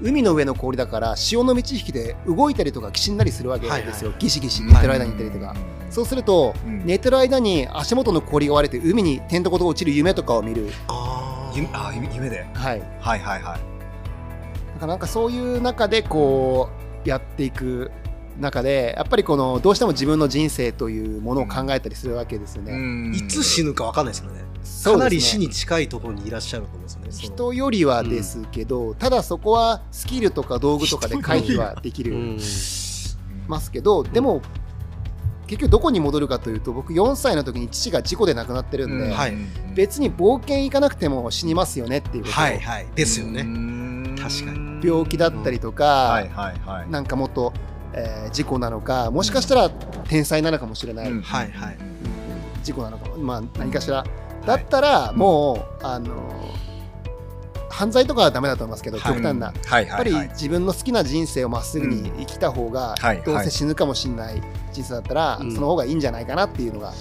Speaker 5: 海の上の氷だから潮の満ち引きで動いたりとか岸になりするわけですよ、
Speaker 3: はいはいはい
Speaker 5: ギシギシ寝てる間に寝てるとか、そうすると、
Speaker 2: うん
Speaker 5: 寝てる間に足元の氷が割れて海にテントごと落ちる夢とかを見る、
Speaker 3: あ
Speaker 2: 夢あ夢夢で
Speaker 5: はい、だ
Speaker 2: はいはいはい
Speaker 5: からなんかそういう中でこうやっていく中でやっぱりこのどうしても自分の人生というものを考えたりするわけですよね。
Speaker 3: ーいつ死
Speaker 2: ぬ
Speaker 3: ぬかわかんないですよね
Speaker 5: そう
Speaker 3: か
Speaker 5: ですね
Speaker 3: なり死に近いところにいらっしゃると思うんですよねその
Speaker 5: 人よりはですけど、ただそこはスキルとか道具とかで回避はでき
Speaker 3: う
Speaker 5: る
Speaker 3: ん
Speaker 5: ますけど、でも結局どこに戻るかというと僕4歳の時に父が事故で亡くなってるんで、
Speaker 3: うんはい
Speaker 5: 別に冒険行かなくても死にますよねっていうこと、
Speaker 3: はいはいですよね
Speaker 2: ね
Speaker 3: 確かに
Speaker 5: 病気だったりとか、
Speaker 2: はいはいはい
Speaker 5: なんかもっと、えー事故なのかもしかしたら天才なのかもしれない、
Speaker 2: うん
Speaker 3: はいはい
Speaker 5: 事故なのかも、まあ、何かしら、だったらもう、あの犯罪とかはダメだと思いますけど、極端な。
Speaker 2: はい
Speaker 5: やっぱ
Speaker 2: はい
Speaker 5: り
Speaker 2: はい
Speaker 5: 自分の好きな人生をまっすぐに生きた方が、
Speaker 2: はいはい
Speaker 5: どうせ死ぬかもしれない人生だったら、
Speaker 3: うん
Speaker 5: その方がいいんじゃないかなっていうのが、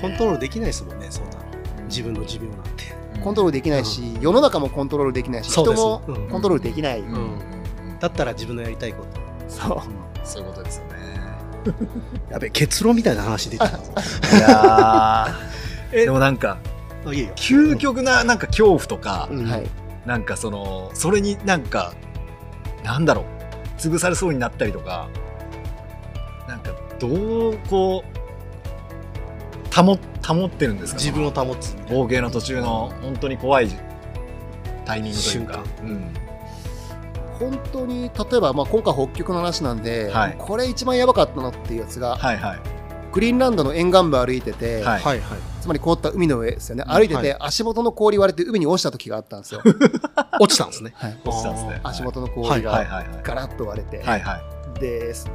Speaker 3: コントロールできないですもんねそんなの自分の持病なんて
Speaker 5: コントロールできないし、世の中もコントロールできないし
Speaker 3: そう
Speaker 5: 人
Speaker 3: です
Speaker 5: も
Speaker 3: うん
Speaker 5: コントロールできない、
Speaker 2: うんうんうん
Speaker 3: だったら自分のやりたいこと
Speaker 5: そう
Speaker 2: そういうことですよね
Speaker 3: やべ結論みたいな話出ちゃった
Speaker 2: いやーでもなんか
Speaker 3: *laughs* あいいよ
Speaker 2: 究極ななんか恐怖とか
Speaker 3: うん
Speaker 5: はい、
Speaker 2: なんかそのそれになんかなんだろう潰されそうになったりとかなんかどうこう保保ってるんですか
Speaker 3: 自分を保つみたい
Speaker 2: 冒険の途中の本当に怖いタイミングというか
Speaker 3: 瞬
Speaker 2: うん
Speaker 5: 本当に例えば、まあ、今回北極の話なんで、
Speaker 2: はい
Speaker 5: これ一番やばかったのっていうやつが、
Speaker 2: はいはい
Speaker 5: グリーンランドの沿岸部歩いてて、
Speaker 2: は
Speaker 3: なはいはい
Speaker 5: つまり凍った海の上ですよね歩いてて、
Speaker 3: はい
Speaker 5: 足元の氷割れて海に落ちた時があったんですよ、
Speaker 3: 落ちたんですね
Speaker 5: はい
Speaker 2: 落ちたんですね
Speaker 5: 足元の
Speaker 3: は
Speaker 5: 氷
Speaker 3: い
Speaker 2: はい
Speaker 5: が
Speaker 2: はいはい
Speaker 5: ガラッと割れて、
Speaker 2: はいはい
Speaker 5: です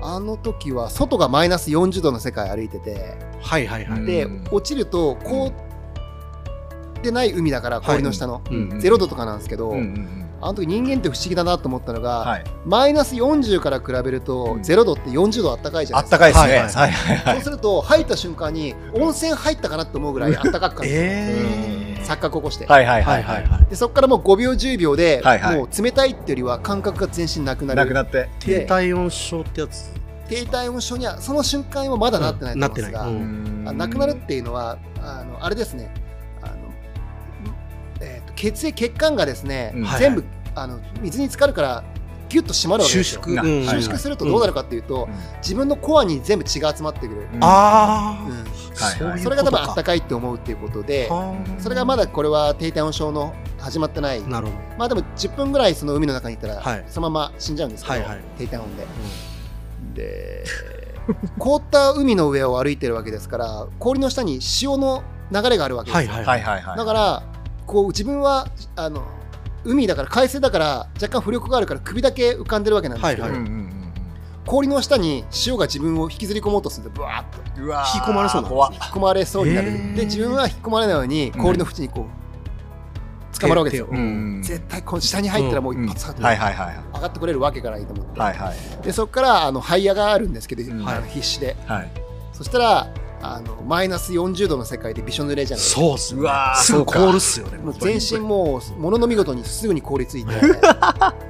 Speaker 5: あの時は外がマイナス40度の世界歩いてて
Speaker 3: はいはいはい
Speaker 5: で
Speaker 2: うん
Speaker 5: 落ちると凍ってない海だから
Speaker 3: い
Speaker 5: 氷の下の、
Speaker 3: うん
Speaker 5: 0度とかなんですけど、
Speaker 2: うんうんうん
Speaker 5: あの時人間って不思議だなと思ったのが、
Speaker 2: はい
Speaker 5: マイナス40から比べると
Speaker 2: うん
Speaker 5: 0度って40度あったかいじゃ
Speaker 2: あ
Speaker 5: ない
Speaker 2: っ
Speaker 5: です
Speaker 2: た
Speaker 5: か。
Speaker 2: かいですね
Speaker 3: はいはい
Speaker 2: はいはいは
Speaker 5: そう
Speaker 2: い
Speaker 5: すると入った瞬間に温泉入ったかなって思うぐらいあったかく感じる、
Speaker 3: え
Speaker 5: 錯覚起こして、
Speaker 2: はいはい
Speaker 3: ーは
Speaker 2: はいいは
Speaker 3: はい
Speaker 2: い
Speaker 3: はい
Speaker 5: でそこからもう5秒10秒で、
Speaker 2: はいはい
Speaker 5: もう冷たいっていうよりは感覚が全身なくなる
Speaker 2: なくなって
Speaker 5: で
Speaker 3: 低体温症ってやつ
Speaker 5: 低体温症にはその瞬間はまだなってないと思うんですが、
Speaker 3: なってないうん
Speaker 5: あなくなるっていうのはあのあれですねあの、えーと血液血管がですね、
Speaker 2: うん
Speaker 5: 全部あの水に浸かるからギュッと締まるわけ
Speaker 3: 収
Speaker 5: ですよ
Speaker 3: 縮
Speaker 2: な
Speaker 3: うん
Speaker 2: 収
Speaker 5: 収縮するとどうなるかっていうと、
Speaker 2: うん
Speaker 5: 自分のコアに全部血が集まってくる、
Speaker 3: あ
Speaker 5: うん
Speaker 3: あ
Speaker 2: はいはい
Speaker 5: それが多分あった
Speaker 3: か
Speaker 5: かいって思うっていうことで
Speaker 3: あー
Speaker 5: それがまだこれは低体温症の始まってない
Speaker 3: なるほど
Speaker 5: まあでも10分ぐらいその海の中にいたら、
Speaker 3: はい
Speaker 5: そのまま死んじゃうんですけど、
Speaker 3: はいはい
Speaker 5: 低体温で。で凍った海の上を歩いてるわけですから氷の下に潮の流れがあるわけです
Speaker 3: は
Speaker 5: よ、
Speaker 3: いはい
Speaker 2: はいいはいはい
Speaker 5: だからこう自分はあの海だから海水だから若干浮力があるから首だけ浮かんでるわけなんですけど、
Speaker 3: はいは
Speaker 2: う
Speaker 3: い
Speaker 2: んうんうん
Speaker 5: 氷の下に潮が自分を引きずり込もうとするとブワーッと引
Speaker 2: うわー
Speaker 3: 引き込まれそうなんですね
Speaker 2: 怖っ
Speaker 5: き込まれそうになる、
Speaker 3: へー
Speaker 5: で自分は引き込まれないように氷の縁にこう捕まるわけですよ、
Speaker 3: 手を
Speaker 2: うん
Speaker 5: 絶対こう下に入ったらもう
Speaker 2: うん
Speaker 5: 一発上
Speaker 2: はいはいはい
Speaker 5: がってくれるわけがないと思って、
Speaker 2: はいはい
Speaker 5: でそこからあの這い上がるんですけど、
Speaker 2: うん
Speaker 5: あの必死で
Speaker 2: はい
Speaker 5: そしたらあのマイナス40度の世界でびしょ濡れじゃないですか
Speaker 3: そうっす
Speaker 2: うわー
Speaker 3: すぐ凍るっすよね
Speaker 5: もう全身もうものの見事にすぐに凍り
Speaker 2: *laughs*
Speaker 5: ついて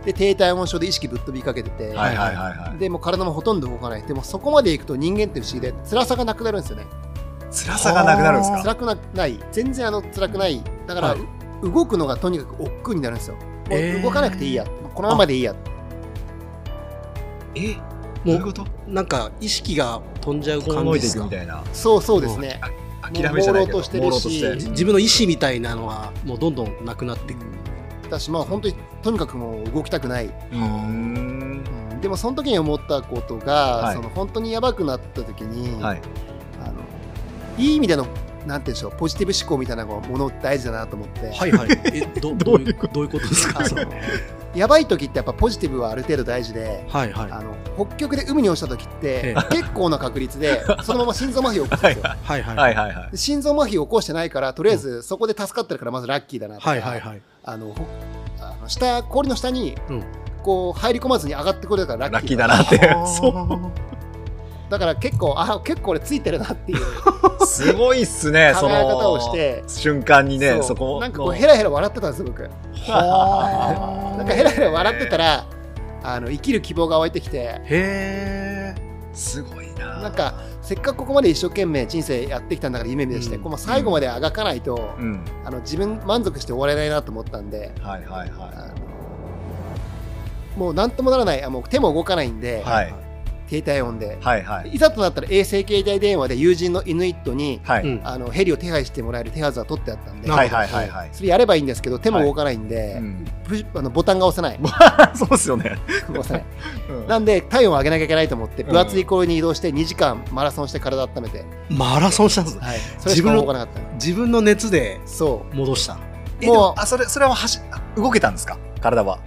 Speaker 5: で低体温症で意識ぶっ飛びかけてて、
Speaker 2: はいはいはいはい
Speaker 5: でもう体もほとんど動かないでもそこまでいくと人間って不思議で辛さがなくなるんですよね
Speaker 2: 辛さがなくなるんですか
Speaker 5: 辛くなない全然あの辛くないだから、
Speaker 2: はいう
Speaker 5: 動くのがとにかく億劫になるんですよもう
Speaker 3: えー
Speaker 5: 動かなくていいやこのままでいいや
Speaker 2: えどう
Speaker 3: も
Speaker 2: いうこ
Speaker 3: う
Speaker 2: と
Speaker 3: なんか意識が飛んじゃう感じ
Speaker 2: 傾
Speaker 3: で
Speaker 2: いてい
Speaker 3: す
Speaker 2: く
Speaker 3: か
Speaker 2: みたいな
Speaker 5: そうそうですね
Speaker 2: 諦めじゃないけど
Speaker 5: もう朦朧として
Speaker 2: 朦朧
Speaker 5: るし
Speaker 2: として
Speaker 3: じ自分の意志みたいなのはもうどんどんなくなっていく
Speaker 5: 私まあ本当にとにかくもう動きたくない、
Speaker 2: うーん
Speaker 5: うんでもその時に思ったことが、
Speaker 2: はい
Speaker 5: その本当にやばくなった時に、、
Speaker 2: はいい
Speaker 5: あのいい意味でのなんて言うんでしょうポジティブ思考みたいなのがもの大事だなと思って、
Speaker 3: はいはいえ *laughs* どどういうどういうことですか
Speaker 5: あのやばい時ってやっぱポジティブはある程度大事で
Speaker 3: はいはい
Speaker 5: あの北極で海に落ちた時って
Speaker 3: え
Speaker 5: 結構な確率でそのまま心臓麻痺を起こすんですよ。
Speaker 3: はいはい
Speaker 2: はいはいはい
Speaker 5: で心臓麻痺を起こしてないからとりあえずそこで助かってるからまずラッキーだなとか、
Speaker 3: はいはいはい
Speaker 5: あのほあの下氷の下に
Speaker 3: うん
Speaker 5: こう入り込まずに上がってくれたからラ
Speaker 2: ラ
Speaker 5: ッ
Speaker 2: ッキ
Speaker 5: キー
Speaker 2: ー
Speaker 5: だ
Speaker 2: だ
Speaker 5: な
Speaker 2: なって *laughs*
Speaker 3: あー
Speaker 5: だから結構あ結構俺ついてるなっていう
Speaker 2: すごいっすねそ
Speaker 5: 考
Speaker 2: の
Speaker 5: え方をして
Speaker 2: 瞬間にね
Speaker 5: う
Speaker 2: そこ
Speaker 5: なんかこう
Speaker 2: の
Speaker 5: ヘラヘラ笑ってたんですよ僕
Speaker 3: は
Speaker 5: なんかヘラヘラ笑ってたらあの生きる希望が湧いてき
Speaker 3: ー
Speaker 5: て
Speaker 3: へえ
Speaker 2: *laughs* すごいな
Speaker 5: なんかせっかくここまで一生懸命人生やってきたんだから夢見出して、
Speaker 3: うん
Speaker 5: この最後まであがかないと、
Speaker 2: うん
Speaker 5: あの自分満足して終われないなと思ったんで
Speaker 2: はいはいは
Speaker 5: あのもう何ともならないあもう手も動かないんで、
Speaker 2: はい
Speaker 5: 低体温で
Speaker 2: い、はいはい
Speaker 5: い、ざとなったら衛星携帯電話で友人のイヌイットに
Speaker 2: は
Speaker 3: う
Speaker 2: い
Speaker 3: ん
Speaker 5: あのヘリを手配してもらえる手はずは取ってあったんで
Speaker 3: な
Speaker 2: はい
Speaker 3: るほど
Speaker 2: はいはいはい
Speaker 5: それやればいいんですけど手も動かないんで、
Speaker 2: うん
Speaker 5: *laughs* プシュあのボタンが押せない
Speaker 2: そうですよね
Speaker 5: 押せない
Speaker 2: うん
Speaker 5: なんで体温を上げなきゃいけないと思って分厚い氷に移動して2時間マラソンして体温めて、
Speaker 3: マラソンしたんですね
Speaker 5: はい、それ
Speaker 3: 自
Speaker 5: しか
Speaker 3: 分の
Speaker 5: 動かなかった
Speaker 3: 自分の熱で
Speaker 5: そう
Speaker 3: 戻した
Speaker 2: えでも
Speaker 5: もう
Speaker 2: あそれそれは走あ動けたんですか体は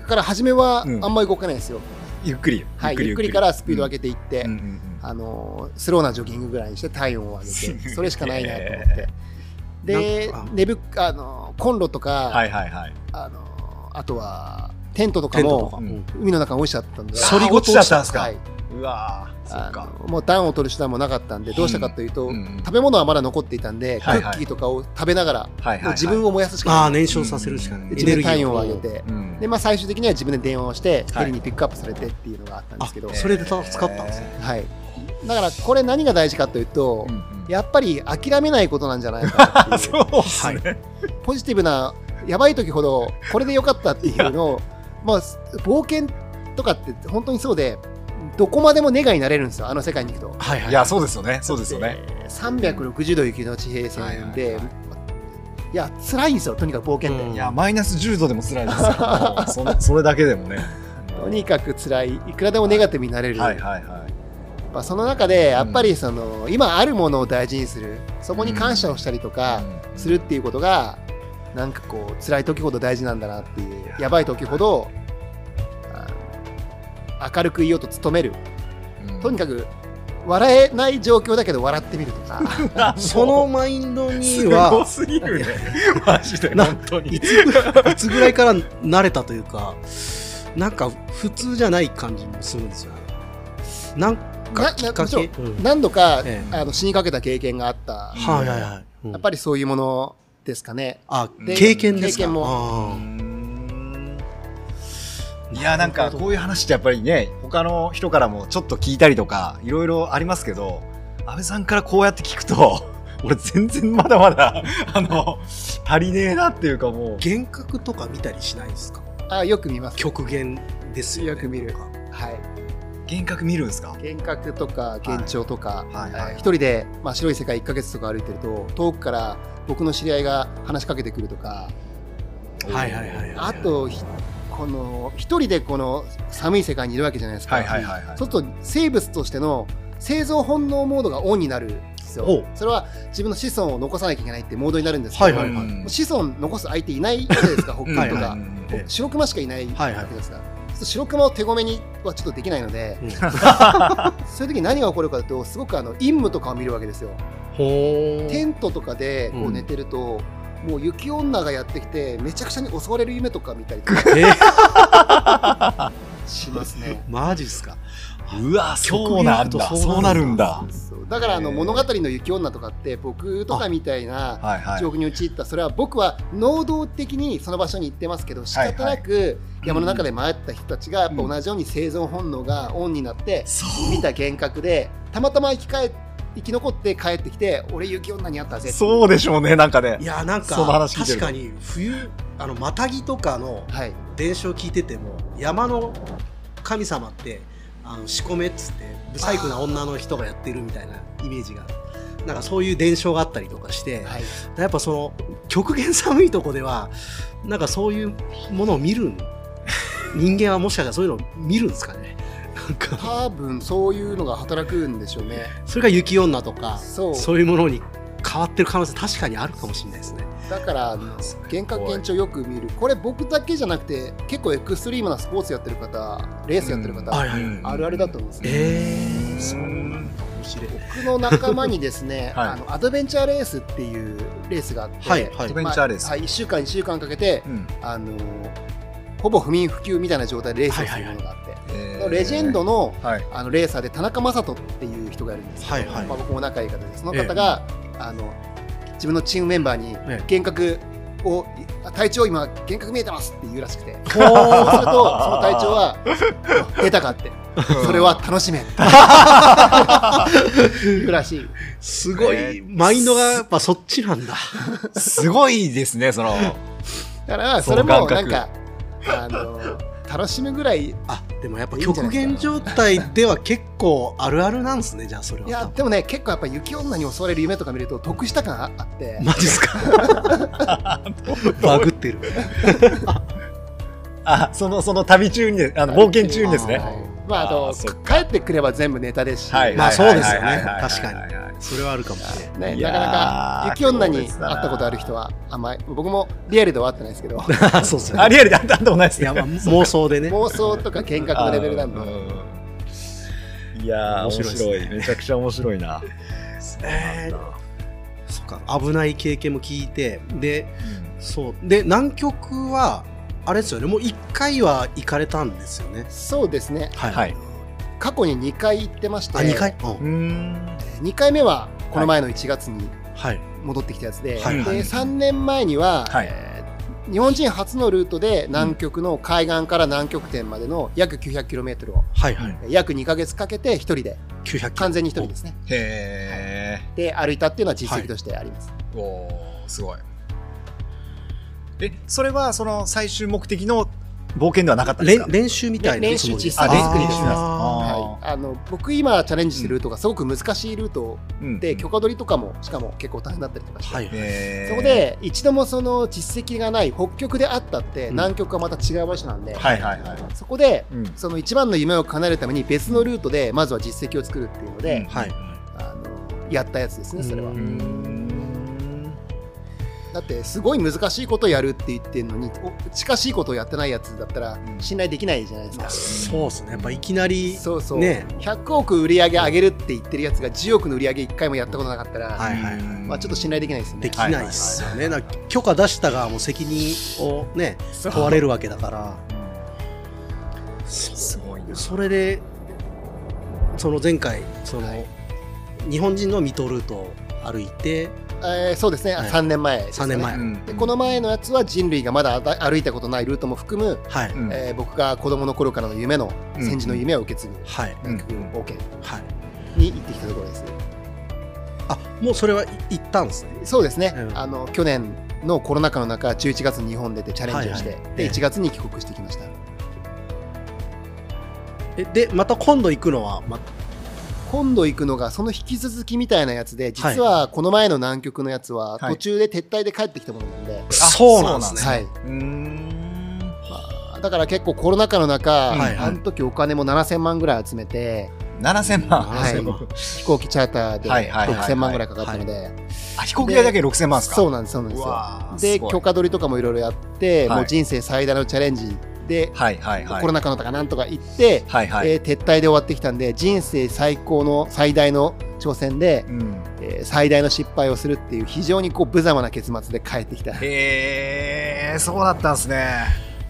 Speaker 5: だから初めはあ
Speaker 2: うんん
Speaker 5: まり動かないんですよ、
Speaker 2: ゆっくり
Speaker 5: はい、ゆっくりからスピードを上げていって、
Speaker 2: うんうんうん
Speaker 5: あのースローなジョギングぐらいにして体温を上げてそれしかないなと思ってで
Speaker 3: なんか
Speaker 5: 寝ぶあのーコンロとか、
Speaker 2: うんはいはいはい
Speaker 5: あのーあとはテントとか
Speaker 3: テントとか
Speaker 5: も
Speaker 3: う
Speaker 2: うんん
Speaker 5: 海の中に落ちちゃったんで
Speaker 2: あ反りごと落ちちゃったんですか
Speaker 5: はい、
Speaker 2: うわーそ
Speaker 5: あ
Speaker 2: っか
Speaker 5: のもう暖を取る手段もなかったんでどうしたかというと、
Speaker 2: うんうん
Speaker 5: 食べ物はまだ残っていたんで、
Speaker 2: はいはい
Speaker 5: クッキーとかを食べながら、
Speaker 2: はいはい
Speaker 5: もう自分を燃やすしか
Speaker 3: あ
Speaker 5: な
Speaker 3: あ
Speaker 5: い
Speaker 3: 燃焼させるしかない
Speaker 2: うん
Speaker 5: で自分で体温を
Speaker 3: エネ
Speaker 5: 上
Speaker 3: ルギ
Speaker 5: げ
Speaker 3: ー
Speaker 5: て、
Speaker 2: うん
Speaker 5: でまあ、最終的には自分で電話をして、
Speaker 2: はい
Speaker 5: ヘリにピックアップされてっていうのがあったんですけど、
Speaker 3: あそれでた使ったんですね
Speaker 5: はい、だからこれ何が大事かというと、
Speaker 2: うんうん
Speaker 5: やっぱり諦めないことなんじゃないか
Speaker 2: *laughs*
Speaker 5: なっていう
Speaker 2: そうっすね
Speaker 5: ポジティブなやばい時ほどこれでよかったっていう
Speaker 2: *laughs*
Speaker 5: のを、まあ、冒険とかって本当にそうでどこまでもネガになれるんですよあの世界に行くと。
Speaker 3: はいはい
Speaker 2: いやそうですよねそうですよね
Speaker 5: で360度行きの地平線で、
Speaker 2: はいはいはい
Speaker 5: や辛いんですよとにかく冒険って、
Speaker 3: うん
Speaker 2: いやマイナス10度でも辛いですよもうそれそれだけで
Speaker 5: *laughs*
Speaker 2: もね
Speaker 5: とにかく辛いいくらでもネガティブになれる、
Speaker 2: はいはいはい
Speaker 5: まあ、その中でやっぱりその、今あるものを大事にするそこに感謝をしたりとか、
Speaker 2: うん
Speaker 5: するっていうことがなんかこう辛い時ほど大事なんだなっていうやばい時ほどあ明るくいようと努める
Speaker 2: うん
Speaker 5: とにかく笑えない状況だけど笑ってみるとか
Speaker 3: そのマインドに
Speaker 2: すご
Speaker 3: は
Speaker 2: すぎるねマジで
Speaker 3: な
Speaker 2: 本当に
Speaker 3: いつぐらいいつぐらいから慣れたというかなんか普通じゃない感じもするんですよねなん
Speaker 5: な
Speaker 3: *laughs* かきっ
Speaker 5: な
Speaker 3: か
Speaker 5: もちろ
Speaker 3: け
Speaker 5: ん
Speaker 3: うん
Speaker 5: 何度か、
Speaker 3: ええ
Speaker 5: あの死にかけた経験があった、
Speaker 3: はいはいはいうん
Speaker 5: やっぱりそういうものですかね
Speaker 3: あ
Speaker 2: で
Speaker 3: 経験ですか
Speaker 5: 経験も
Speaker 2: うー
Speaker 3: あ
Speaker 2: んいやなんかこういう話ってやっぱりね他の人からもちょっと聞いたりとかいろいろありますけど安倍さんからこうやって聞くと *laughs* 俺全然まだまだあの足りねえなっていうかもう
Speaker 3: ー幻覚とか見たりしないですか
Speaker 5: あよく見ます、
Speaker 3: 極限ですよ、ね、
Speaker 5: よく見るはい、
Speaker 2: 幻覚見るんですか
Speaker 5: 幻覚とか幻聴とか、
Speaker 2: はいはいはい
Speaker 5: 一人で、まあ、白い世界1ヶ月とか歩いてると遠くから僕の知り合いが話しかけてくるとか
Speaker 3: はいはいはいはい
Speaker 5: あとひこの一人でこの寒い世界にいるわけじゃないですか、
Speaker 2: はいはいはいはい
Speaker 5: そうすると生物としての生存本能モードがオンになるんです
Speaker 3: お
Speaker 5: よ
Speaker 3: う
Speaker 5: それは自分の子孫を残さなきゃいけないってモードになるんですけど、
Speaker 3: はいはいはい
Speaker 2: うん
Speaker 5: 子孫残す相手いないじゃないですか北 *laughs*
Speaker 2: うん
Speaker 5: 海
Speaker 3: とか
Speaker 5: 道が
Speaker 2: うんうんうん
Speaker 5: 白熊しかいない
Speaker 3: はいはい
Speaker 5: わけですから、ちょっと白熊を手ごめにはちょっとできないので、 *laughs*
Speaker 3: うん
Speaker 5: そういう時に何が起こるかというとすごくあの陰夢とかを見るわけですよ。
Speaker 3: ほ
Speaker 5: テントとかでこ
Speaker 3: う
Speaker 5: うん寝てると、もう雪女がやってきてめちゃくちゃに襲われる夢とか見たりとかしますね。
Speaker 3: マジっすか
Speaker 2: うわ、そうなん
Speaker 3: 極
Speaker 2: だ。
Speaker 3: 力
Speaker 2: そうなるんだ。
Speaker 5: そうだからあの
Speaker 2: へー
Speaker 5: 物語の雪女とかって僕とかみたいな
Speaker 2: はいはい
Speaker 5: 状。況に陥ったそれは僕は能動的にその場所に行ってますけど仕
Speaker 2: はいはい
Speaker 5: 方なく山の中で迷った人たちがやっぱ同じように生存本能がオンになって
Speaker 2: そう
Speaker 5: 見た幻覚でたまたま生き返生き残って帰ってきて俺雪女に会ったぜ
Speaker 2: そうでしょうね、なんかね
Speaker 3: い。やなんか
Speaker 2: その話聞いて
Speaker 3: 確
Speaker 2: る
Speaker 3: かに冬あのマタギとかの
Speaker 5: はい
Speaker 3: 伝承聞いてても山の神様ってあの仕込めっつってブサイクな女の人がやってるみたいなイメージがなんかそういう伝承があったりとかして、
Speaker 5: はい
Speaker 3: やっぱその極限寒いとこではなんかそういうものを見るん人間はもしかしたらそういうのを見るんですかねなんか
Speaker 5: 多分そういうのが働くんでしょうね
Speaker 3: それが雪女とか
Speaker 5: そう
Speaker 3: そういうものに変わってる可能性確かにあるかもしれないですね。
Speaker 5: だからあの幻覚幻聴よく見るこれ僕だけじゃなくて結構エクストリームなスポーツやってる方レースやってる
Speaker 2: うん
Speaker 5: 方
Speaker 3: はいはいはい
Speaker 5: あるあるだと思うんですね
Speaker 3: えー、
Speaker 2: そうなんだ。
Speaker 3: 面白い。
Speaker 5: 僕の仲間にですね、
Speaker 2: *laughs* はい
Speaker 5: あのアドベンチャーレースっていうレースがあって、
Speaker 3: はいは
Speaker 2: ア
Speaker 3: い
Speaker 2: ド。ベンチャーレー
Speaker 5: まあ
Speaker 2: ス。
Speaker 5: はい、1週間、1週間かけて
Speaker 2: う、ん
Speaker 5: あのほぼ不眠不休みたいな状態でレースをするものがあって、
Speaker 2: え
Speaker 5: そ
Speaker 2: ー
Speaker 5: のレジェンドの
Speaker 2: はい。
Speaker 5: あのレーサーで田中雅人っていう人がいるんですけど、
Speaker 3: はいはい
Speaker 5: まあ、僕も仲いい方で、その方が、あの自分のチームメンバーに
Speaker 3: え
Speaker 5: 幻覚を、あ体調、今、幻覚見えてますって言うらしくて、そうすると、その体調はあ出たかって、それは楽しめって言うらしい。
Speaker 3: すごい、
Speaker 2: えー
Speaker 3: マインドがやっぱそっちなんだ。
Speaker 2: すごいですね、その。
Speaker 5: だから
Speaker 2: そ
Speaker 5: そ
Speaker 2: の
Speaker 5: れもな
Speaker 2: 感
Speaker 5: ん
Speaker 2: 覚
Speaker 5: かあの楽しむぐらいい
Speaker 3: あ、でもやっぱ
Speaker 5: いいんじゃな
Speaker 3: 極
Speaker 5: いですか
Speaker 3: 限状態では結構あるあるなんですね、じゃあそれは。
Speaker 5: やでもね結構やっぱ雪女に襲われる夢とか見ると得した感ああって、
Speaker 3: マジっすかバグってる。
Speaker 2: あ、その、その旅中にね、あの、冒険中にですね。
Speaker 5: はいまああの
Speaker 2: あーそっ
Speaker 5: 帰ってくれば全部ネタですし、
Speaker 2: はい。
Speaker 3: まあそうですよね
Speaker 2: はいはいはいはい
Speaker 3: 確かにそれはあるかもしれない。
Speaker 5: ね、
Speaker 2: い
Speaker 5: な
Speaker 2: やー
Speaker 5: かなか雪女に会ったことある人はあんまり僕もリアルでは会ってないですけど
Speaker 3: あそうっすよ
Speaker 2: あ、
Speaker 3: ね。
Speaker 2: リアルであったことないです
Speaker 3: いや、。
Speaker 2: ね
Speaker 3: まあ *laughs* 妄想でね。
Speaker 5: 妄想とか幻覚のレベルなんで、
Speaker 2: うんいやー、面
Speaker 3: 面白いですね
Speaker 2: 白い。めちゃくちゃ面白いな。
Speaker 3: えーそっか、危ない経験も聞いて、で、そう。で、南極は、あれですよね、もう1回は行かれたんですよね。
Speaker 5: そうですね
Speaker 3: は
Speaker 2: はい。
Speaker 5: 過去に2回行ってまして
Speaker 3: あ、2回、う
Speaker 2: うんん。
Speaker 5: 2回目はこの前の1月に
Speaker 3: はい。
Speaker 5: 戻ってきたやつで,、
Speaker 3: はい
Speaker 2: はい
Speaker 5: で3年前には、
Speaker 2: はい
Speaker 5: えー日本人初のルートで南極の海岸から南極点までの約 900km を
Speaker 3: はいはい。
Speaker 5: 約2ヶ月かけて一人で
Speaker 3: 900
Speaker 5: 完全に一人ですね
Speaker 2: へ
Speaker 5: で歩いたっていうのは実績としてあります、
Speaker 2: ー。おー、すごい。え、それは、その、最終目的の冒険ではなかったんです
Speaker 3: 練
Speaker 2: か
Speaker 3: 練習みたいな
Speaker 5: 練習実
Speaker 2: あ、
Speaker 5: 際
Speaker 2: レ
Speaker 5: レ
Speaker 2: ス
Speaker 5: ス
Speaker 2: ク
Speaker 5: ク
Speaker 2: リ
Speaker 5: リ
Speaker 2: ー
Speaker 5: ー
Speaker 2: で
Speaker 5: ですす
Speaker 2: ね。
Speaker 5: ね
Speaker 2: あ
Speaker 5: はい、あの僕今チャレンジしてるルートがすごく難しいルート
Speaker 2: ー
Speaker 5: で、許可取りとかもしかも結構大変だったりとかして、
Speaker 3: はい。
Speaker 2: へー
Speaker 5: そこ、で一度もその実績がない北極であったって南極はまた違う場所なんで、
Speaker 2: はいはいはい。
Speaker 5: そこで
Speaker 2: うん
Speaker 5: その一番の夢を叶えるために別のルートでまずは実績を作るっていうので、
Speaker 3: はい。
Speaker 5: あのやったやつですねそれは、
Speaker 3: う
Speaker 2: うんん
Speaker 5: だってすごい難しいことをやるって言ってるのにお近しいことをやってないやつだったら
Speaker 2: ん
Speaker 5: 信頼できないじゃないですか、
Speaker 3: そうですね。やっぱいきなり、
Speaker 5: そうそう、
Speaker 3: ね
Speaker 5: 100億売り上げ上げるって言ってるやつが10億の売り上げ1回もやったことなかったら、
Speaker 3: はいはいはい
Speaker 5: まあ、ちょっと信頼できないですよ
Speaker 3: で
Speaker 5: ね
Speaker 3: きないっすよね。なんか許可出したがもう責任を
Speaker 2: *laughs*
Speaker 3: ね、
Speaker 5: そう
Speaker 3: 問われるわけだから。
Speaker 2: すごいな。
Speaker 3: それで、その前回、その、
Speaker 5: はい
Speaker 3: 日本人のミトルートを歩いて、
Speaker 5: えーそうですね、
Speaker 3: はい
Speaker 5: 3年前ですね
Speaker 3: 3年前
Speaker 2: うん
Speaker 5: でこの前のやつは人類がまだあ歩いたことないルートも含む、
Speaker 3: はい。
Speaker 2: うん
Speaker 5: えー僕が子供の頃からの夢の戦時の夢を受け継ぐ
Speaker 3: はい。
Speaker 2: うん
Speaker 5: 冒険
Speaker 3: はい。
Speaker 5: に行ってきたところです、
Speaker 3: あ、もうそれはい行ったんですね。
Speaker 5: そうですね、
Speaker 3: うん
Speaker 5: あの去年のコロナ禍の中11月に日本出てチャレンジをして、
Speaker 3: はいはいええ
Speaker 5: で1月に帰国してきました
Speaker 3: えで、また今度行くのは、ま、
Speaker 5: 今度行くのがその引き続きみたいなやつで実はこの前の南極のやつ
Speaker 2: は
Speaker 5: は
Speaker 2: い
Speaker 5: 途中で撤退で帰ってきたものなんで、はい
Speaker 3: そうなんですね。
Speaker 2: うーん。
Speaker 5: まあだから結構コロナ禍の中、
Speaker 2: はい
Speaker 3: はい
Speaker 5: あの時お金も7000万ぐらい集めて
Speaker 2: 7000万。
Speaker 5: は
Speaker 3: 7000
Speaker 5: い
Speaker 3: 万
Speaker 5: 飛行機チャーターで
Speaker 2: はいはいはいはい
Speaker 5: 6000万ぐらいかかったので
Speaker 2: あ、飛行機代だけ6000万ですか
Speaker 5: そう
Speaker 2: う
Speaker 5: なんですそうなんですよ
Speaker 2: わー
Speaker 5: です
Speaker 2: ごい
Speaker 5: 許可取りとかもいろいろやって、
Speaker 2: はい
Speaker 5: もう人生最大のチャレンジで、
Speaker 2: はいはいはい
Speaker 5: コロナ禍のとかなんとか行って、
Speaker 2: はいはい、
Speaker 5: えー撤退で終わってきたんで人生最高の最大の挑戦で、
Speaker 2: うん
Speaker 5: えー最大の失敗をするっていう非常にこう無様な結末で帰ってきた
Speaker 2: へえそうだったんですね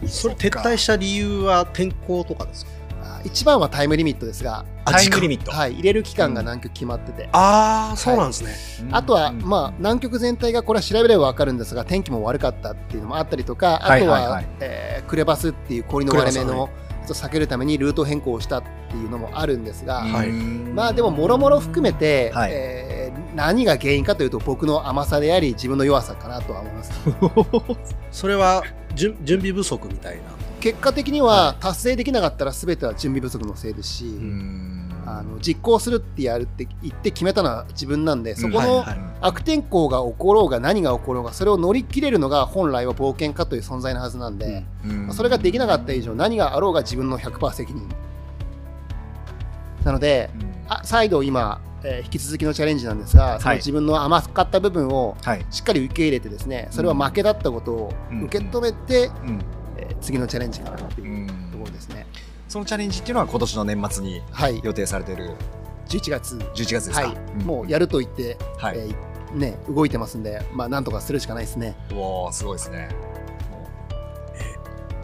Speaker 3: それ撤退した理由は転校とかですか
Speaker 5: あー一番はタイムリミットですが、
Speaker 2: タイムリミット、
Speaker 5: はい、入れる期間が何曲決まってて、
Speaker 3: ああそうなんですね、
Speaker 2: うん
Speaker 5: あとは、
Speaker 2: うん
Speaker 5: まあ、南極全体がこれは調べれば分かるんですが天気も悪かったっていうのもあったりとか
Speaker 2: は
Speaker 5: あ
Speaker 2: い
Speaker 5: と
Speaker 2: はい
Speaker 5: は、
Speaker 2: はい
Speaker 5: えークレバスっていう氷の割れ目
Speaker 3: クレバ
Speaker 5: のちょっと避けるためにルート変更をしたっていうのもあるんですが、
Speaker 3: はい
Speaker 2: うん
Speaker 5: まあでももろもろ含めて、
Speaker 2: はい
Speaker 5: えー何が原因かというと僕の甘さであり自分の弱さかなとは思います
Speaker 3: それは準準備不足みたいな
Speaker 5: 結果的には達成できなかったら全ては準備不足のせいですし、
Speaker 2: うん
Speaker 5: あの実行するってやるって言って決めたのは自分なんでそこ
Speaker 2: う
Speaker 5: の、
Speaker 2: んはいはい
Speaker 5: 悪天候が起ころうが何が起ころうがそれを乗り切れるのが本来は冒険家という存在のはずなんで、
Speaker 2: うん
Speaker 5: それができなかった以上何があろうが自分の100%責任なので
Speaker 2: うん
Speaker 5: あ再度今、えー引き続きのチャレンジなんですが、その自分の甘かった部分を
Speaker 2: はい、
Speaker 5: しっかり受け入れてですねそれは負けだったことを受け止めて、
Speaker 2: うん
Speaker 5: えー次のチャレンジかなっていうところですね、
Speaker 2: そのチャレンジっていうのは今年の年末に
Speaker 5: はい
Speaker 2: 予定されている
Speaker 5: 11月
Speaker 2: 11月ですか、
Speaker 5: はい、
Speaker 2: ん
Speaker 5: もうやると言って、
Speaker 2: はい、
Speaker 5: えーね動いてますんでまあなんとかするしかないですね
Speaker 2: うわーすごいですねも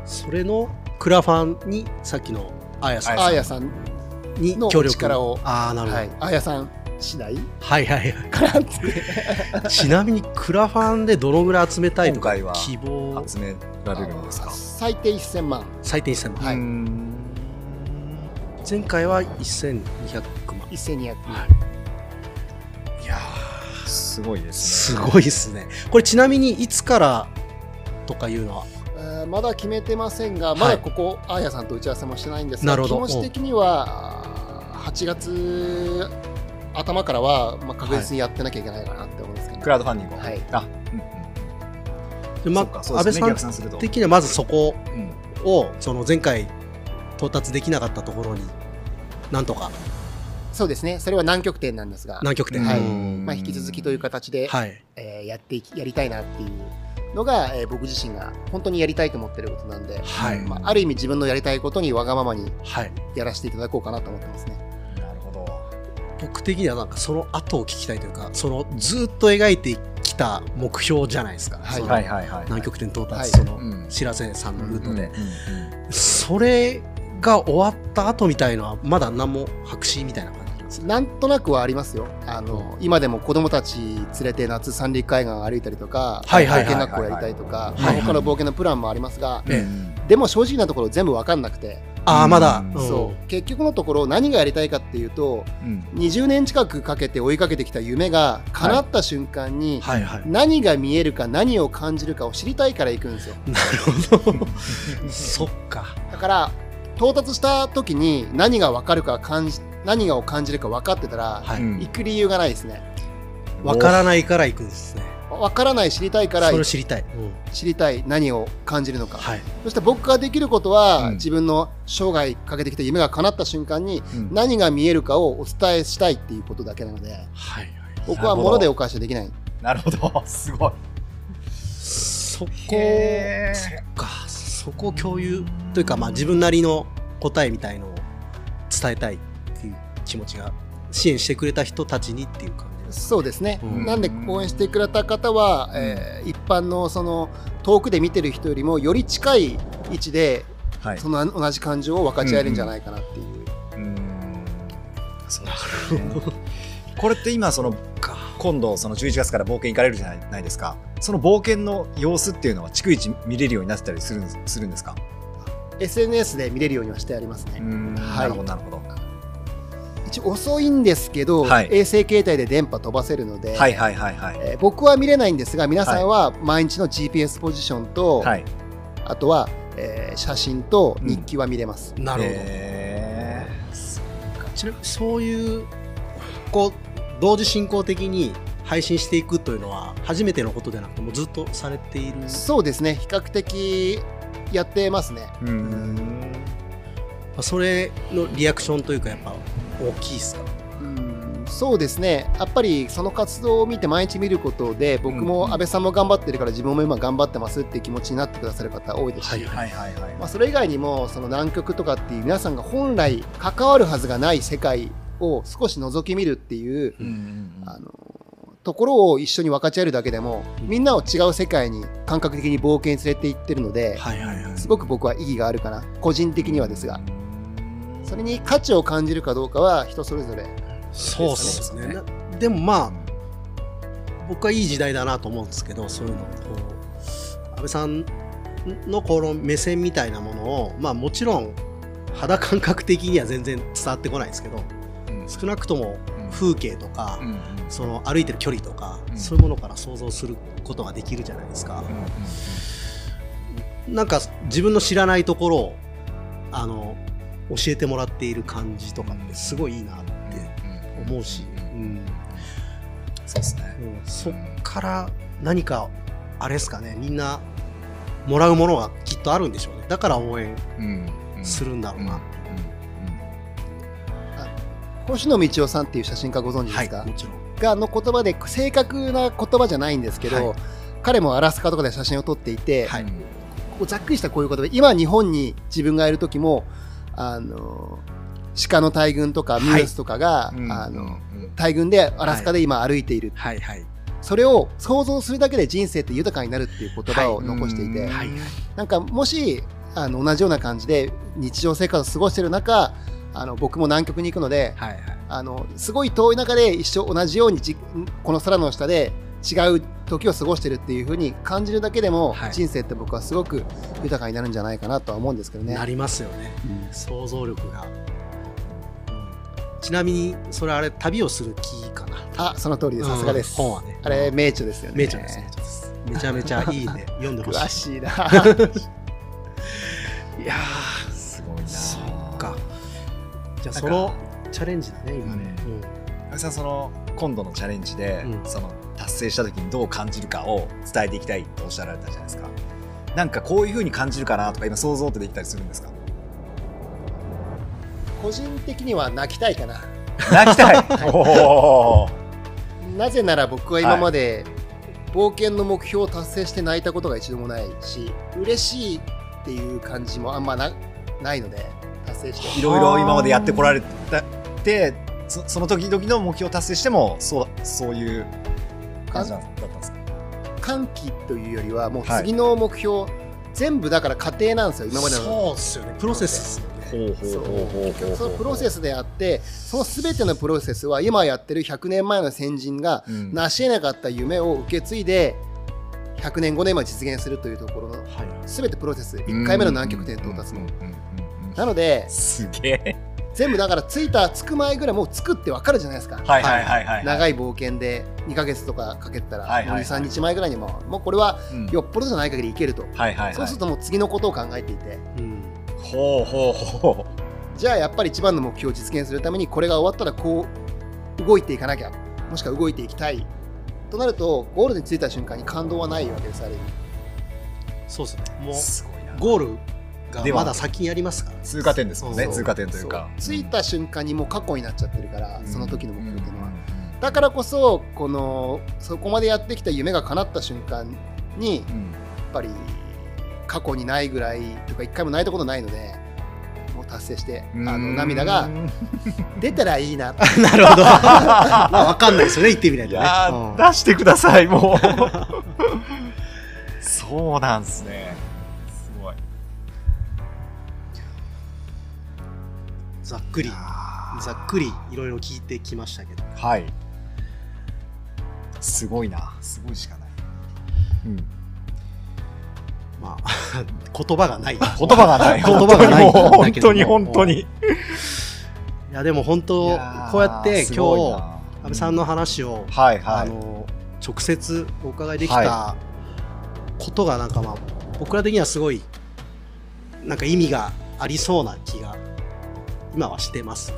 Speaker 3: それのクラファンにさっきのあやさん
Speaker 5: あーやさん
Speaker 3: に
Speaker 5: の
Speaker 3: 協力
Speaker 5: 力を
Speaker 3: ああなるほど、は
Speaker 5: は
Speaker 3: いい、、
Speaker 5: あやさん次第
Speaker 3: はいはいはいちなみにクラファンでどのぐらい集めたいとか
Speaker 2: *laughs* 今回は
Speaker 3: 希望
Speaker 2: う集められるんですか
Speaker 5: 最低1000万
Speaker 3: 最低1000万、
Speaker 5: はいう
Speaker 2: ーん
Speaker 3: 前回は1200万
Speaker 5: 1200万
Speaker 2: いやーすごいです
Speaker 3: す
Speaker 2: ね
Speaker 3: ごいですねこれちなみにいつからとかいうのは
Speaker 5: えーまだ決めてませんがまだここ、あやさんと打ち合わせもしてないんです
Speaker 3: な
Speaker 5: が
Speaker 3: るほ
Speaker 5: 気
Speaker 3: ど
Speaker 5: 持ち的にはあー8月頭からは、まあ、確実にやってなきゃいけないかなって思うんですけど、
Speaker 2: クラウドファンディングを
Speaker 5: はい
Speaker 2: あ、うん
Speaker 3: で
Speaker 2: うん
Speaker 3: ま
Speaker 2: そうか
Speaker 3: あ
Speaker 2: そう
Speaker 3: 安倍
Speaker 2: ですね
Speaker 3: さん
Speaker 2: 逆算すると、
Speaker 3: 的にはまずそこ
Speaker 2: うん
Speaker 3: をその前回到達できなかったところになんとか
Speaker 5: そうですねそれは南極点なんですが、
Speaker 3: 南極点
Speaker 5: はい
Speaker 2: うん
Speaker 5: まあ、引き続きという形で、
Speaker 3: はい
Speaker 5: えーやっていきやりたいなっていうのが、えー僕自身が本当にやりたいと思ってることなんで、
Speaker 3: はい
Speaker 5: まあ、ある意味自分のやりたいことにわがままに
Speaker 3: はい
Speaker 5: やらせていただこうかなと思ってますね。
Speaker 2: なるほど
Speaker 3: 僕的にはなんかその後を聞きたいというかそのずっと描いてきた目標じゃないですか、
Speaker 5: はい
Speaker 3: その
Speaker 2: はいはいはい
Speaker 3: 南極点到達、
Speaker 5: はい
Speaker 3: その
Speaker 2: うん
Speaker 3: 白瀬さんのルートで、
Speaker 2: うんうんうん
Speaker 3: それが終わった後みたいのはまだ何も白紙みたいな感じなんですね
Speaker 5: なんとなくはありますよ。あの、今でも子供たち連れて夏三陸海岸を歩いたりとか、
Speaker 3: はいはいはい
Speaker 5: 冒険学校やりたいとか、
Speaker 3: いはい
Speaker 5: まあ他の冒険のプランもありますが、
Speaker 3: ええ
Speaker 5: でも正直なところ全部わかんなくて、
Speaker 3: ああまだ、
Speaker 2: うん
Speaker 5: そう結局のところ何がやりたいかっていうと、
Speaker 2: うん
Speaker 5: 20年近くかけて追いかけてきた夢が叶った瞬間に、
Speaker 3: はいはい
Speaker 5: 何が見えるか何を感じるかを知りたいから行くんですよ。
Speaker 3: なるほどそっか
Speaker 5: だから到達した時に何がわかるか感じ何がを感じるか分かってたら、
Speaker 3: はい
Speaker 2: うん
Speaker 5: 行く理由がないですね。
Speaker 3: わからないから行くんですね
Speaker 5: わからない知りたいから
Speaker 3: それを知りたい、うん
Speaker 5: 知りたい何を感じるのか、
Speaker 3: はい
Speaker 5: そして僕ができることは、
Speaker 2: うん
Speaker 5: 自分の生涯かけてきた夢が叶った瞬間に
Speaker 2: うん
Speaker 5: 何が見えるかをお伝えしたいっていうことだけなので
Speaker 3: はいはい
Speaker 5: 僕は物でお返しはできない
Speaker 2: なるほどすごい
Speaker 3: そこ
Speaker 2: へー
Speaker 3: そっかそこを共有というか、まあ、自分なりの答えみたいのを伝えたいっていう気持ちが支援してくれた人たちにっていう感じです
Speaker 5: そうですね、
Speaker 3: うん
Speaker 5: なんで応援してくれた方は、えー一般のその遠くで見てる人よりもより近い位置で
Speaker 2: はい
Speaker 5: その同じ感情を分かち合えるんじゃないかなっていう、
Speaker 2: うーんそうですねこれって今その今度その11月から冒険行かれるじゃないですかその冒険の様子っていうのは逐一見れるようになってたりするんですするんですか
Speaker 5: SNS で見れるようにはしてありますね、
Speaker 2: ん
Speaker 5: は
Speaker 2: ないるほどなるほどは
Speaker 5: 一応遅いんですけど、
Speaker 2: はい
Speaker 5: 衛星携帯で電波飛ばせるので、
Speaker 2: いはいはいはい
Speaker 5: えー僕は見れないんですが皆さんは毎日の GPS ポジションと、
Speaker 2: はい
Speaker 5: あとは、えー写真と日記は見れます、
Speaker 3: なるほど、
Speaker 2: へーす
Speaker 3: ちなみにそういうこう同時進行的に配信していくというのは初めてのことでなくてもうずっとされている
Speaker 5: そうですね比較的やってますね
Speaker 2: うーん
Speaker 3: まあそれのリアクションというかやっぱ大きいですか
Speaker 5: うんそうですねやっぱりその活動を見て毎日見ることで僕
Speaker 2: うん
Speaker 5: も安倍さんも頑張ってるから自分も今頑張ってますっていう気持ちになってくださる方多いですし、
Speaker 2: はいはいはいはい
Speaker 5: まあ、それ以外にもその南極とかっていう皆さんが本来関わるはずがない世界を少し覗き見るっていう
Speaker 2: うんうん
Speaker 5: あのところを一緒に分かち合えるだけでもみんなを違う世界に感覚的に冒険に連れて行ってるの
Speaker 2: う
Speaker 5: で
Speaker 2: んはいはいはい
Speaker 5: すごく僕は意義があるかな個人的にはですが
Speaker 2: うん
Speaker 5: それに価値を感じるかどうかは人それぞれ
Speaker 2: そうっ
Speaker 5: です
Speaker 3: ねなでもまあ僕はいい時代だなと思うんですけどそういうのをこう安倍さんのこの目線みたいなものをまあもちろん肌感覚的には全然伝わってこないんですけど
Speaker 2: うん
Speaker 3: 少なくとも風景とか、
Speaker 2: うんうん
Speaker 3: その歩いてる距離とか、
Speaker 2: うん
Speaker 3: そういうものから想像することができるじゃないですか、
Speaker 2: うんうん
Speaker 3: なんか自分の知らないところをあの教えてもらっている感じとかってすごいいいなって
Speaker 2: うん
Speaker 3: 思うし、
Speaker 2: うん
Speaker 3: うん
Speaker 2: そうですね
Speaker 3: うんそっから何かあれですかねみんなもらうものがきっとあるんでしょうねだから応援す
Speaker 2: る
Speaker 3: るんだろうな、
Speaker 5: 星野道夫さんっていう写真家ご存知で
Speaker 3: は
Speaker 5: す
Speaker 3: い
Speaker 5: か、
Speaker 3: もちろん
Speaker 5: がの言葉で正確な言葉じゃないんですけど、
Speaker 3: は
Speaker 5: 彼もアラスカとかで写真を撮っていて、
Speaker 3: はい
Speaker 5: こうざっくりしたこういう言葉で今日本に自分がいる時もあの鹿の大群とか
Speaker 3: はい
Speaker 5: ミュースとかが、あの大群でアラスカで今歩いている、
Speaker 3: はいはい
Speaker 5: それを想像するだけで人生って豊かになるっていう言葉を残していて、
Speaker 3: はいはい
Speaker 5: なんかもしあの同じような感じで日常生活を過ごしてる中あの僕も南極に行くので
Speaker 3: はいはい
Speaker 5: あのすごい遠い中で一生同じようにじこの空の下で違う時を過ごしてるっていう風に感じるだけでも、
Speaker 3: はい
Speaker 5: 人生って僕はすごく豊かになるんじゃないかなとは思うんですけどね。
Speaker 3: なりますよね
Speaker 5: うん
Speaker 3: 想像力が、うんちなみにそれあれ旅をする気かな
Speaker 5: あその通りですさすがです。
Speaker 3: うん本はね
Speaker 5: あれ名著ですよね。
Speaker 3: 名著です名著ですめちゃめちゃいいね読んでほし
Speaker 5: 詳
Speaker 3: い *laughs*
Speaker 5: しいな。
Speaker 3: いやー
Speaker 2: すごいな
Speaker 3: そっかじゃあ
Speaker 2: なん
Speaker 3: そ
Speaker 2: か
Speaker 3: のチャレンジだね今ね、
Speaker 2: 安倍さんその今度のチャレンジで、
Speaker 3: うん
Speaker 2: その達成した時にどう感じるかを伝えていきたいとおっしゃられたじゃないですかなんかこういうふうに感じるかなとか今想像ってできたりするんですか
Speaker 5: 個人的には泣きたいかな。
Speaker 2: 泣きたいおー
Speaker 5: なぜなら僕は今まで、冒険の目標を達成して泣いたことが一度もないし嬉しいっていう感じもあんまなないので達成して。
Speaker 2: いろいろ今までやってこられたでそその時々の目標を達成してもそうそういう感じなんだったんですか
Speaker 5: 歓喜というよりはもう
Speaker 2: はい
Speaker 5: 次の目標、全部だから過程なんですよ今までの
Speaker 3: そうっすよねプロセスっすよね
Speaker 2: ほうほ
Speaker 5: そうそのプロセスであってその全てのプロセスは今やってる100年前の先人が
Speaker 2: うん
Speaker 5: 成し得なかった夢を受け継いで100年後で今実現するというところの
Speaker 3: はいはい
Speaker 5: 全てプロセス1回目の南極点到達
Speaker 2: うん
Speaker 5: の
Speaker 2: うんうんうんうん
Speaker 5: なのです
Speaker 2: げえ
Speaker 5: 全部だから着いた着く前ぐらいもう着くって分かるじゃないですか
Speaker 2: はいはいはいはい
Speaker 5: 長
Speaker 2: い、
Speaker 5: い冒険で2ヶ月とかかけてたら
Speaker 2: はいはいはい
Speaker 5: 23日前ぐらいにももうこれは
Speaker 2: うん
Speaker 5: よっぽどじゃない限りいけると
Speaker 2: はいはいはい
Speaker 5: そうするともう次のことを考えていて
Speaker 3: うん
Speaker 2: ほうほうほう
Speaker 5: じゃあやっぱり一番の目標を実現するためにこれが終わったらこう動いていかなきゃもしくは動いていきたいとなるとゴールに着いた瞬間に感動はないわけですある意味
Speaker 3: そうっすねもう
Speaker 2: すごいな
Speaker 3: ゴールがまだ先にありますからね
Speaker 2: 通過点ですもんね
Speaker 3: そう
Speaker 2: 通過点というか
Speaker 5: そう着いた瞬間にもう過去になっちゃってるからその時の目標っていうのは、
Speaker 2: うんうん
Speaker 5: だからこそこのそこまでやってきた夢が叶った瞬間に
Speaker 2: うん
Speaker 5: やっぱり過去にないぐらいとか一回も泣いたことないのでもう達成してあの涙が出たらいいなって
Speaker 3: なるほど *laughs* まあわかんないですよね言ってみない
Speaker 2: い
Speaker 3: とね
Speaker 2: や
Speaker 3: うん
Speaker 2: ー出してくださいもう *laughs* そうなんですねすごい
Speaker 3: ざっくりざ
Speaker 2: ざ
Speaker 3: っくりいろいろ聞いてきましたけど
Speaker 2: はいすごいなすごいしかない、うん、言
Speaker 3: まあ *laughs* 言葉がない言
Speaker 2: 葉が *laughs* ない
Speaker 3: 言葉がない
Speaker 2: 本当にも
Speaker 3: だ
Speaker 2: う本
Speaker 3: けど
Speaker 2: 当
Speaker 3: も
Speaker 2: に本当に
Speaker 3: いやでも本当こうやって今日安倍さんの
Speaker 2: 話
Speaker 3: 話を、
Speaker 2: はいは
Speaker 3: あ
Speaker 2: い
Speaker 3: の直接お伺いできた
Speaker 2: は
Speaker 3: ことがなんかまあ僕ら的にはすごいなんか意味がありそうな気が今はしてますね。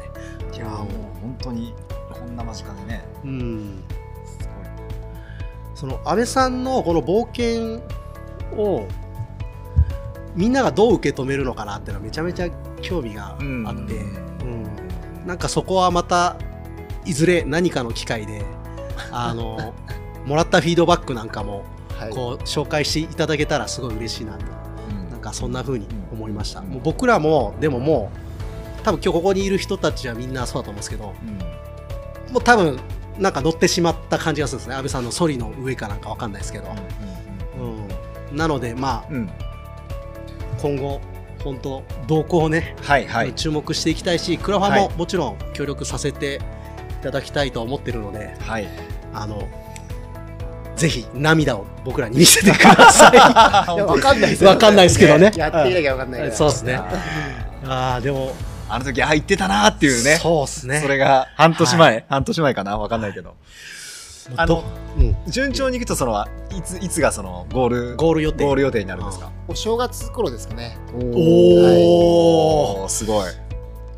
Speaker 2: いやーもう本当にこんな間近でね
Speaker 3: うん、
Speaker 2: すごい
Speaker 3: その安倍さんのこの冒険をみんながどう受け止めるのかなっていうのはめちゃめちゃ興味があって、
Speaker 2: うん
Speaker 3: うんなんかそこはまたいずれ何かの機会であのもらったフィードバックなんかも
Speaker 5: はい
Speaker 3: こう紹介していただけたらすごい嬉しいなと
Speaker 2: うん
Speaker 3: なんかそんな風に思いました、
Speaker 2: うん
Speaker 3: もう僕らもでももう多分今日ここにいる人たちはみんなそうだと思うんですけども
Speaker 2: うん
Speaker 3: う多分なんか乗ってしまった感じがするんですね安倍さんのソリの上かなんかわかんないですけど、うんなのでまあ
Speaker 2: うんうん
Speaker 3: 今後本当動向をね
Speaker 2: はいはい
Speaker 3: 注目していきたいしクラファ
Speaker 2: は
Speaker 3: ももちろん協力させていただきたいと思ってるので
Speaker 2: *laughs* はい
Speaker 3: あのぜひ涙を僕らに見せてく
Speaker 2: *laughs*
Speaker 3: ださい
Speaker 5: いやわかんないです
Speaker 3: わかんないですけどね
Speaker 5: やってみなきゃわかんないから
Speaker 3: そうですね
Speaker 5: あ
Speaker 3: ああでも
Speaker 2: あの時ああ言ってたなーっていうね
Speaker 3: そうですね
Speaker 2: それが半年前、半年前かなわかんないけど
Speaker 3: もう
Speaker 2: あの
Speaker 3: どうん
Speaker 2: 順調にいくとそのいついつがそのゴール
Speaker 3: ゴール予定
Speaker 2: ゴール予定になるんですか
Speaker 5: お正月頃ですかね
Speaker 3: おお、
Speaker 2: おーすごい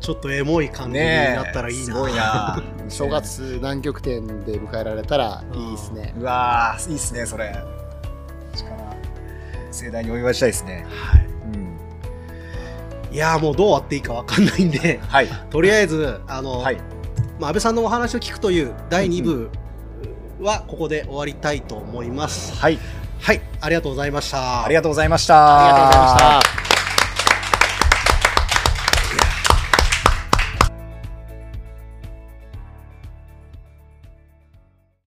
Speaker 3: ちょっとエモい感じに
Speaker 2: ねえ
Speaker 3: なったらいい
Speaker 2: す
Speaker 3: な、
Speaker 2: ご
Speaker 3: *laughs*
Speaker 2: いな
Speaker 5: 正月南極点で迎えられたらいいですね
Speaker 2: うわーいいっすねそれ力盛大にお祝いしたいですね
Speaker 3: はい
Speaker 2: うん
Speaker 3: いやーもうどうあっていいかわかんないんで
Speaker 2: はい
Speaker 3: とりあえずあの、
Speaker 2: はい
Speaker 3: まあ、安倍さんのお話を聞くという第2部はここで終わりたいと思います、
Speaker 2: はい
Speaker 3: はいありがとうございました
Speaker 2: ありがとうございました
Speaker 5: ありがとうございました